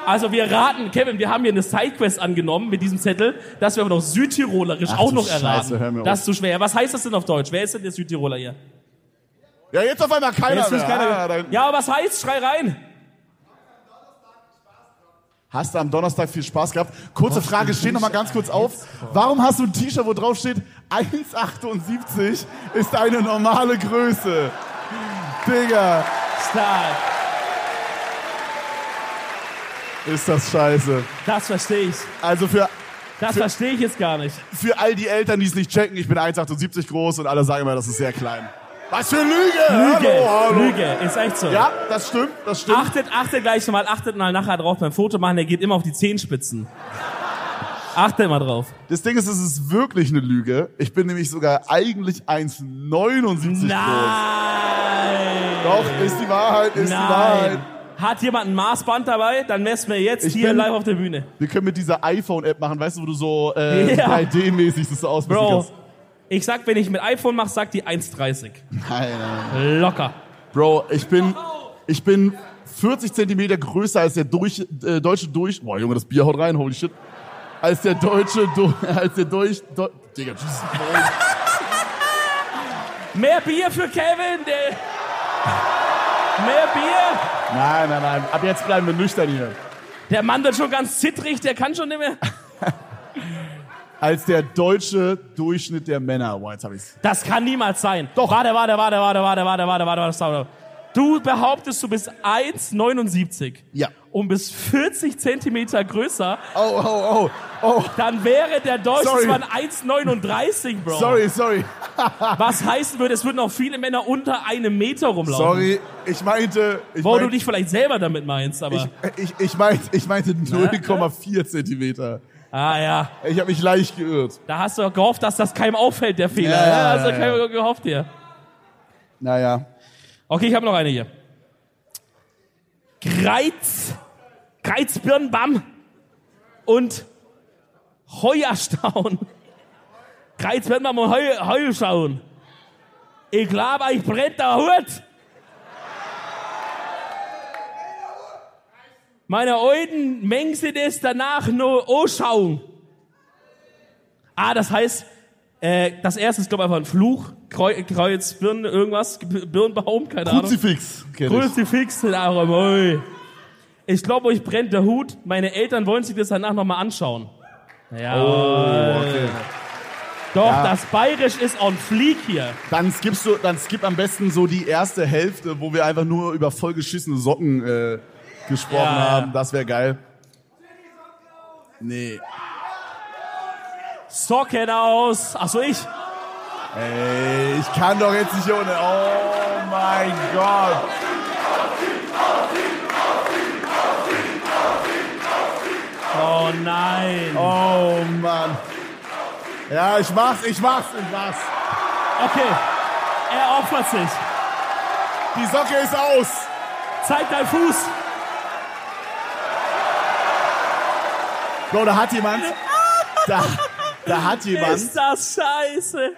[SPEAKER 2] Also wir raten, Kevin, wir haben hier eine Sidequest angenommen mit diesem Zettel, dass wir aber noch südtirolerisch
[SPEAKER 1] Ach
[SPEAKER 2] auch
[SPEAKER 1] du
[SPEAKER 2] noch
[SPEAKER 1] Scheiße,
[SPEAKER 2] erraten.
[SPEAKER 1] hör mir auf.
[SPEAKER 2] das ist zu schwer. Was heißt das denn auf Deutsch? Wer ist denn der Südtiroler hier?
[SPEAKER 1] Ja, jetzt auf einmal keiner
[SPEAKER 2] Jetzt
[SPEAKER 1] mehr.
[SPEAKER 2] ist keiner-
[SPEAKER 1] Ah, dann-
[SPEAKER 2] ja, aber was heißt? Schrei rein.
[SPEAKER 1] Hast du am Donnerstag viel Spaß gehabt? Kurze Frage, steh noch mal ganz kurz auf. Warum hast du ein T-Shirt, wo drauf steht 1,78 ist eine normale Größe? Digga,
[SPEAKER 2] Stark.
[SPEAKER 1] ist das scheiße.
[SPEAKER 2] Das verstehe ich.
[SPEAKER 1] Also für,
[SPEAKER 2] Das verstehe ich jetzt gar nicht.
[SPEAKER 1] für all die Eltern, die es nicht checken, ich bin 1,78 groß und alle sagen immer, das ist sehr klein. Was für Lüge! Lüge!
[SPEAKER 2] Lüge,
[SPEAKER 1] Hallo, hallo.
[SPEAKER 2] Lüge, ist echt so.
[SPEAKER 1] Ja, das stimmt, das stimmt.
[SPEAKER 2] Achtet, achtet gleich mal, achtet mal nachher drauf beim Foto machen, der geht immer auf die Zehenspitzen. Achtet mal drauf.
[SPEAKER 1] Das Ding ist, es ist wirklich eine Lüge. Ich bin nämlich sogar eigentlich 1,79 groß.
[SPEAKER 2] Nein!
[SPEAKER 1] Doch, ist die Wahrheit, ist die Wahrheit.
[SPEAKER 2] Nein! Hat jemand ein Maßband dabei? Dann messen wir jetzt
[SPEAKER 1] Ich
[SPEAKER 2] hier
[SPEAKER 1] bin-
[SPEAKER 2] live auf der Bühne.
[SPEAKER 1] Wir können mit dieser iPhone-App machen, weißt du, wo du so äh,
[SPEAKER 2] Ja.
[SPEAKER 1] 3D-mäßig das so ausmessen
[SPEAKER 2] Bro,
[SPEAKER 1] kannst.
[SPEAKER 2] ich sag, wenn ich mit iPhone mache, sagt die 1,30.
[SPEAKER 1] Nein, nein.
[SPEAKER 2] Locker.
[SPEAKER 1] Bro, ich bin, ich bin 40 Zentimeter größer als der durch, äh, deutsche Durch... Boah, Junge, das Bier haut rein, holy shit. Als der deutsche... Du, als der Durch... Deu- Digga, Jesus.
[SPEAKER 2] Mehr Bier für Kevin! Der Mehr Bier!
[SPEAKER 1] Nein, nein, nein. Ab jetzt bleiben wir nüchtern hier.
[SPEAKER 2] Der Mann wird schon ganz zittrig, der kann schon nicht mehr.
[SPEAKER 1] Als der deutsche Durchschnitt der Männer. Boah, jetzt hab ich's.
[SPEAKER 2] Das kann niemals sein. Doch. Warte, warte, warte, warte, warte, warte, warte, warte, warte, warte. warte. Du behauptest, du bist 1,79.
[SPEAKER 1] Ja.
[SPEAKER 2] um bis 40 Zentimeter größer,
[SPEAKER 1] Oh, oh, oh,
[SPEAKER 2] dann wäre der
[SPEAKER 1] Sorry.
[SPEAKER 2] Deutschmann 1,39, Bro.
[SPEAKER 1] oh. Sorry, sorry.
[SPEAKER 2] Was heißen würde, es würden auch viele Männer unter einem Meter rumlaufen.
[SPEAKER 1] Sorry, ich meinte. Ich
[SPEAKER 2] Wo du
[SPEAKER 1] meinte-
[SPEAKER 2] dich vielleicht selber damit meinst, aber.
[SPEAKER 1] ich, ich, ich, meinte, ich meinte 0,4 Zentimeter.
[SPEAKER 2] ah ja.
[SPEAKER 1] Ich habe mich leicht geirrt.
[SPEAKER 2] Da hast du doch gehofft, dass das keinem auffällt, der Fehler.
[SPEAKER 1] Ja,
[SPEAKER 2] Ja,
[SPEAKER 1] ja,
[SPEAKER 2] hast du
[SPEAKER 1] ja,
[SPEAKER 2] keinem gehofft hier.
[SPEAKER 1] Naja.
[SPEAKER 2] Okay, ich habe noch eine hier. Greiz, Greizbirnenbamm und Heuerstaun. Greizbirnenbamm und Heu, Heuerstaun. Ich glaube, ich brennt der Hut. Meine alten Mengse das danach nur anschauen. Ah, das heißt, äh, das erste ist, glaube ich, einfach ein Fluch. Kreu- Kreuz, Birnen, irgendwas, B- Birnbaum, keine Ahnung.
[SPEAKER 1] Kruzifix. kenn ich.
[SPEAKER 2] Kruzifix in eurem Heu. Ich glaube, euch brennt der Hut. Meine Eltern wollen sich das danach nochmal anschauen. Ja.
[SPEAKER 1] Oh,
[SPEAKER 2] Doch, das Bayerisch ist on fleek hier.
[SPEAKER 1] Dann skippst du, dann skip am besten so die erste Hälfte, wo wir einfach nur über vollgeschissene Socken äh, gesprochen
[SPEAKER 2] Ja, ja.
[SPEAKER 1] haben. Das wäre geil. Nee.
[SPEAKER 2] Socken aus. Ach so, ich.
[SPEAKER 1] Ey, ich kann doch jetzt nicht ohne. Oh mein Gott.
[SPEAKER 2] Oh nein.
[SPEAKER 1] Oh Mann. Ja, ich mach's, ich mach's, ich mach's.
[SPEAKER 2] Okay. Er opfert sich.
[SPEAKER 1] Die Socke ist aus.
[SPEAKER 2] Zeig deinen Fuß.
[SPEAKER 1] Bro, da hat jemand. Da, da hat jemand.
[SPEAKER 2] Ist das scheiße.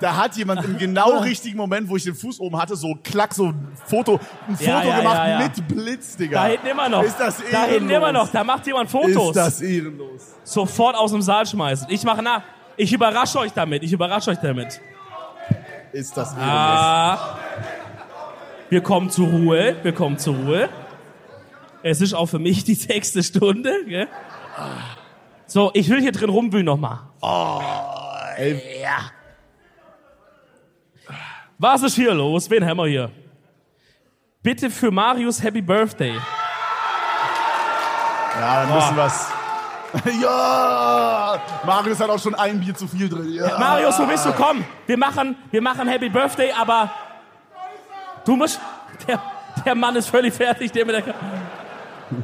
[SPEAKER 1] Da hat jemand im genau richtigen Moment, wo ich den Fuß oben hatte, so klack, so ein Foto, ein Foto
[SPEAKER 2] Ja, ja,
[SPEAKER 1] gemacht
[SPEAKER 2] ja, ja.
[SPEAKER 1] mit Blitz, Digga.
[SPEAKER 2] Da hinten immer noch.
[SPEAKER 1] Ist das
[SPEAKER 2] da hinten
[SPEAKER 1] ehrenlos.
[SPEAKER 2] immer noch. Da macht jemand Fotos.
[SPEAKER 1] Ist das ehrenlos.
[SPEAKER 2] Sofort aus dem Saal schmeißen. Ich mache nach. Ich überrasche euch damit. Ich überrasche euch damit.
[SPEAKER 1] Ist das ehrenlos.
[SPEAKER 2] Ah. Wir kommen zur Ruhe, wir kommen zur Ruhe. Es ist auch für mich die sechste Stunde. Gell? So, ich will hier drin rumwühlen nochmal.
[SPEAKER 1] Ey,
[SPEAKER 2] Was ist hier los? Wen haben wir hier? Bitte für Marius Happy Birthday.
[SPEAKER 1] ja, dann müssen wir's. ja! Marius hat auch schon ein Bier zu viel drin. Ja.
[SPEAKER 2] Marius, wo bist du? Komm, wir machen, wir machen Happy Birthday, aber du musst. Der, der Mann ist völlig fertig, der mit der.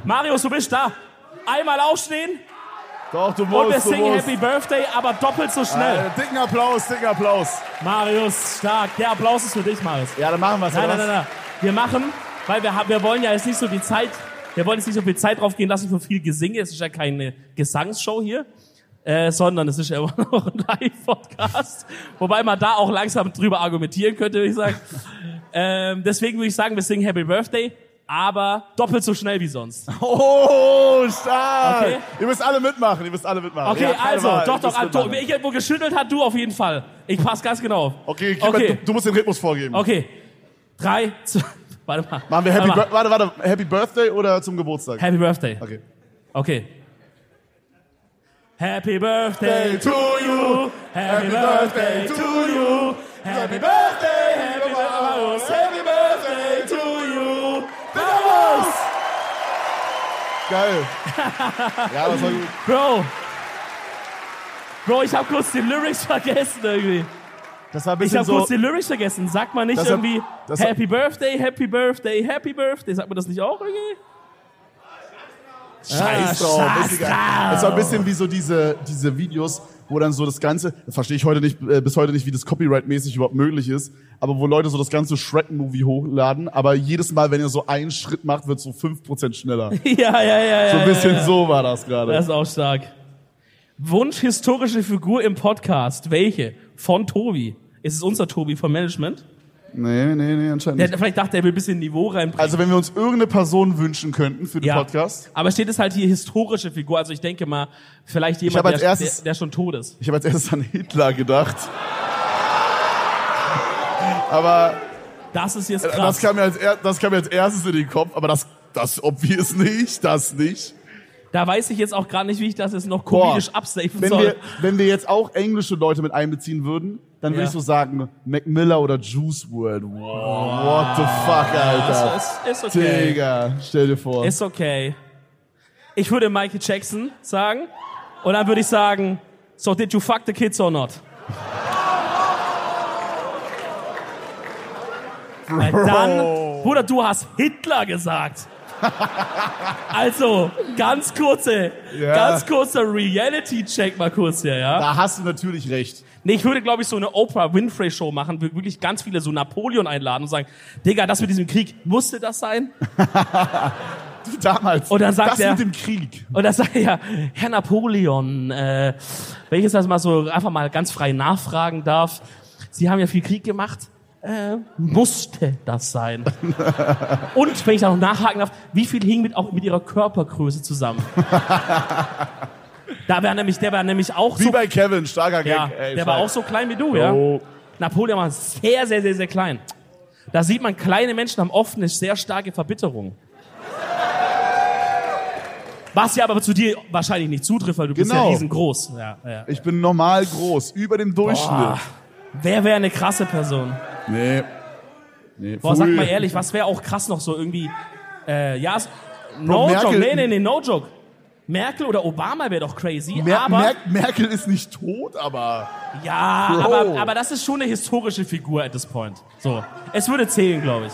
[SPEAKER 2] Marius, du bist da. Einmal aufstehen
[SPEAKER 1] Doch, du
[SPEAKER 2] und wir
[SPEAKER 1] musst, du
[SPEAKER 2] singen
[SPEAKER 1] musst.
[SPEAKER 2] Happy ne? Birthday, aber doppelt so schnell.
[SPEAKER 1] Äh, dicken Applaus, dicken Applaus.
[SPEAKER 2] Marius, stark. Der Applaus ist für dich, Marius.
[SPEAKER 1] Ja, dann machen wir's.
[SPEAKER 2] Nein,
[SPEAKER 1] oder
[SPEAKER 2] nein, nein, nein. Wir machen, weil wir, haben, wir wollen ja jetzt nicht so die Zeit, wir wollen jetzt nicht so viel Zeit drauf gehen lassen für viel Gesinge. Es ist ja keine Gesangsshow hier, äh, sondern es ist ja immer noch ein Live-Podcast. Wobei man da auch langsam drüber argumentieren könnte, würde ich sagen. Ähm, deswegen würde ich sagen, wir singen Happy Birthday, aber doppelt so schnell wie sonst.
[SPEAKER 1] was? Oh, stark.
[SPEAKER 2] Okay.
[SPEAKER 1] Ihr müsst alle mitmachen, ihr müsst alle mitmachen.
[SPEAKER 2] Okay,
[SPEAKER 1] Ja, keine
[SPEAKER 2] also,
[SPEAKER 1] Wahl,
[SPEAKER 2] doch,
[SPEAKER 1] ihr müsst
[SPEAKER 2] doch, Anto,
[SPEAKER 1] mitmachen.
[SPEAKER 2] wer irgendwo geschüttelt hat, du auf jeden Fall. Ich pass ganz genau auf.
[SPEAKER 1] Okay, gib
[SPEAKER 2] okay,
[SPEAKER 1] Mal, du, du musst den Rhythmus vorgeben.
[SPEAKER 2] okay. Drei, zwei, warte mal.
[SPEAKER 1] Machen wir Happy,
[SPEAKER 2] warte,
[SPEAKER 1] Bir-
[SPEAKER 2] mal.
[SPEAKER 1] warte, warte, Happy Birthday oder zum Geburtstag?
[SPEAKER 2] Happy Birthday.
[SPEAKER 1] Okay.
[SPEAKER 2] Okay. Happy Birthday to
[SPEAKER 1] to
[SPEAKER 2] you.
[SPEAKER 1] you.
[SPEAKER 2] Happy Birthday to you. Happy Birthday, happy Marius. Happy Birthday to you. Marius!
[SPEAKER 1] Geil. ja, das war gut.
[SPEAKER 2] Bro. Bro, ich hab kurz die Lyrics vergessen irgendwie.
[SPEAKER 1] Das war ein
[SPEAKER 2] Ich
[SPEAKER 1] bisschen
[SPEAKER 2] hab
[SPEAKER 1] so.
[SPEAKER 2] kurz die Lyrics vergessen. Sagt man nicht
[SPEAKER 1] Das hat-
[SPEAKER 2] irgendwie
[SPEAKER 1] das hat-
[SPEAKER 2] Happy Birthday, Happy Birthday, Happy Birthday? Sagt man das nicht auch irgendwie?
[SPEAKER 1] Scheiß drauf.
[SPEAKER 2] Ah,
[SPEAKER 1] ist
[SPEAKER 2] scheiß
[SPEAKER 1] egal.
[SPEAKER 2] drauf.
[SPEAKER 1] Das war ein bisschen wie so diese, diese Videos, wo dann so das Ganze, das verstehe ich heute nicht, äh, bis heute nicht, wie das Copyright-mäßig überhaupt möglich ist, aber wo Leute so das ganze Shrek-Movie hochladen, aber jedes Mal, wenn ihr so einen Schritt macht, wird so 5% schneller. So
[SPEAKER 2] Ja, ja, ja. ja,
[SPEAKER 1] ein
[SPEAKER 2] ja.
[SPEAKER 1] bisschen so war das
[SPEAKER 2] Das
[SPEAKER 1] gerade.
[SPEAKER 2] ist auch stark. Wunsch historische Figur im Podcast. Welche? Von Tobi. Ist es unser Tobi vom Management?
[SPEAKER 1] Nee, nee, nee, anscheinend
[SPEAKER 2] Der,
[SPEAKER 1] nicht.
[SPEAKER 2] vielleicht dachte er, will ein bisschen Niveau reinbringen.
[SPEAKER 1] Also wenn wir uns irgendeine Person wünschen könnten für den
[SPEAKER 2] Ja.
[SPEAKER 1] Podcast.
[SPEAKER 2] Aber steht es halt hier historische Figur. Also ich denke mal, vielleicht jemand,
[SPEAKER 1] hab als
[SPEAKER 2] der,
[SPEAKER 1] erstes-
[SPEAKER 2] der, der schon tot ist.
[SPEAKER 1] Ich habe als erstes an Hitler gedacht. Aber
[SPEAKER 2] Das ist jetzt
[SPEAKER 1] Äh,
[SPEAKER 2] krass.
[SPEAKER 1] Das kam, mir als er, das kam mir als erstes in den Kopf, aber das, das obvious nicht, das nicht.
[SPEAKER 2] Da weiß ich jetzt auch gerade nicht, wie ich das jetzt noch
[SPEAKER 1] Boah.
[SPEAKER 2] komedisch absafen
[SPEAKER 1] Wenn
[SPEAKER 2] soll.
[SPEAKER 1] wir, wenn wir jetzt auch englische Leute mit einbeziehen würden, dann würde
[SPEAKER 2] Ja.
[SPEAKER 1] ich so sagen, Mac Miller oder Juice World. Wow. What the fuck, Alter.
[SPEAKER 2] ist, ist okay.
[SPEAKER 1] Digga, stell dir vor.
[SPEAKER 2] Ist okay. Ich würde Michael Jackson sagen. Und dann würde ich sagen, so did you fuck the kids or not? Weil dann, Bruder, du hast Hitler gesagt. Also, ganz kurze,
[SPEAKER 1] Ja.
[SPEAKER 2] ganz kurzer Reality-Check mal kurz hier, ja?
[SPEAKER 1] da hast du natürlich recht.
[SPEAKER 2] Nee, ich würde, glaube ich, so eine Oprah Winfrey Show machen, wir- wirklich ganz viele so Napoleon einladen und sagen, Digga, das mit diesem Krieg, musste das sein?
[SPEAKER 1] Du damals.
[SPEAKER 2] Und dann sagt
[SPEAKER 1] das
[SPEAKER 2] er-
[SPEAKER 1] mit dem Krieg.
[SPEAKER 2] Und da sagt er ja, Herr Napoleon, äh, wenn ich jetzt das mal so einfach mal ganz frei nachfragen darf, Sie haben ja viel Krieg gemacht, äh, musste das sein? Und wenn ich da noch nachhaken darf, wie viel hing mit, auch mit Ihrer Körpergröße zusammen? da wäre nämlich, der wäre nämlich auch
[SPEAKER 1] Wie
[SPEAKER 2] so,
[SPEAKER 1] bei Kevin, starker Gag.
[SPEAKER 2] ja,
[SPEAKER 1] Ey,
[SPEAKER 2] der war auch
[SPEAKER 1] fuck.
[SPEAKER 2] so klein wie du, ja.
[SPEAKER 1] Oh.
[SPEAKER 2] Napoleon war sehr, sehr, sehr, sehr klein. Da sieht man, kleine Menschen haben oft eine sehr starke Verbitterung. Was ja aber zu dir wahrscheinlich nicht zutrifft, weil du bist ja
[SPEAKER 1] Genau.
[SPEAKER 2] riesengroß. Ja, ja.
[SPEAKER 1] Ich bin normal groß, über dem Durchschnitt.
[SPEAKER 2] Boah. Wer wäre eine krasse Person?
[SPEAKER 1] Nee. Nee.
[SPEAKER 2] Boah, sag
[SPEAKER 1] Pfui.
[SPEAKER 2] mal ehrlich, was wäre auch krass noch so irgendwie? Äh, ja, s- no
[SPEAKER 1] Bro, Merkel-
[SPEAKER 2] joke, nee, nee, nee, no joke. Merkel oder Obama wäre doch crazy,
[SPEAKER 1] Mer
[SPEAKER 2] aber,
[SPEAKER 1] Mer Merkel ist nicht tot, aber
[SPEAKER 2] ja,
[SPEAKER 1] Bro.
[SPEAKER 2] aber, aber das ist schon eine historische Figur at this point. So, es würde zählen, glaube ich.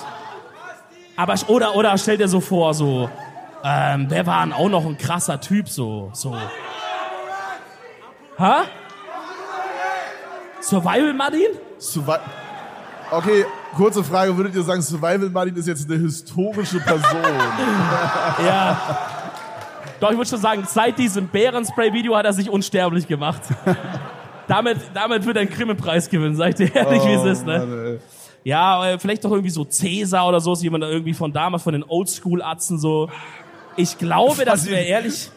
[SPEAKER 2] Aber sch- oder oder stell dir so vor, so ähm, wer war denn auch noch ein krasser Typ so so. Ha? Survival Martin?
[SPEAKER 1] Survi- Okay, kurze Frage. Würdet ihr sagen, Survival Martin ist jetzt eine historische Person?
[SPEAKER 2] Ja. Doch, ich würde schon sagen, seit diesem Bärenspray-Video hat er sich unsterblich gemacht. damit, damit wird er einen Grimme-Preis gewinnen, sag ich dir ehrlich, wie es ist, ne?
[SPEAKER 1] Oh, Mann, ey.
[SPEAKER 2] Ja, äh, vielleicht doch irgendwie so Cäsar oder so, ist jemand irgendwie von damals, von den Oldschool-Atzen so. Ich glaube, das wäre ehrlich,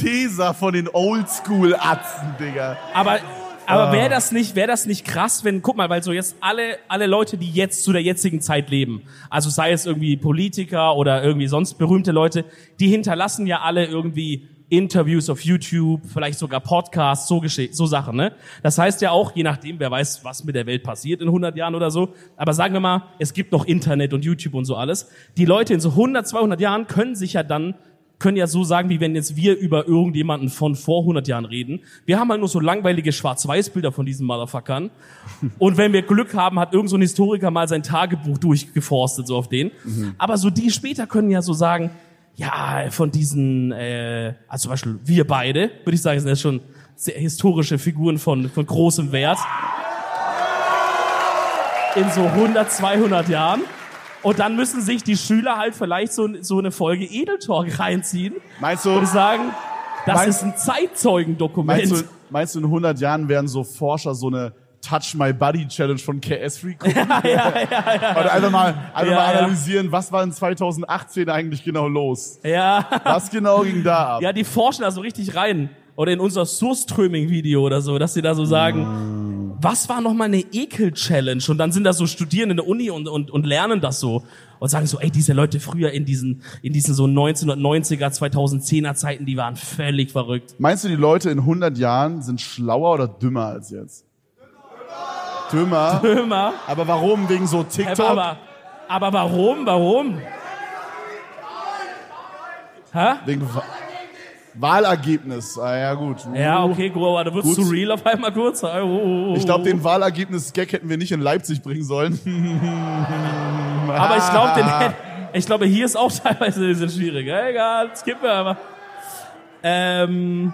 [SPEAKER 1] Caesar von den Oldschool-Atzen, Digga.
[SPEAKER 2] aber, aber wäre das nicht, wäre das nicht krass, wenn, guck mal, weil so jetzt alle, alle Leute, die jetzt zu der jetzigen Zeit leben, also sei es irgendwie Politiker oder irgendwie sonst berühmte Leute, die hinterlassen ja alle irgendwie Interviews auf YouTube, vielleicht sogar Podcasts, so, Gesche- so Sachen, ne? Das heißt ja auch, je nachdem, wer weiß, was mit der Welt passiert in 100 Jahren oder so, aber sagen wir mal, es gibt noch Internet und YouTube und so alles. Die Leute in so 100, 200 Jahren können sich ja dann können ja so sagen, wie wenn jetzt wir über irgendjemanden von vor 100 Jahren reden. Wir haben halt nur so langweilige Schwarz-Weiß-Bilder von diesen Motherfuckern. Und wenn wir Glück haben, hat irgend so ein Historiker mal sein Tagebuch durchgeforstet, so auf den. Aber so die später können ja so sagen, ja, von diesen, äh, also zum Beispiel wir beide, würde ich sagen, sind ja schon sehr historische Figuren von, von großem Wert. In so 100, 200 Jahren. Und dann müssen sich die Schüler halt vielleicht so, so eine Folge Edeltalk reinziehen
[SPEAKER 1] Meinst
[SPEAKER 2] und
[SPEAKER 1] du,
[SPEAKER 2] sagen, das
[SPEAKER 1] Meinst-
[SPEAKER 2] ist ein Zeitzeugendokument.
[SPEAKER 1] meinst, du, meinst du, in 100 Jahren werden so Forscher so eine Touch My Body Challenge von KS3 gucken? Und einfach mal, einfach
[SPEAKER 2] Ja,
[SPEAKER 1] mal
[SPEAKER 2] ja.
[SPEAKER 1] analysieren, was war in 2018 eigentlich genau los?
[SPEAKER 2] Ja.
[SPEAKER 1] Was genau ging da ab?
[SPEAKER 2] ja, die forschen da so richtig rein. Oder in unser Surströming-Video oder so, dass sie da so sagen, was war nochmal eine Ekel-Challenge? Und dann sind da so Studierende in der Uni und, und, und lernen das so. Und sagen so, ey, diese Leute früher in diesen, in diesen so 1990er, 2010er Zeiten, die waren völlig verrückt.
[SPEAKER 1] Meinst du, die Leute in 100 Jahren sind schlauer oder dümmer als jetzt? Dümmer.
[SPEAKER 2] Immer.
[SPEAKER 1] Aber warum? Wegen so
[SPEAKER 2] Hey,
[SPEAKER 1] TikTok?
[SPEAKER 2] aber, aber warum, warum? Hä?
[SPEAKER 1] Wegen Wa- Wahlergebnis. Ah, ja, gut.
[SPEAKER 2] Ja, okay, gut, aber du
[SPEAKER 1] Gut.
[SPEAKER 2] wirst zu real auf einmal kurz. Oh, oh, oh,
[SPEAKER 1] Ich glaube,
[SPEAKER 2] oh.
[SPEAKER 1] den Wahlergebnis-Gag hätten wir nicht in Leipzig bringen sollen.
[SPEAKER 2] Aber ich glaube,
[SPEAKER 1] Ah.
[SPEAKER 2] den, ich glaube, hier ist auch teilweise ein bisschen schwierig. Egal, skippen wir aber. Ähm,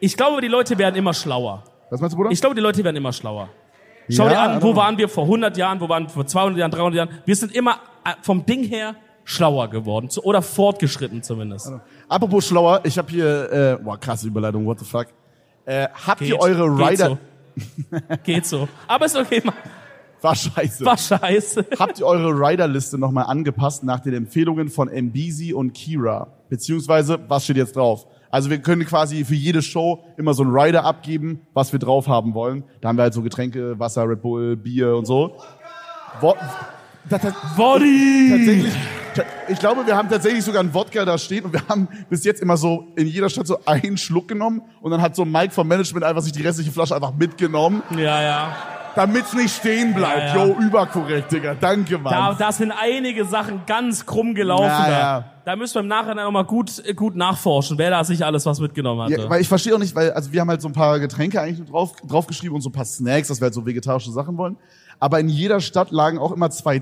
[SPEAKER 2] ich glaube, die Leute werden immer schlauer.
[SPEAKER 1] Was meinst du, Bruder?
[SPEAKER 2] Ich glaube, die Leute werden immer schlauer. Schau
[SPEAKER 1] Ja,
[SPEAKER 2] dir an, wo
[SPEAKER 1] genau.
[SPEAKER 2] waren wir vor 100 Jahren, wo waren wir vor 200 Jahren, 300 Jahren. Wir sind immer äh, vom Ding her schlauer geworden zu- oder fortgeschritten zumindest.
[SPEAKER 1] Apropos schlauer, ich habe hier, äh, boah, krasse Überleitung, what the fuck. Äh, habt ihr eure
[SPEAKER 2] Geht
[SPEAKER 1] Rider,
[SPEAKER 2] so. geht so. Aber ist okay, man.
[SPEAKER 1] war scheiße.
[SPEAKER 2] war scheiße.
[SPEAKER 1] Habt ihr eure Rider-Liste nochmal angepasst nach den Empfehlungen von MBZ und Kira? Beziehungsweise, was steht jetzt drauf? Also wir können quasi für jede Show immer so einen Rider abgeben, was wir drauf haben wollen. Da haben wir halt so Getränke, Wasser, Red Bull, Bier und so. Wo- das, das,
[SPEAKER 2] Body!
[SPEAKER 1] tatsächlich, Ich glaube, wir haben tatsächlich sogar einen Wodka da stehen und wir haben bis jetzt immer so in jeder Stadt so einen Schluck genommen und dann hat so Mike vom Management einfach sich die restliche Flasche einfach mitgenommen,
[SPEAKER 2] Ja, ja.
[SPEAKER 1] damit's nicht stehen bleibt.
[SPEAKER 2] Ja,
[SPEAKER 1] Jo,
[SPEAKER 2] ja.
[SPEAKER 1] überkorrekt, Digga. Danke, Mann.
[SPEAKER 2] Da, da sind einige Sachen ganz krumm gelaufen.
[SPEAKER 1] Ja,
[SPEAKER 2] da.
[SPEAKER 1] ja.
[SPEAKER 2] da müssen wir im Nachhinein nochmal gut, gut nachforschen, wer da sich alles was mitgenommen hatte.
[SPEAKER 1] Ja, weil ich verstehe auch nicht, weil also wir haben halt so ein paar Getränke eigentlich nur drauf draufgeschrieben und so ein paar Snacks, dass wir halt so vegetarische Sachen wollen. Aber in jeder Stadt lagen auch immer zwei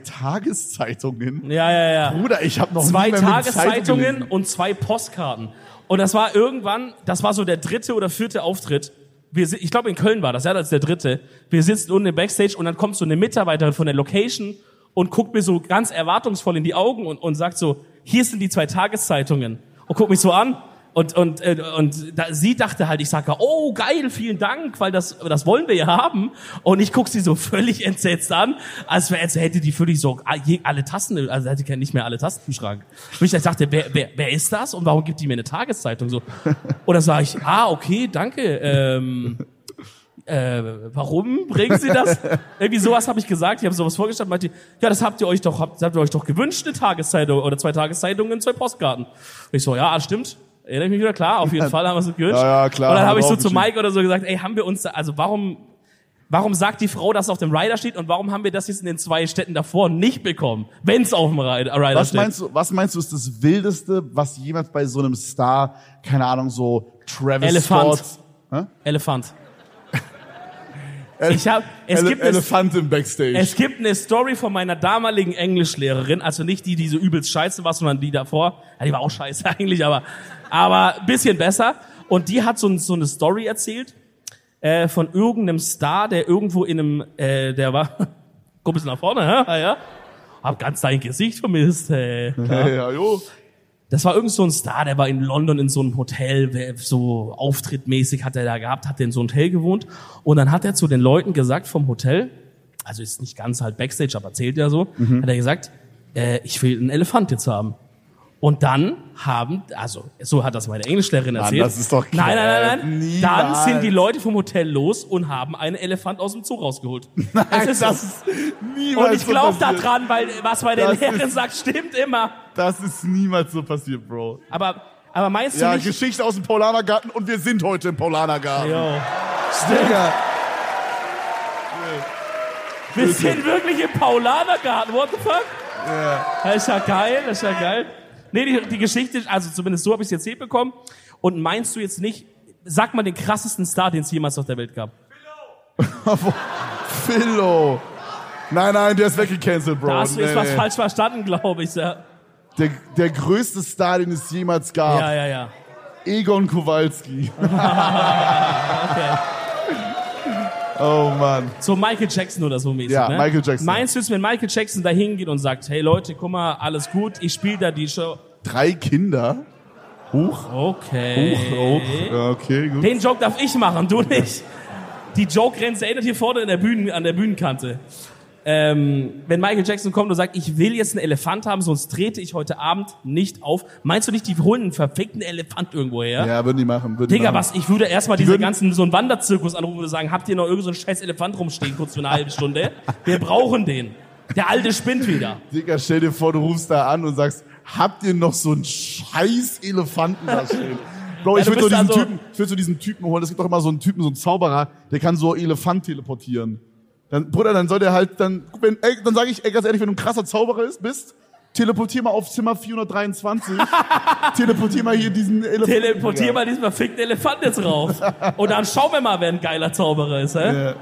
[SPEAKER 1] Tageszeitungen.
[SPEAKER 2] ja, ja, ja.
[SPEAKER 1] Bruder, ich habe noch
[SPEAKER 2] zwei
[SPEAKER 1] nie mehr mit Zeitung
[SPEAKER 2] Tageszeitungen
[SPEAKER 1] gelesen.
[SPEAKER 2] und zwei Postkarten. Und das war irgendwann, das war so der dritte oder vierte Auftritt. Wir, si- ich glaube, in Köln war das, ja, das ist der dritte. Wir sitzen unten im Backstage und dann kommt so eine Mitarbeiterin von der Location und guckt mir so ganz erwartungsvoll in die Augen und, und sagt so, hier sind die zwei Tageszeitungen. Und guckt mich so an. Und, und, äh, und da, sie dachte halt, ich sage, oh geil, vielen Dank, weil das, das wollen wir ja haben. Und ich guck sie so völlig entsetzt an, als, wär, als hätte die völlig so a- je- alle Tassen, also hätte die nicht mehr alle Tassen im Schrank. Und ich dachte, wer, wer, wer ist das und warum gibt die mir eine Tageszeitung so? Und dann sage ich, ah, okay, danke. Ähm, äh, warum bringen Sie das? Irgendwie sowas habe ich gesagt, ich habe sowas vorgestellt, meinte, die, ja, das habt ihr euch doch, habt, habt ihr euch doch gewünscht, eine Tageszeitung oder zwei Tageszeitungen, zwei Postkarten. Und ich so, ja, stimmt. Erinnere ich mich wieder, klar, auf jeden Fall haben wir es gewünscht.
[SPEAKER 1] Ja, ja, klar,
[SPEAKER 2] Und dann
[SPEAKER 1] haben
[SPEAKER 2] habe
[SPEAKER 1] wir
[SPEAKER 2] ich so zu
[SPEAKER 1] draufgeschrieben.
[SPEAKER 2] Mike oder so gesagt, ey, haben wir uns da, also warum, warum sagt die Frau, dass es auf dem Rider steht und warum haben wir das jetzt in den zwei Städten davor nicht bekommen, wenn es auf dem Ri- Rider
[SPEAKER 1] Was
[SPEAKER 2] steht?
[SPEAKER 1] meinst du, was meinst du ist das wildeste, was jemals bei so einem Star, keine Ahnung, so Travis
[SPEAKER 2] Elefant.
[SPEAKER 1] Scott,
[SPEAKER 2] Elefant. Ich hab, es
[SPEAKER 1] Ele
[SPEAKER 2] gibt eine
[SPEAKER 1] Elefant im Backstage.
[SPEAKER 2] Es gibt eine Story von meiner damaligen Englischlehrerin, also nicht die, die so übelst scheiße war, sondern die davor. Ja, die war auch scheiße eigentlich, aber aber ein bisschen besser. Und die hat so, ein- so eine Story erzählt äh, von irgendeinem Star, der irgendwo in einem, äh, der war, guck ein bisschen nach vorne, hä? Ah, ja. Hab ganz dein Gesicht vermisst, äh. ey.
[SPEAKER 1] ja, ja, jo.
[SPEAKER 2] Das war irgend so ein Star, der war in London in so einem Hotel, wer- so auftrittmäßig hat er da gehabt, hat in so einem Hotel gewohnt. Und dann hat er zu den Leuten gesagt vom Hotel, also ist nicht ganz halt Backstage, aber zählt ja so,
[SPEAKER 1] Mhm.
[SPEAKER 2] hat er gesagt, äh, ich will einen Elefant jetzt haben. Und dann haben, also so hat das meine Englischlehrerin erzählt.
[SPEAKER 1] das ist doch
[SPEAKER 2] nein, nein, nein, nein.
[SPEAKER 1] Quatsch.
[SPEAKER 2] Dann
[SPEAKER 1] Niemals.
[SPEAKER 2] sind die Leute vom Hotel los und haben einen Elefant aus dem Zoo rausgeholt.
[SPEAKER 1] Nein,
[SPEAKER 2] ist
[SPEAKER 1] das
[SPEAKER 2] so.
[SPEAKER 1] ist niemals
[SPEAKER 2] Und ich
[SPEAKER 1] so
[SPEAKER 2] glaube da
[SPEAKER 1] passiert.
[SPEAKER 2] dran, weil was meine
[SPEAKER 1] Das
[SPEAKER 2] Lehrerin
[SPEAKER 1] ist-
[SPEAKER 2] sagt, stimmt immer.
[SPEAKER 1] Das ist niemals so passiert, Bro.
[SPEAKER 2] Aber, aber meinst du
[SPEAKER 1] Ja,
[SPEAKER 2] nicht,
[SPEAKER 1] Geschichte aus dem Paulanergarten und wir sind heute im Paulanergarten.
[SPEAKER 2] Yo.
[SPEAKER 1] Digga.
[SPEAKER 2] Wir sind wirklich im Paulanergarten, what the fuck? Das ist ja geil, das ist ja geil. Nee, die, die Geschichte, ist- also zumindest so habe ich es jetzt hinbekommen. Und meinst du jetzt nicht, sag mal den krassesten Star, den es jemals auf der Welt gab?
[SPEAKER 1] Oh, Philo. Nein, nein, der ist weggecancelt, Bro.
[SPEAKER 2] Da hast du jetzt
[SPEAKER 1] Nee,
[SPEAKER 2] was
[SPEAKER 1] nee.
[SPEAKER 2] falsch verstanden, glaube ich. Ja,
[SPEAKER 1] Der, der größte Star, den es jemals gab.
[SPEAKER 2] ja, ja. ja.
[SPEAKER 1] Egon Kowalski.
[SPEAKER 2] Okay.
[SPEAKER 1] Oh Mann.
[SPEAKER 2] So Michael Jackson oder so mäßig.
[SPEAKER 1] Ja,
[SPEAKER 2] ne?
[SPEAKER 1] Michael Jackson.
[SPEAKER 2] Meinst du jetzt, wenn Michael Jackson da hingeht und sagt, hey Leute, guck mal, alles gut, ich spiele da die Show.
[SPEAKER 1] Drei Kinder? Huch,
[SPEAKER 2] Okay.
[SPEAKER 1] huch, huch. Ja, okay, gut.
[SPEAKER 2] Den Joke darf ich machen, du nicht. Die Joke-Grenze endet hier vorne in der Bühne, an der Bühnenkante. Ähm, wenn Michael Jackson kommt und sagt, ich will jetzt einen Elefant haben, sonst trete ich heute Abend nicht auf. Meinst du nicht, die holen einen verfickten Elefant irgendwo her?
[SPEAKER 1] Ja, würden die machen. Würden die
[SPEAKER 2] Digga,
[SPEAKER 1] machen.
[SPEAKER 2] was, ich würde erstmal diese
[SPEAKER 1] würden-
[SPEAKER 2] ganzen, so einen Wanderzirkus anrufen und sagen, habt ihr noch irgendeinen so einen scheiß Elefant rumstehen, kurz für eine halbe Stunde? Wir brauchen den. Der alte spinnt wieder.
[SPEAKER 1] Digga, stell dir vor, du rufst da an und sagst, habt ihr noch so einen scheiß Elefanten da stehen? Bro,
[SPEAKER 2] Ja,
[SPEAKER 1] ich
[SPEAKER 2] du
[SPEAKER 1] würde so
[SPEAKER 2] bist
[SPEAKER 1] diesen
[SPEAKER 2] also-
[SPEAKER 1] Typen, ich würde so diesen Typen holen. Es gibt doch immer so einen Typen, so einen Zauberer, der kann so Elefant teleportieren. Dann, Bruder, dann soll der halt, dann, wenn, ey, dann sage ich, ey, ganz ehrlich, wenn du ein krasser Zauberer ist, bist, teleportier mal auf Zimmer 423, teleportier mal hier diesen Elefanten.
[SPEAKER 2] Teleportier
[SPEAKER 1] Digga.
[SPEAKER 2] mal diesen verfickten Elefant jetzt rauf. Und dann schauen wir mal, wer ein geiler Zauberer ist. Hä?
[SPEAKER 1] Ja.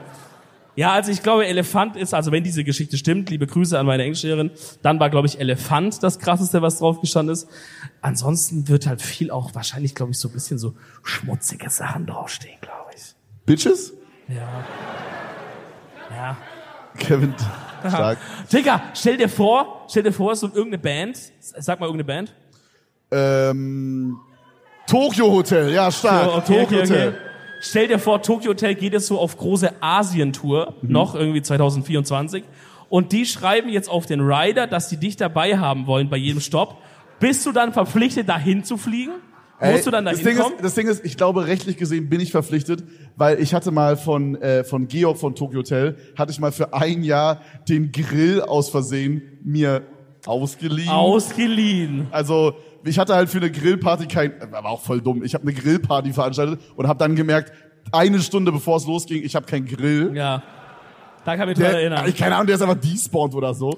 [SPEAKER 2] Ja, also ich glaube, Elefant ist, also wenn diese Geschichte stimmt, liebe Grüße an meine Englischlehrerin, dann war, glaube ich, Elefant das krasseste, was drauf gestanden ist. Ansonsten wird halt viel auch wahrscheinlich, glaube ich, so ein bisschen so schmutzige Sachen draufstehen, glaube ich.
[SPEAKER 1] Bitches?
[SPEAKER 2] Ja. Ja.
[SPEAKER 1] Kevin, stark.
[SPEAKER 2] Digga, stell dir vor, stell dir vor, so irgendeine Band, sag mal irgendeine Band.
[SPEAKER 1] ähm, Tokyo Hotel, ja, stark.
[SPEAKER 2] Oh, okay,
[SPEAKER 1] Tokyo
[SPEAKER 2] okay, okay.
[SPEAKER 1] Hotel.
[SPEAKER 2] Stell dir vor, Tokyo Hotel geht jetzt so auf große Asien-Tour,
[SPEAKER 1] Mhm.
[SPEAKER 2] noch irgendwie 2024. Und die schreiben jetzt auf den Rider, dass die dich dabei haben wollen bei jedem Stopp. Bist du dann verpflichtet, dahin zu fliegen?
[SPEAKER 1] Ey,
[SPEAKER 2] Musst du dann
[SPEAKER 1] das
[SPEAKER 2] dahin
[SPEAKER 1] Ding, ist,
[SPEAKER 2] kommen?
[SPEAKER 1] das Ding ist, ich glaube, rechtlich gesehen bin ich verpflichtet, weil ich hatte mal von, äh, von Georg von Tokyo Hotel, hatte ich mal für ein Jahr den Grill aus Versehen mir Ausgeliehen.
[SPEAKER 2] Ausgeliehen.
[SPEAKER 1] Also ich hatte halt für eine Grillparty kein, war auch voll dumm. Ich habe eine Grillparty veranstaltet und habe dann gemerkt, eine Stunde bevor es losging, ich habe keinen Grill.
[SPEAKER 2] Ja. Da kann ich mich dran
[SPEAKER 1] Der,
[SPEAKER 2] erinnern.
[SPEAKER 1] ich, keine Ahnung, der ist einfach despawned oder so.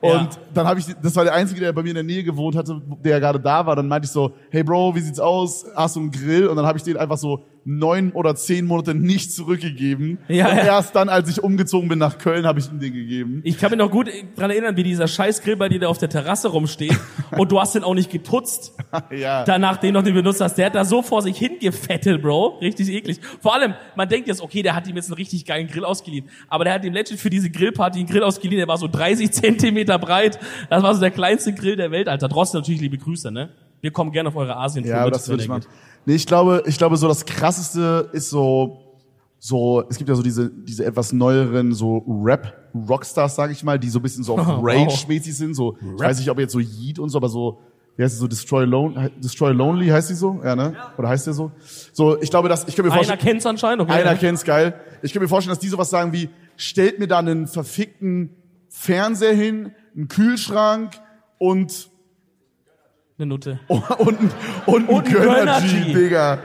[SPEAKER 1] Und
[SPEAKER 2] Ja.
[SPEAKER 1] dann habe ich, das war der Einzige, der bei mir in der Nähe gewohnt hatte, der gerade da war. Dann meinte ich so, hey Bro, wie sieht's aus? Hast du einen Grill? Und dann habe ich den einfach so neun oder zehn Monate nicht zurückgegeben.
[SPEAKER 2] Ja,
[SPEAKER 1] und
[SPEAKER 2] ja.
[SPEAKER 1] erst dann, als ich umgezogen bin nach Köln, habe ich ihm den gegeben.
[SPEAKER 2] Ich kann mich noch gut dran erinnern, wie dieser scheiß Grill bei dir da auf der Terrasse rumsteht und du hast den auch nicht geputzt.
[SPEAKER 1] Ja.
[SPEAKER 2] danach den noch den benutzt hast. Der hat da so vor sich hingefettelt, Bro. Richtig eklig. Vor allem, man denkt jetzt, okay, der hat ihm jetzt einen richtig geilen Grill ausgeliehen. Aber der hat ihm legend für diese Grillparty einen Grill ausgeliehen, der war so 30 Zentimeter breit. Das war so der kleinste Grill der Welt, Alter. Trotzdem natürlich liebe Grüße, ne? Wir kommen gerne auf eure asien
[SPEAKER 1] Ja, aber das würde ich machen. Nee, ich glaube, ich glaube, so das krasseste ist so, so, es gibt ja so diese, diese etwas neueren, so Rap-Rockstars, sage ich mal, die so ein bisschen so auf
[SPEAKER 2] Wow.
[SPEAKER 1] Rage-mäßig sind, so, ich weiß nicht, ob jetzt so Yeet und so, aber so, wie heißt die so, Destroy, Lon Destroy Lonely heißt die so? Ja, ne? Oder heißt der so? So, ich glaube, dass, ich kann mir
[SPEAKER 2] Einer
[SPEAKER 1] vorstellen,
[SPEAKER 2] kennt's anscheinend, okay.
[SPEAKER 1] einer kennt's geil. Ich kann mir vorstellen, dass die sowas sagen wie, stellt mir da einen verfickten Fernseher hin, einen Kühlschrank und,
[SPEAKER 2] Eine Nutte.
[SPEAKER 1] und, und, und, einen
[SPEAKER 2] Und einen
[SPEAKER 1] Gönner-G,
[SPEAKER 2] Gönner-G.
[SPEAKER 1] Digga.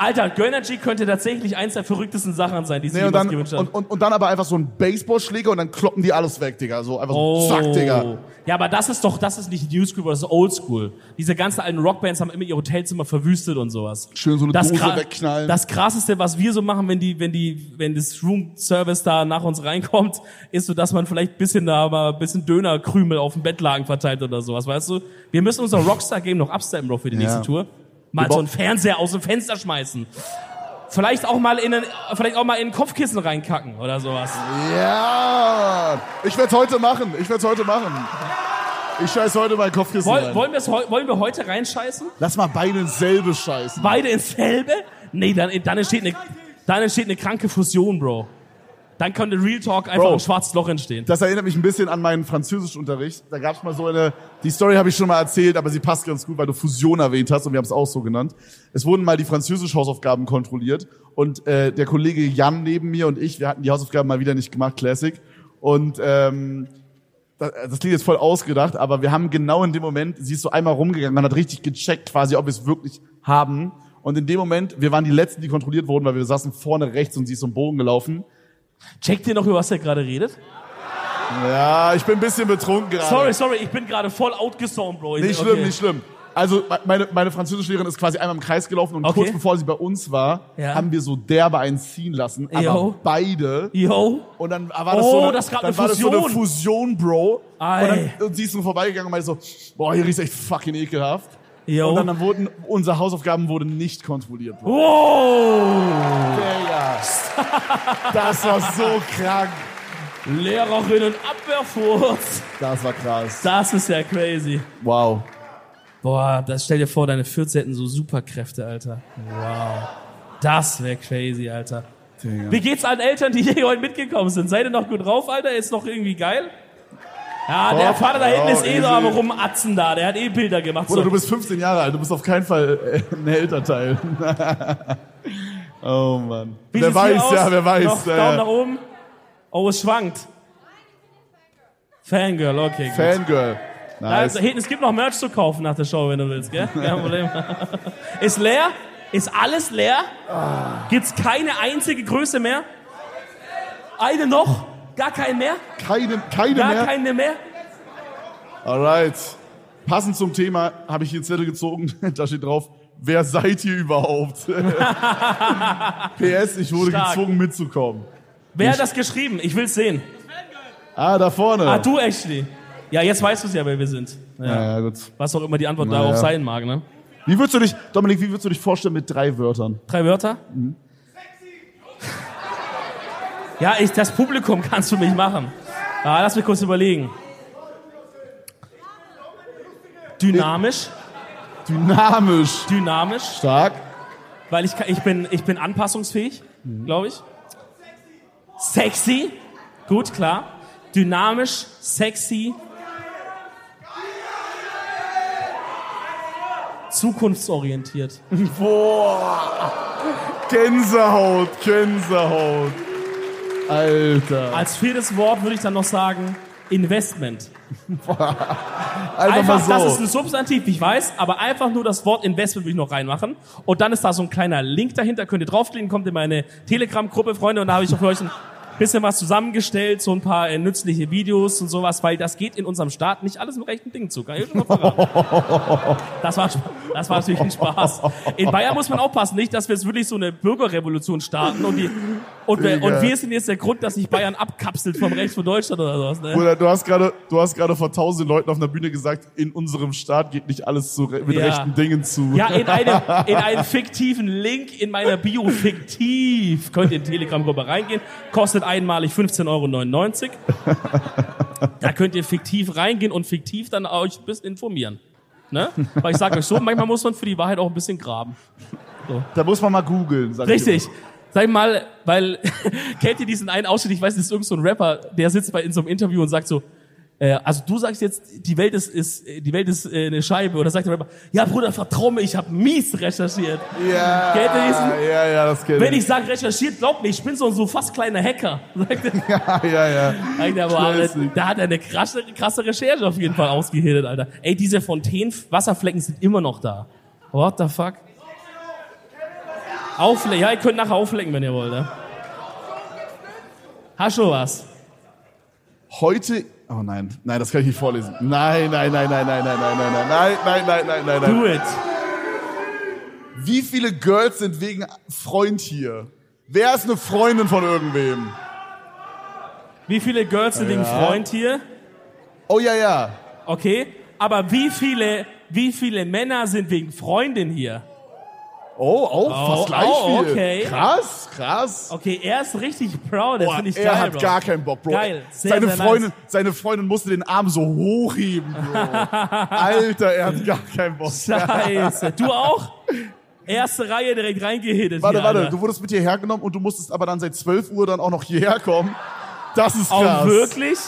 [SPEAKER 2] Alter, Gönnergy könnte tatsächlich eins der verrücktesten Sachen sein, die sich
[SPEAKER 1] Nee, und,
[SPEAKER 2] jemals
[SPEAKER 1] dann,
[SPEAKER 2] gewünscht
[SPEAKER 1] und,
[SPEAKER 2] hat.
[SPEAKER 1] und, und dann aber einfach so ein Baseballschläger und dann kloppen die alles weg, Digga. So einfach so,
[SPEAKER 2] Oh.
[SPEAKER 1] zack, Digga.
[SPEAKER 2] Ja, aber das ist doch, das ist nicht New School, das ist Old School. Diese ganzen alten Rockbands haben immer ihr Hotelzimmer verwüstet und sowas.
[SPEAKER 1] Schön so eine Dose
[SPEAKER 2] kra-
[SPEAKER 1] wegknallen.
[SPEAKER 2] Das krasseste, was wir so machen, wenn die, wenn die, wenn das Room Service da nach uns reinkommt, ist so, dass man vielleicht ein bisschen da mal ein bisschen Dönerkrümel auf dem Bettlaken verteilt oder sowas, weißt du? Wir müssen unser Rockstar-Game noch absteppen, Bro, für die
[SPEAKER 1] Ja.
[SPEAKER 2] nächste Tour. Mal
[SPEAKER 1] Wir
[SPEAKER 2] so
[SPEAKER 1] brauchen-
[SPEAKER 2] einen Fernseher aus dem Fenster schmeißen. Vielleicht auch mal in den, vielleicht auch mal in ein Kopfkissen reinkacken oder sowas.
[SPEAKER 1] Ja. Ich werd's heute machen. Ich werd's heute machen. Ich scheiß heute mein Kopfkissen
[SPEAKER 2] Woll,
[SPEAKER 1] rein.
[SPEAKER 2] wollen, wir's heu- wollen wir heute reinscheißen?
[SPEAKER 1] Lass mal beide ins selbe scheißen.
[SPEAKER 2] Beide ins selbe? Nee, dann, dann, entsteht eine, dann entsteht eine kranke Fusion, Bro. Dann könnte Real Talk einfach
[SPEAKER 1] Bro.
[SPEAKER 2] ein schwarzes Loch entstehen.
[SPEAKER 1] Das erinnert mich ein bisschen an meinen Französischunterricht. Da gab's mal so eine, die Story habe ich schon mal erzählt, aber sie passt ganz gut, weil du Fusion erwähnt hast und wir haben es auch so genannt. Es wurden mal die Französisch-Hausaufgaben kontrolliert und äh, der Kollege Jan neben mir und ich, wir hatten die Hausaufgaben mal wieder nicht gemacht, Classic. Und ähm, das, das klingt jetzt voll ausgedacht, aber wir haben genau in dem Moment, sie ist so einmal rumgegangen, man hat richtig gecheckt quasi, ob wir es wirklich haben. Und in dem Moment, wir waren die Letzten, die kontrolliert wurden, weil wir saßen vorne rechts und sie ist so einen Bogen gelaufen.
[SPEAKER 2] Checkt ihr noch, über was er gerade redet?
[SPEAKER 1] Ja, ich bin ein bisschen betrunken gerade.
[SPEAKER 2] Sorry, sorry, ich bin gerade voll outgesound, Bro.
[SPEAKER 1] Nicht
[SPEAKER 2] Okay.
[SPEAKER 1] schlimm, nicht schlimm. Also me- meine, meine Französischlehrerin ist quasi einmal im Kreis gelaufen und
[SPEAKER 2] Okay.
[SPEAKER 1] kurz bevor sie bei uns war,
[SPEAKER 2] Ja.
[SPEAKER 1] haben wir so derbe einen ziehen lassen, aber
[SPEAKER 2] Jo.
[SPEAKER 1] beide.
[SPEAKER 2] Yo,
[SPEAKER 1] Und dann war das
[SPEAKER 2] Oh,
[SPEAKER 1] so eine,
[SPEAKER 2] das gab
[SPEAKER 1] dann
[SPEAKER 2] eine
[SPEAKER 1] war das so eine
[SPEAKER 2] Fusion.
[SPEAKER 1] Fusion, Bro. Und,
[SPEAKER 2] Ei.
[SPEAKER 1] dann, und sie ist so vorbeigegangen und meinte so, boah, hier riecht's echt fucking ekelhaft.
[SPEAKER 2] yo.
[SPEAKER 1] Und dann, dann wurden unsere Hausaufgaben wurden nicht kontrolliert, Bro.
[SPEAKER 2] wow.
[SPEAKER 1] Digga. Das war so krank.
[SPEAKER 2] Lehrerinnen Abwehrfurz.
[SPEAKER 1] Das war krass.
[SPEAKER 2] Das ist ja crazy.
[SPEAKER 1] Wow.
[SPEAKER 2] Boah, das stell dir vor, deine 14 hätten so Superkräfte, Alter. Wow. Das wäre crazy, Alter.
[SPEAKER 1] Digga.
[SPEAKER 2] Wie geht's allen Eltern, die hier heute mitgekommen sind? Seid ihr noch gut drauf, Alter? Ist noch irgendwie geil? Ja, der
[SPEAKER 1] Doch,
[SPEAKER 2] Vater da
[SPEAKER 1] ja,
[SPEAKER 2] hinten ist eh
[SPEAKER 1] easy.
[SPEAKER 2] so am Rumatzen da. Der hat eh Bilder gemacht.
[SPEAKER 1] genau, Bruder,
[SPEAKER 2] So.
[SPEAKER 1] du bist 15 Jahre alt, du bist auf keinen Fall äh, ein Elternteil. oh Mann.
[SPEAKER 2] Wie
[SPEAKER 1] wer
[SPEAKER 2] sieht's hier
[SPEAKER 1] weiß,
[SPEAKER 2] aus?
[SPEAKER 1] ja, wer
[SPEAKER 2] Noch
[SPEAKER 1] weiß.
[SPEAKER 2] Daumen nach
[SPEAKER 1] Äh,
[SPEAKER 2] oben. Oh, es schwankt. Fangirl, okay. Gut.
[SPEAKER 1] Fangirl. Nice.
[SPEAKER 2] Also, hinten, es gibt noch Merch zu kaufen nach der Show, wenn du willst, gell? Kein Problem. ist leer? Ist alles leer? Gibt's keine einzige Größe mehr? Eine noch? Gar keinen mehr?
[SPEAKER 1] Keine, keine
[SPEAKER 2] Gar
[SPEAKER 1] mehr.
[SPEAKER 2] keine mehr?
[SPEAKER 1] Alright. Passend zum Thema habe ich hier einen Zettel gezogen. da steht drauf, wer seid ihr überhaupt? PS, ich wurde
[SPEAKER 2] Stark.
[SPEAKER 1] gezwungen mitzukommen.
[SPEAKER 2] Wer hat das geschrieben? Ich will's sehen.
[SPEAKER 1] Ah, da vorne.
[SPEAKER 2] Ah, du, Ashley. Ja, jetzt weißt du ja, wer wir sind. Ja.
[SPEAKER 1] ja, gut.
[SPEAKER 2] Was auch immer die Antwort
[SPEAKER 1] Na
[SPEAKER 2] darauf
[SPEAKER 1] ja.
[SPEAKER 2] sein mag, ne?
[SPEAKER 1] Wie würdest du dich, Dominik, wie würdest du dich vorstellen mit drei Wörtern?
[SPEAKER 2] Drei Wörter? Ja, ich, das Publikum kannst du mich machen. Ah, lass mich kurz überlegen. Dynamisch,
[SPEAKER 1] Dynamisch.
[SPEAKER 2] dynamisch,
[SPEAKER 1] Stark.
[SPEAKER 2] weil ich, ka- ich, bin, ich bin anpassungsfähig, glaube ich. Sexy, gut, klar. Dynamisch, sexy. Zukunftsorientiert.
[SPEAKER 1] Boah! Gänsehaut, Gänsehaut. Alter.
[SPEAKER 2] Als viertes Wort würde ich dann noch sagen, Investment.
[SPEAKER 1] Einfach,
[SPEAKER 2] Einfach,
[SPEAKER 1] mal
[SPEAKER 2] das
[SPEAKER 1] so.
[SPEAKER 2] ist ein Substantiv, ich weiß, aber einfach nur das Wort Investment will ich noch reinmachen. Und dann ist da so ein kleiner Link dahinter, könnt ihr draufklicken, kommt in meine Telegram-Gruppe, Freunde, und da habe ich auch für euch ein bisschen was zusammengestellt, so ein paar äh, nützliche Videos und sowas, weil das geht in unserem Staat nicht alles im rechten Ding zu. Kann ich euch schon mal verraten. das, war, Sp- das war natürlich ein Spaß. In Bayern muss man aufpassen, nicht, dass wir jetzt wirklich so eine Bürgerrevolution starten und die, und wir, und wir sind jetzt der Grund, dass sich Bayern abkapselt vom Recht von Deutschland oder sowas, ne?
[SPEAKER 1] Bruder, du hast gerade, du hast gerade vor tausend Leuten auf einer Bühne gesagt, in unserem Staat geht nicht alles zu, re- mit
[SPEAKER 2] Ja.
[SPEAKER 1] rechten Dingen zu.
[SPEAKER 2] Ja, in einem, in einen fiktiven Link in meiner Bio fiktiv. Könnt ihr in die Telegram-Gruppe reingehen. Kostet einmalig 15,99 Euro. Da könnt ihr fiktiv reingehen und fiktiv dann euch ein bisschen informieren. Ne? Weil ich sage euch so, manchmal muss man für die Wahrheit auch ein bisschen graben.
[SPEAKER 1] Da muss man mal googeln. sag ich
[SPEAKER 2] Richtig.
[SPEAKER 1] dir.
[SPEAKER 2] Sag mal, weil, kennt ihr diesen einen Ausschnitt? Ich weiß, das ist irgend so ein Rapper, der sitzt bei in so einem Interview und sagt so, äh, also du sagst jetzt, die Welt ist, ist äh, die Welt ist äh, eine Scheibe. Oder sagt der Rapper, ja Bruder, vertrau mir, ich habe mies recherchiert.
[SPEAKER 1] Ja,
[SPEAKER 2] Kennt ihr diesen-
[SPEAKER 1] ja, ja, das kennt
[SPEAKER 2] Wenn ich sage recherchiert, glaubt mir, ich bin so ein so fast kleiner Hacker. Sagt er.
[SPEAKER 1] Ja, ja, ja.
[SPEAKER 2] Sagt er, aber, Alter,
[SPEAKER 1] Classic.
[SPEAKER 2] da hat er eine krasse, krasse Recherche auf jeden Fall ausgehirtet, Alter. Ey, diese Fontänenwasserflecken sind immer noch da. What the fuck? Auflecken, ja, ihr könnt nachher auflecken, wenn ihr wollt. Ne? Hast du was?
[SPEAKER 1] Heute, oh nein, nein, das kann ich nicht vorlesen. Nein, nein, nein, nein, nein, nein, nein, nein, nein, nein, nein, nein, nein, nein.
[SPEAKER 2] Do it.
[SPEAKER 1] Wie viele Girls sind wegen Freund hier? Wer ist eine Freundin von irgendwem?
[SPEAKER 2] Wie viele Girls sind wegen Freund hier?
[SPEAKER 1] Oh ja, ja.
[SPEAKER 2] Okay. Aber wie viele, wie viele Männer sind wegen Freundin hier?
[SPEAKER 1] Oh, oh, fast gleich
[SPEAKER 2] oh,
[SPEAKER 1] viel.
[SPEAKER 2] okay.
[SPEAKER 1] Krass, krass.
[SPEAKER 2] Okay, er ist richtig proud, das
[SPEAKER 1] Boah,
[SPEAKER 2] finde ich geil,
[SPEAKER 1] er hat
[SPEAKER 2] Bro.
[SPEAKER 1] gar keinen Bock, Bro.
[SPEAKER 2] Geil, sehr,
[SPEAKER 1] seine,
[SPEAKER 2] sehr nice.
[SPEAKER 1] Freundin, seine Freundin musste den Arm so hochheben, Bro. Alter, er hat gar keinen Bock.
[SPEAKER 2] Scheiße. Du auch? Erste Reihe direkt reingehedet.
[SPEAKER 1] Warte,
[SPEAKER 2] hier,
[SPEAKER 1] warte,
[SPEAKER 2] Alter.
[SPEAKER 1] du wurdest mit hierher genommen und du musstest aber dann seit 12 Uhr dann auch noch hierher kommen. Das ist krass.
[SPEAKER 2] Oh, wirklich?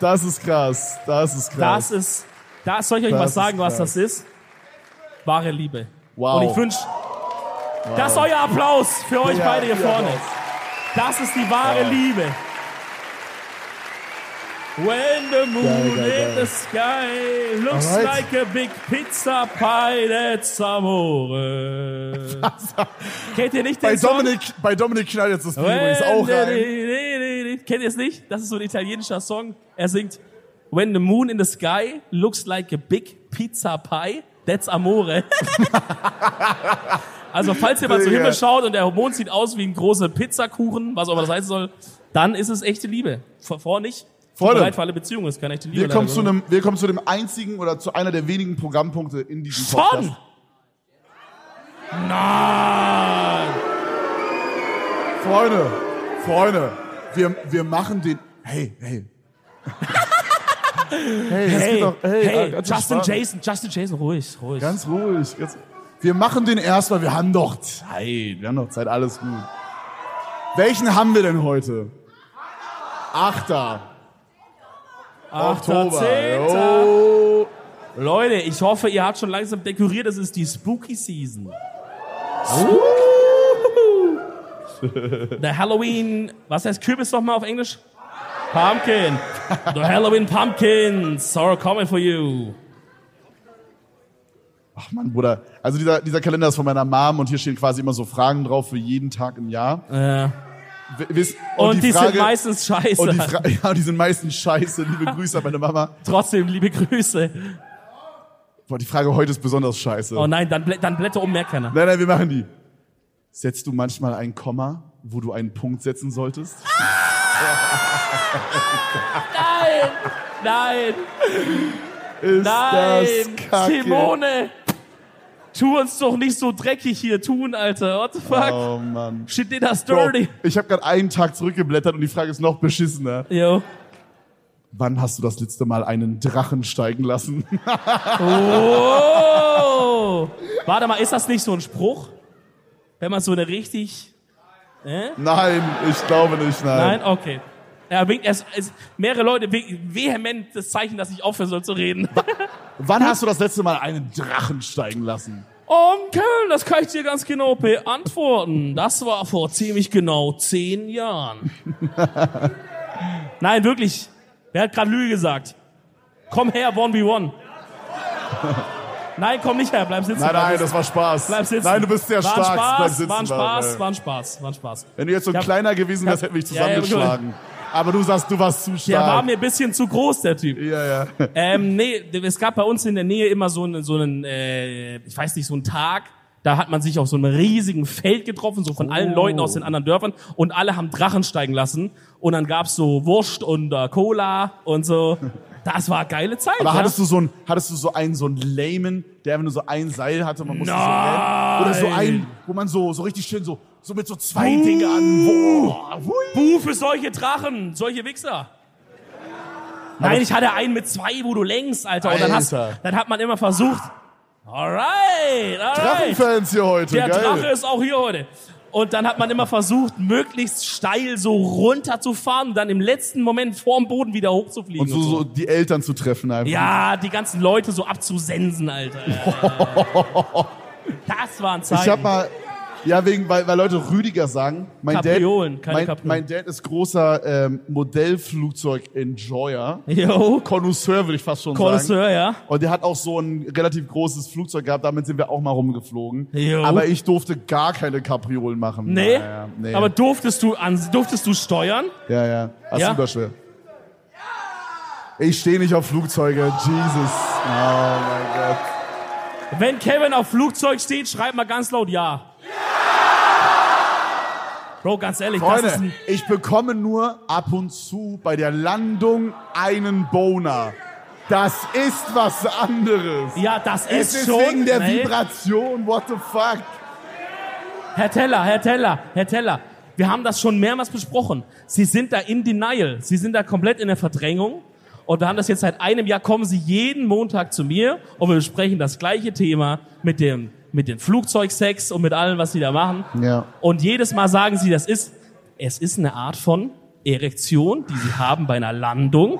[SPEAKER 1] Das ist krass. Das ist krass.
[SPEAKER 2] Das ist, da soll ich euch
[SPEAKER 1] Das
[SPEAKER 2] was sagen,
[SPEAKER 1] ist
[SPEAKER 2] was
[SPEAKER 1] krass.
[SPEAKER 2] das ist? Wahre Liebe.
[SPEAKER 1] Wow.
[SPEAKER 2] Und ich wünsche, das ist euer Applaus für euch
[SPEAKER 1] Ja,
[SPEAKER 2] beide hier
[SPEAKER 1] ja,
[SPEAKER 2] vorne. Das ist die wahre Liebe. When the moon
[SPEAKER 1] Geil, geil, geil.
[SPEAKER 2] in the sky looks
[SPEAKER 1] Alright.
[SPEAKER 2] like a big pizza pie, that's amore. Kennt ihr nicht den
[SPEAKER 1] bei,
[SPEAKER 2] Song?
[SPEAKER 1] Dominik, bei Dominik knallt jetzt das Bier übrigens auch rein.
[SPEAKER 2] Kennt ihr es nicht? Das ist so ein italienischer Song. Er singt When the moon in the sky looks like a big pizza pie, that's amore. also falls jemand zum
[SPEAKER 1] Digga.
[SPEAKER 2] Himmel schaut und der Mond sieht aus wie ein großer Pizzakuchen, was auch immer das heißen soll, dann ist es echte Liebe. Vor, vor nicht. Tut mir
[SPEAKER 1] Freunde.
[SPEAKER 2] leid für alle Beziehungen, es ist keine echte Liebe.
[SPEAKER 1] Wir kommen,
[SPEAKER 2] leider.
[SPEAKER 1] zu einem, wir kommen zu dem einzigen oder zu einer der wenigen Programmpunkte in diesem Podcast.
[SPEAKER 2] Schon? Nein!
[SPEAKER 1] Freunde, Freunde, wir, wir machen den. Hey, hey. hey, das
[SPEAKER 2] Hey,
[SPEAKER 1] geht doch. Hey, äh,
[SPEAKER 2] hey,
[SPEAKER 1] ganz
[SPEAKER 2] Justin
[SPEAKER 1] entspannt.
[SPEAKER 2] Jason, Justin Jason, ruhig, ruhig.
[SPEAKER 1] Ganz ruhig. Ganz, wir machen den erstmal. Wir haben doch Zeit. Wir haben doch Zeit. Alles gut. Welchen haben wir denn heute? Achter.
[SPEAKER 2] Achter,
[SPEAKER 1] Oktober. Oh.
[SPEAKER 2] Zehnter.
[SPEAKER 1] Jo.
[SPEAKER 2] Leute, ich hoffe, ihr habt schon langsam dekoriert, es ist die Spooky Season. The Halloween, was heißt Kürbis nochmal auf Englisch? Pumpkin. The Halloween Pumpkins are coming for you.
[SPEAKER 1] Ach Mann, Bruder. Also dieser, dieser Kalender ist von meiner Mom und hier stehen quasi immer so Fragen drauf für jeden Tag im Jahr.
[SPEAKER 2] Äh,
[SPEAKER 1] W- wisst-
[SPEAKER 2] und die, sind
[SPEAKER 1] Frage-
[SPEAKER 2] meistens scheiße.
[SPEAKER 1] Und die, Fra ja, die sind meistens scheiße. Liebe Grüße an meine Mama.
[SPEAKER 2] Trotzdem, liebe Grüße.
[SPEAKER 1] Boah, die Frage heute ist besonders scheiße.
[SPEAKER 2] Oh nein, dann, blä dann blätter um, mehr keiner.
[SPEAKER 1] Nein, nein, wir machen die. Setzt du manchmal ein Komma, wo du einen Punkt setzen solltest?
[SPEAKER 2] Nein, nein,
[SPEAKER 1] Ist
[SPEAKER 2] nein.
[SPEAKER 1] das kacke?
[SPEAKER 2] Simone, tu uns doch nicht so dreckig hier tun, Alter. What the fuck?
[SPEAKER 1] Oh Mann.
[SPEAKER 2] Shit did us
[SPEAKER 1] Bro,
[SPEAKER 2] dirty.
[SPEAKER 1] ich habe gerade einen Tag zurückgeblättert und die Frage ist noch beschissener.
[SPEAKER 2] Yo.
[SPEAKER 1] Wann hast du das letzte Mal einen Drachen steigen lassen?
[SPEAKER 2] Oh! Warte mal, ist das nicht so ein Spruch? Wenn man so eine richtig.
[SPEAKER 1] nein, ich glaube nicht, nein.
[SPEAKER 2] Nein? Okay. Er winkt, es, es, mehrere Leute winken vehement das Zeichen, dass ich aufhören soll zu reden.
[SPEAKER 1] Wann hast du das letzte Mal einen Drachen steigen lassen?
[SPEAKER 2] Onkel, das kann ich dir ganz genau beantworten. Das war vor ziemlich genau zehn Jahren. Nein, wirklich. Wer hat gerade Lüge gesagt? Komm her, 1v1. Nein, komm nicht her, bleib sitzen.
[SPEAKER 1] Nein,
[SPEAKER 2] bleib
[SPEAKER 1] nein,
[SPEAKER 2] sitzen.
[SPEAKER 1] das war Spaß.
[SPEAKER 2] Bleib sitzen.
[SPEAKER 1] Nein, du bist sehr
[SPEAKER 2] war ein
[SPEAKER 1] stark.
[SPEAKER 2] Spaß,
[SPEAKER 1] Bleib sitzen,
[SPEAKER 2] war ein
[SPEAKER 1] Alter.
[SPEAKER 2] Spaß, war ein Spaß, war ein Spaß.
[SPEAKER 1] Wenn du jetzt so
[SPEAKER 2] Ja.
[SPEAKER 1] kleiner gewesen wärst,
[SPEAKER 2] Ja.
[SPEAKER 1] hätte mich
[SPEAKER 2] Ja, ja,
[SPEAKER 1] zusammengeschlagen. Aber du sagst, du warst zu
[SPEAKER 2] Der war
[SPEAKER 1] stark.
[SPEAKER 2] mir ein bisschen zu groß, der Typ.
[SPEAKER 1] ja, ja.
[SPEAKER 2] Ähm, nee, es gab bei uns in der Nähe immer so einen, so einen äh, ich weiß nicht, so einen Tag, da hat man sich auf so einem riesigen Feld getroffen, so von
[SPEAKER 1] Oh.
[SPEAKER 2] allen Leuten aus den anderen Dörfern und alle haben Drachen steigen lassen und dann gab's so Wurst und äh, Cola und so. Das war geile Zeit.
[SPEAKER 1] Aber
[SPEAKER 2] ja?
[SPEAKER 1] hattest du so einen, hattest du so einen, so einen Lamen, der nur so ein Seil hatte, man musste
[SPEAKER 2] Nein.
[SPEAKER 1] so rennen? Oder so einen, wo man so, so richtig schön so, so mit so zwei Dingern, boah, hui.
[SPEAKER 2] Buh für solche Drachen, solche Wichser. Nein, ich hatte einen mit zwei, wo du längst, Alter. Und dann, hast,
[SPEAKER 1] Alter.
[SPEAKER 2] dann hat man immer versucht. Alright, alright.
[SPEAKER 1] Drachenfans hier heute,
[SPEAKER 2] Der
[SPEAKER 1] geil.
[SPEAKER 2] Drache ist auch hier heute. Und dann hat man immer versucht, möglichst steil so runterzufahren und dann im letzten Moment vorm Boden wieder hochzufliegen.
[SPEAKER 1] Und so, so die Eltern zu treffen einfach.
[SPEAKER 2] Ja, die ganzen Leute so abzusensen, Alter. das waren Zeiten.
[SPEAKER 1] Ich hab mal, ja, wegen, weil, weil Leute Rüdiger sagen, mein
[SPEAKER 2] Kapriolen,
[SPEAKER 1] Dad,
[SPEAKER 2] keine
[SPEAKER 1] mein,
[SPEAKER 2] Kapriolen.
[SPEAKER 1] mein Dad ist großer ähm, Modellflugzeug-Enjoyer.
[SPEAKER 2] Yo,
[SPEAKER 1] Connoisseur, würde ich fast schon sagen.
[SPEAKER 2] Connoisseur, ja.
[SPEAKER 1] Und der hat auch so ein relativ großes Flugzeug gehabt, damit sind wir auch mal rumgeflogen.
[SPEAKER 2] Jo.
[SPEAKER 1] Aber ich durfte gar keine Kapriolen machen.
[SPEAKER 2] Nee?
[SPEAKER 1] Naja, nee.
[SPEAKER 2] Aber durftest du, an, durftest du steuern?
[SPEAKER 1] ja, ja. Das
[SPEAKER 2] Ja?
[SPEAKER 1] ist super schwer. Ich stehe nicht auf Flugzeuge. Jesus. Oh mein Gott.
[SPEAKER 2] Wenn Kevin auf Flugzeug steht, schreib mal ganz laut Ja. Bro, ganz ehrlich, das ist
[SPEAKER 1] Freunde,
[SPEAKER 2] ein,
[SPEAKER 1] ich bekomme nur ab und zu bei der Landung einen Boner. Das ist was anderes.
[SPEAKER 2] ja, das
[SPEAKER 1] Es
[SPEAKER 2] ist,
[SPEAKER 1] ist
[SPEAKER 2] schon. ne?
[SPEAKER 1] wegen der
[SPEAKER 2] Nee.
[SPEAKER 1] Vibration. What the fuck?
[SPEAKER 2] Herr Teller, Herr Teller, Herr Teller, wir haben das schon mehrmals besprochen. Sie sind da in Denial. Sie sind da komplett in der Verdrängung. Und wir haben das jetzt seit einem Jahr, kommen Sie jeden Montag zu mir und wir besprechen das gleiche Thema mit dem, mit dem Flugzeugsex und mit allem, was Sie da machen.
[SPEAKER 1] Ja.
[SPEAKER 2] Und jedes Mal sagen Sie, das ist, es ist eine Art von Erektion, die Sie haben bei einer Landung.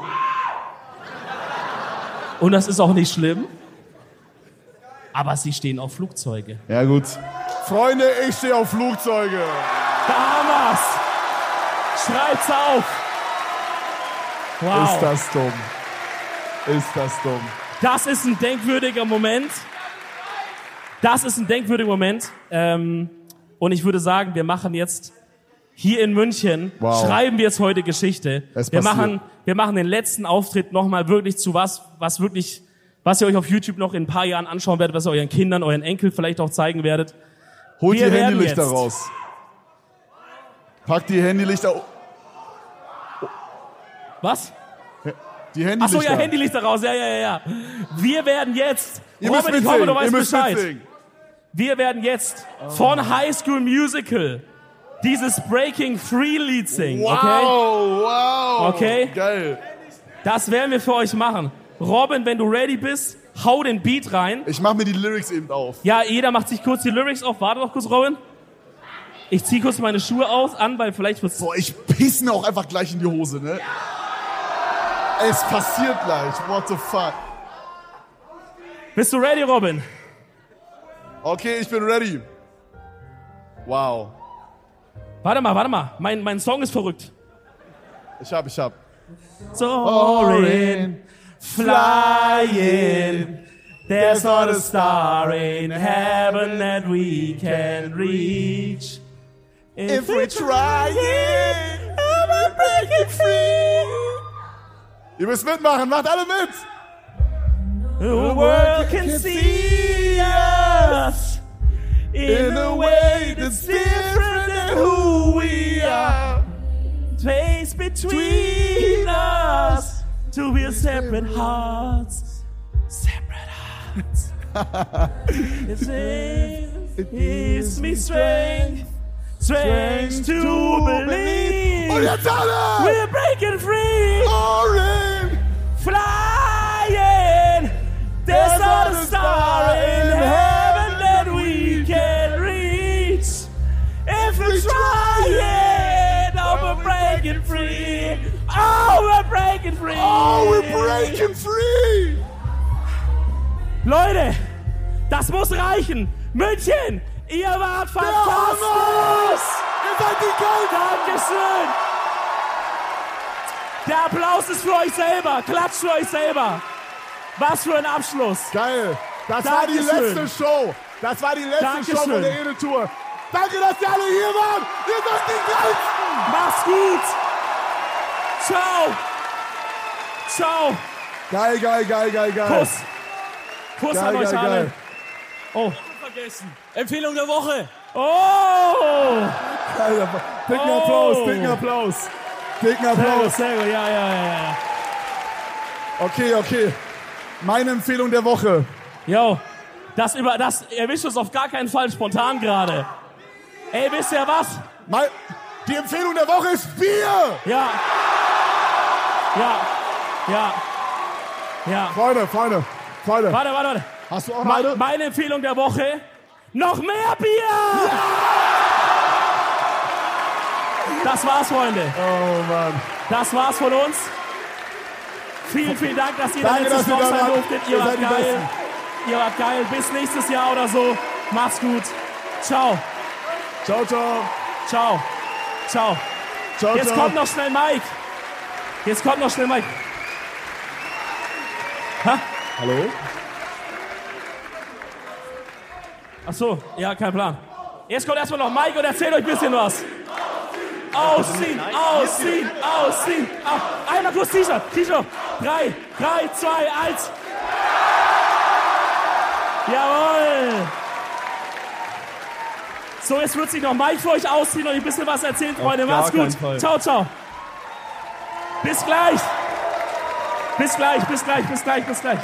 [SPEAKER 2] Und das ist auch nicht schlimm. Aber Sie stehen auf Flugzeuge.
[SPEAKER 1] Ja, gut. Freunde, ich stehe auf Flugzeuge.
[SPEAKER 2] Bahamas! Schreibt's auf! Wow,
[SPEAKER 1] Ist
[SPEAKER 2] das,
[SPEAKER 1] das dumm. Ist das dumm.
[SPEAKER 2] ist ein denkwürdiger Moment. Das ist ein denkwürdiger Moment. Ähm, und ich würde sagen, wir machen jetzt hier in München,
[SPEAKER 1] Wow.
[SPEAKER 2] schreiben wir jetzt heute Geschichte.
[SPEAKER 1] Es
[SPEAKER 2] wir,
[SPEAKER 1] passiert.
[SPEAKER 2] machen, wir machen den letzten Auftritt nochmal wirklich zu was, was wirklich, was ihr euch auf YouTube noch in ein paar Jahren anschauen werdet, was ihr euren Kindern, euren Enkel vielleicht auch zeigen werdet.
[SPEAKER 1] Holt
[SPEAKER 2] Wir
[SPEAKER 1] die
[SPEAKER 2] werden
[SPEAKER 1] Handylichter
[SPEAKER 2] jetzt.
[SPEAKER 1] raus. Packt die Handylichter.
[SPEAKER 2] Was?
[SPEAKER 1] Die Handylichter.
[SPEAKER 2] Ach so, ja, Handylichter raus. Ja, ja, ja, ja. Wir werden jetzt.
[SPEAKER 1] Ihr müsst
[SPEAKER 2] Robin, ich hoffe,
[SPEAKER 1] mitsingen.
[SPEAKER 2] du
[SPEAKER 1] Ihr
[SPEAKER 2] weißt
[SPEAKER 1] müsst
[SPEAKER 2] Bescheid.
[SPEAKER 1] mitsingen.
[SPEAKER 2] Wir werden jetzt von High School Musical dieses Breaking Free Lied singen.
[SPEAKER 1] Wow,
[SPEAKER 2] Okay?
[SPEAKER 1] wow.
[SPEAKER 2] Okay.
[SPEAKER 1] Geil.
[SPEAKER 2] Das werden wir für euch machen. Robin, wenn du ready bist, hau den Beat rein.
[SPEAKER 1] Ich mach mir die Lyrics eben auf.
[SPEAKER 2] Ja, jeder macht sich kurz die Lyrics auf. Warte doch kurz, Robin. Ich zieh kurz meine Schuhe aus an, weil vielleicht wird's.
[SPEAKER 1] Boah, ich piss mir auch einfach gleich in die Hose, ne? Es passiert gleich. What the fuck?
[SPEAKER 2] Bist du ready, Robin?
[SPEAKER 1] Okay, ich bin ready. Wow.
[SPEAKER 2] Warte mal, warte mal. Mein, mein Song ist verrückt.
[SPEAKER 1] Ich hab, ich hab.
[SPEAKER 2] Soaring. flying. There's not a star in heaven that we can reach.
[SPEAKER 1] If we try it, I will break it free. Ihr müsst mitmachen, macht alle mit!
[SPEAKER 2] the world can see us in a way that's different than who we are. Space between us to be separate hearts, separate hearts. it gives me strength, strength to
[SPEAKER 1] Und
[SPEAKER 2] believe Oh,
[SPEAKER 1] jetzt alle!
[SPEAKER 2] we're breaking free.
[SPEAKER 1] Orange!
[SPEAKER 2] flying. There's not a star in heaven that we can reach. If we try it, oh, we're breaking free. Oh, we're breaking free.
[SPEAKER 1] Oh, we're breaking free!
[SPEAKER 2] Leute, das muss reichen. München, ihr wart fantastisch.
[SPEAKER 1] Ihr seid die Gold!
[SPEAKER 2] Dankeschön. Der Applaus ist für euch selber. Klatscht für euch selber. Was für ein Abschluss.
[SPEAKER 1] Geil. Das war die
[SPEAKER 2] Dankeschön.
[SPEAKER 1] letzte Show. Das war die letzte
[SPEAKER 2] Dankeschön.
[SPEAKER 1] Show von der Edeltour. Danke, dass ihr alle hier waren. Ihr seid die Geilsten.
[SPEAKER 2] Mach's gut. Ciao. Ciao.
[SPEAKER 1] Geil, geil, geil, geil, geil.
[SPEAKER 2] Kuss. Kuss
[SPEAKER 1] Geil,
[SPEAKER 2] an euch
[SPEAKER 1] geil,
[SPEAKER 2] alle.
[SPEAKER 1] geil.
[SPEAKER 2] Oh.
[SPEAKER 7] Vergessen. Empfehlung der Woche.
[SPEAKER 2] Oh.
[SPEAKER 1] Geil. Dicken
[SPEAKER 2] Oh.
[SPEAKER 1] Applaus, dicken Applaus. Dicken Applaus.
[SPEAKER 2] Sehr gut. Ja, ja, ja, ja.
[SPEAKER 1] Okay, okay. Meine Empfehlung der Woche.
[SPEAKER 2] Yo, das über das erwischt uns auf gar keinen Fall spontan gerade. Ey, wisst ihr was?
[SPEAKER 1] Mei- die Empfehlung der Woche ist Bier.
[SPEAKER 2] Ja. Ja. Ja. Ja.
[SPEAKER 1] Freunde, Freunde, Freunde.
[SPEAKER 2] Warte, warte, warte.
[SPEAKER 1] Hast du auch
[SPEAKER 2] Me-
[SPEAKER 1] eine?
[SPEAKER 2] Meine Empfehlung der Woche. Noch mehr Bier! Das war's, Freunde.
[SPEAKER 1] Oh Mann.
[SPEAKER 2] Das war's von uns. Vielen, vielen Dank, dass ihr da
[SPEAKER 1] Danke,
[SPEAKER 2] letztes
[SPEAKER 1] dass ihr
[SPEAKER 2] Mal
[SPEAKER 1] da
[SPEAKER 2] sein
[SPEAKER 1] wart.
[SPEAKER 2] durftet. Ihr
[SPEAKER 1] Ihr
[SPEAKER 2] wart
[SPEAKER 1] seid die
[SPEAKER 2] geil.
[SPEAKER 1] Besten.
[SPEAKER 2] Ihr wart geil. Bis nächstes Jahr oder so. Macht's gut. Ciao.
[SPEAKER 1] Ciao, ciao.
[SPEAKER 2] Ciao. Ciao.
[SPEAKER 1] Ciao,
[SPEAKER 2] Jetzt
[SPEAKER 1] ciao.
[SPEAKER 2] kommt noch schnell Mike. Jetzt kommt noch schnell Mike.
[SPEAKER 1] Hallo?
[SPEAKER 2] Ach so, ja, kein Plan. Jetzt kommt erstmal noch Mike und erzählt euch ein bisschen was. Ausziehen, ausziehen, ausziehen. Ah, Einmal kurz T-Shirt, T-Shirt. Drei, drei, zwei, eins. Jawohl. So, jetzt wird sich noch Mike für euch ausziehen und ein bisschen was erzählen, Freunde.
[SPEAKER 6] gar
[SPEAKER 2] Macht's gut.
[SPEAKER 6] keinen Fall.
[SPEAKER 2] Ciao, ciao. Bis gleich. Bis gleich, bis gleich, bis gleich, bis gleich.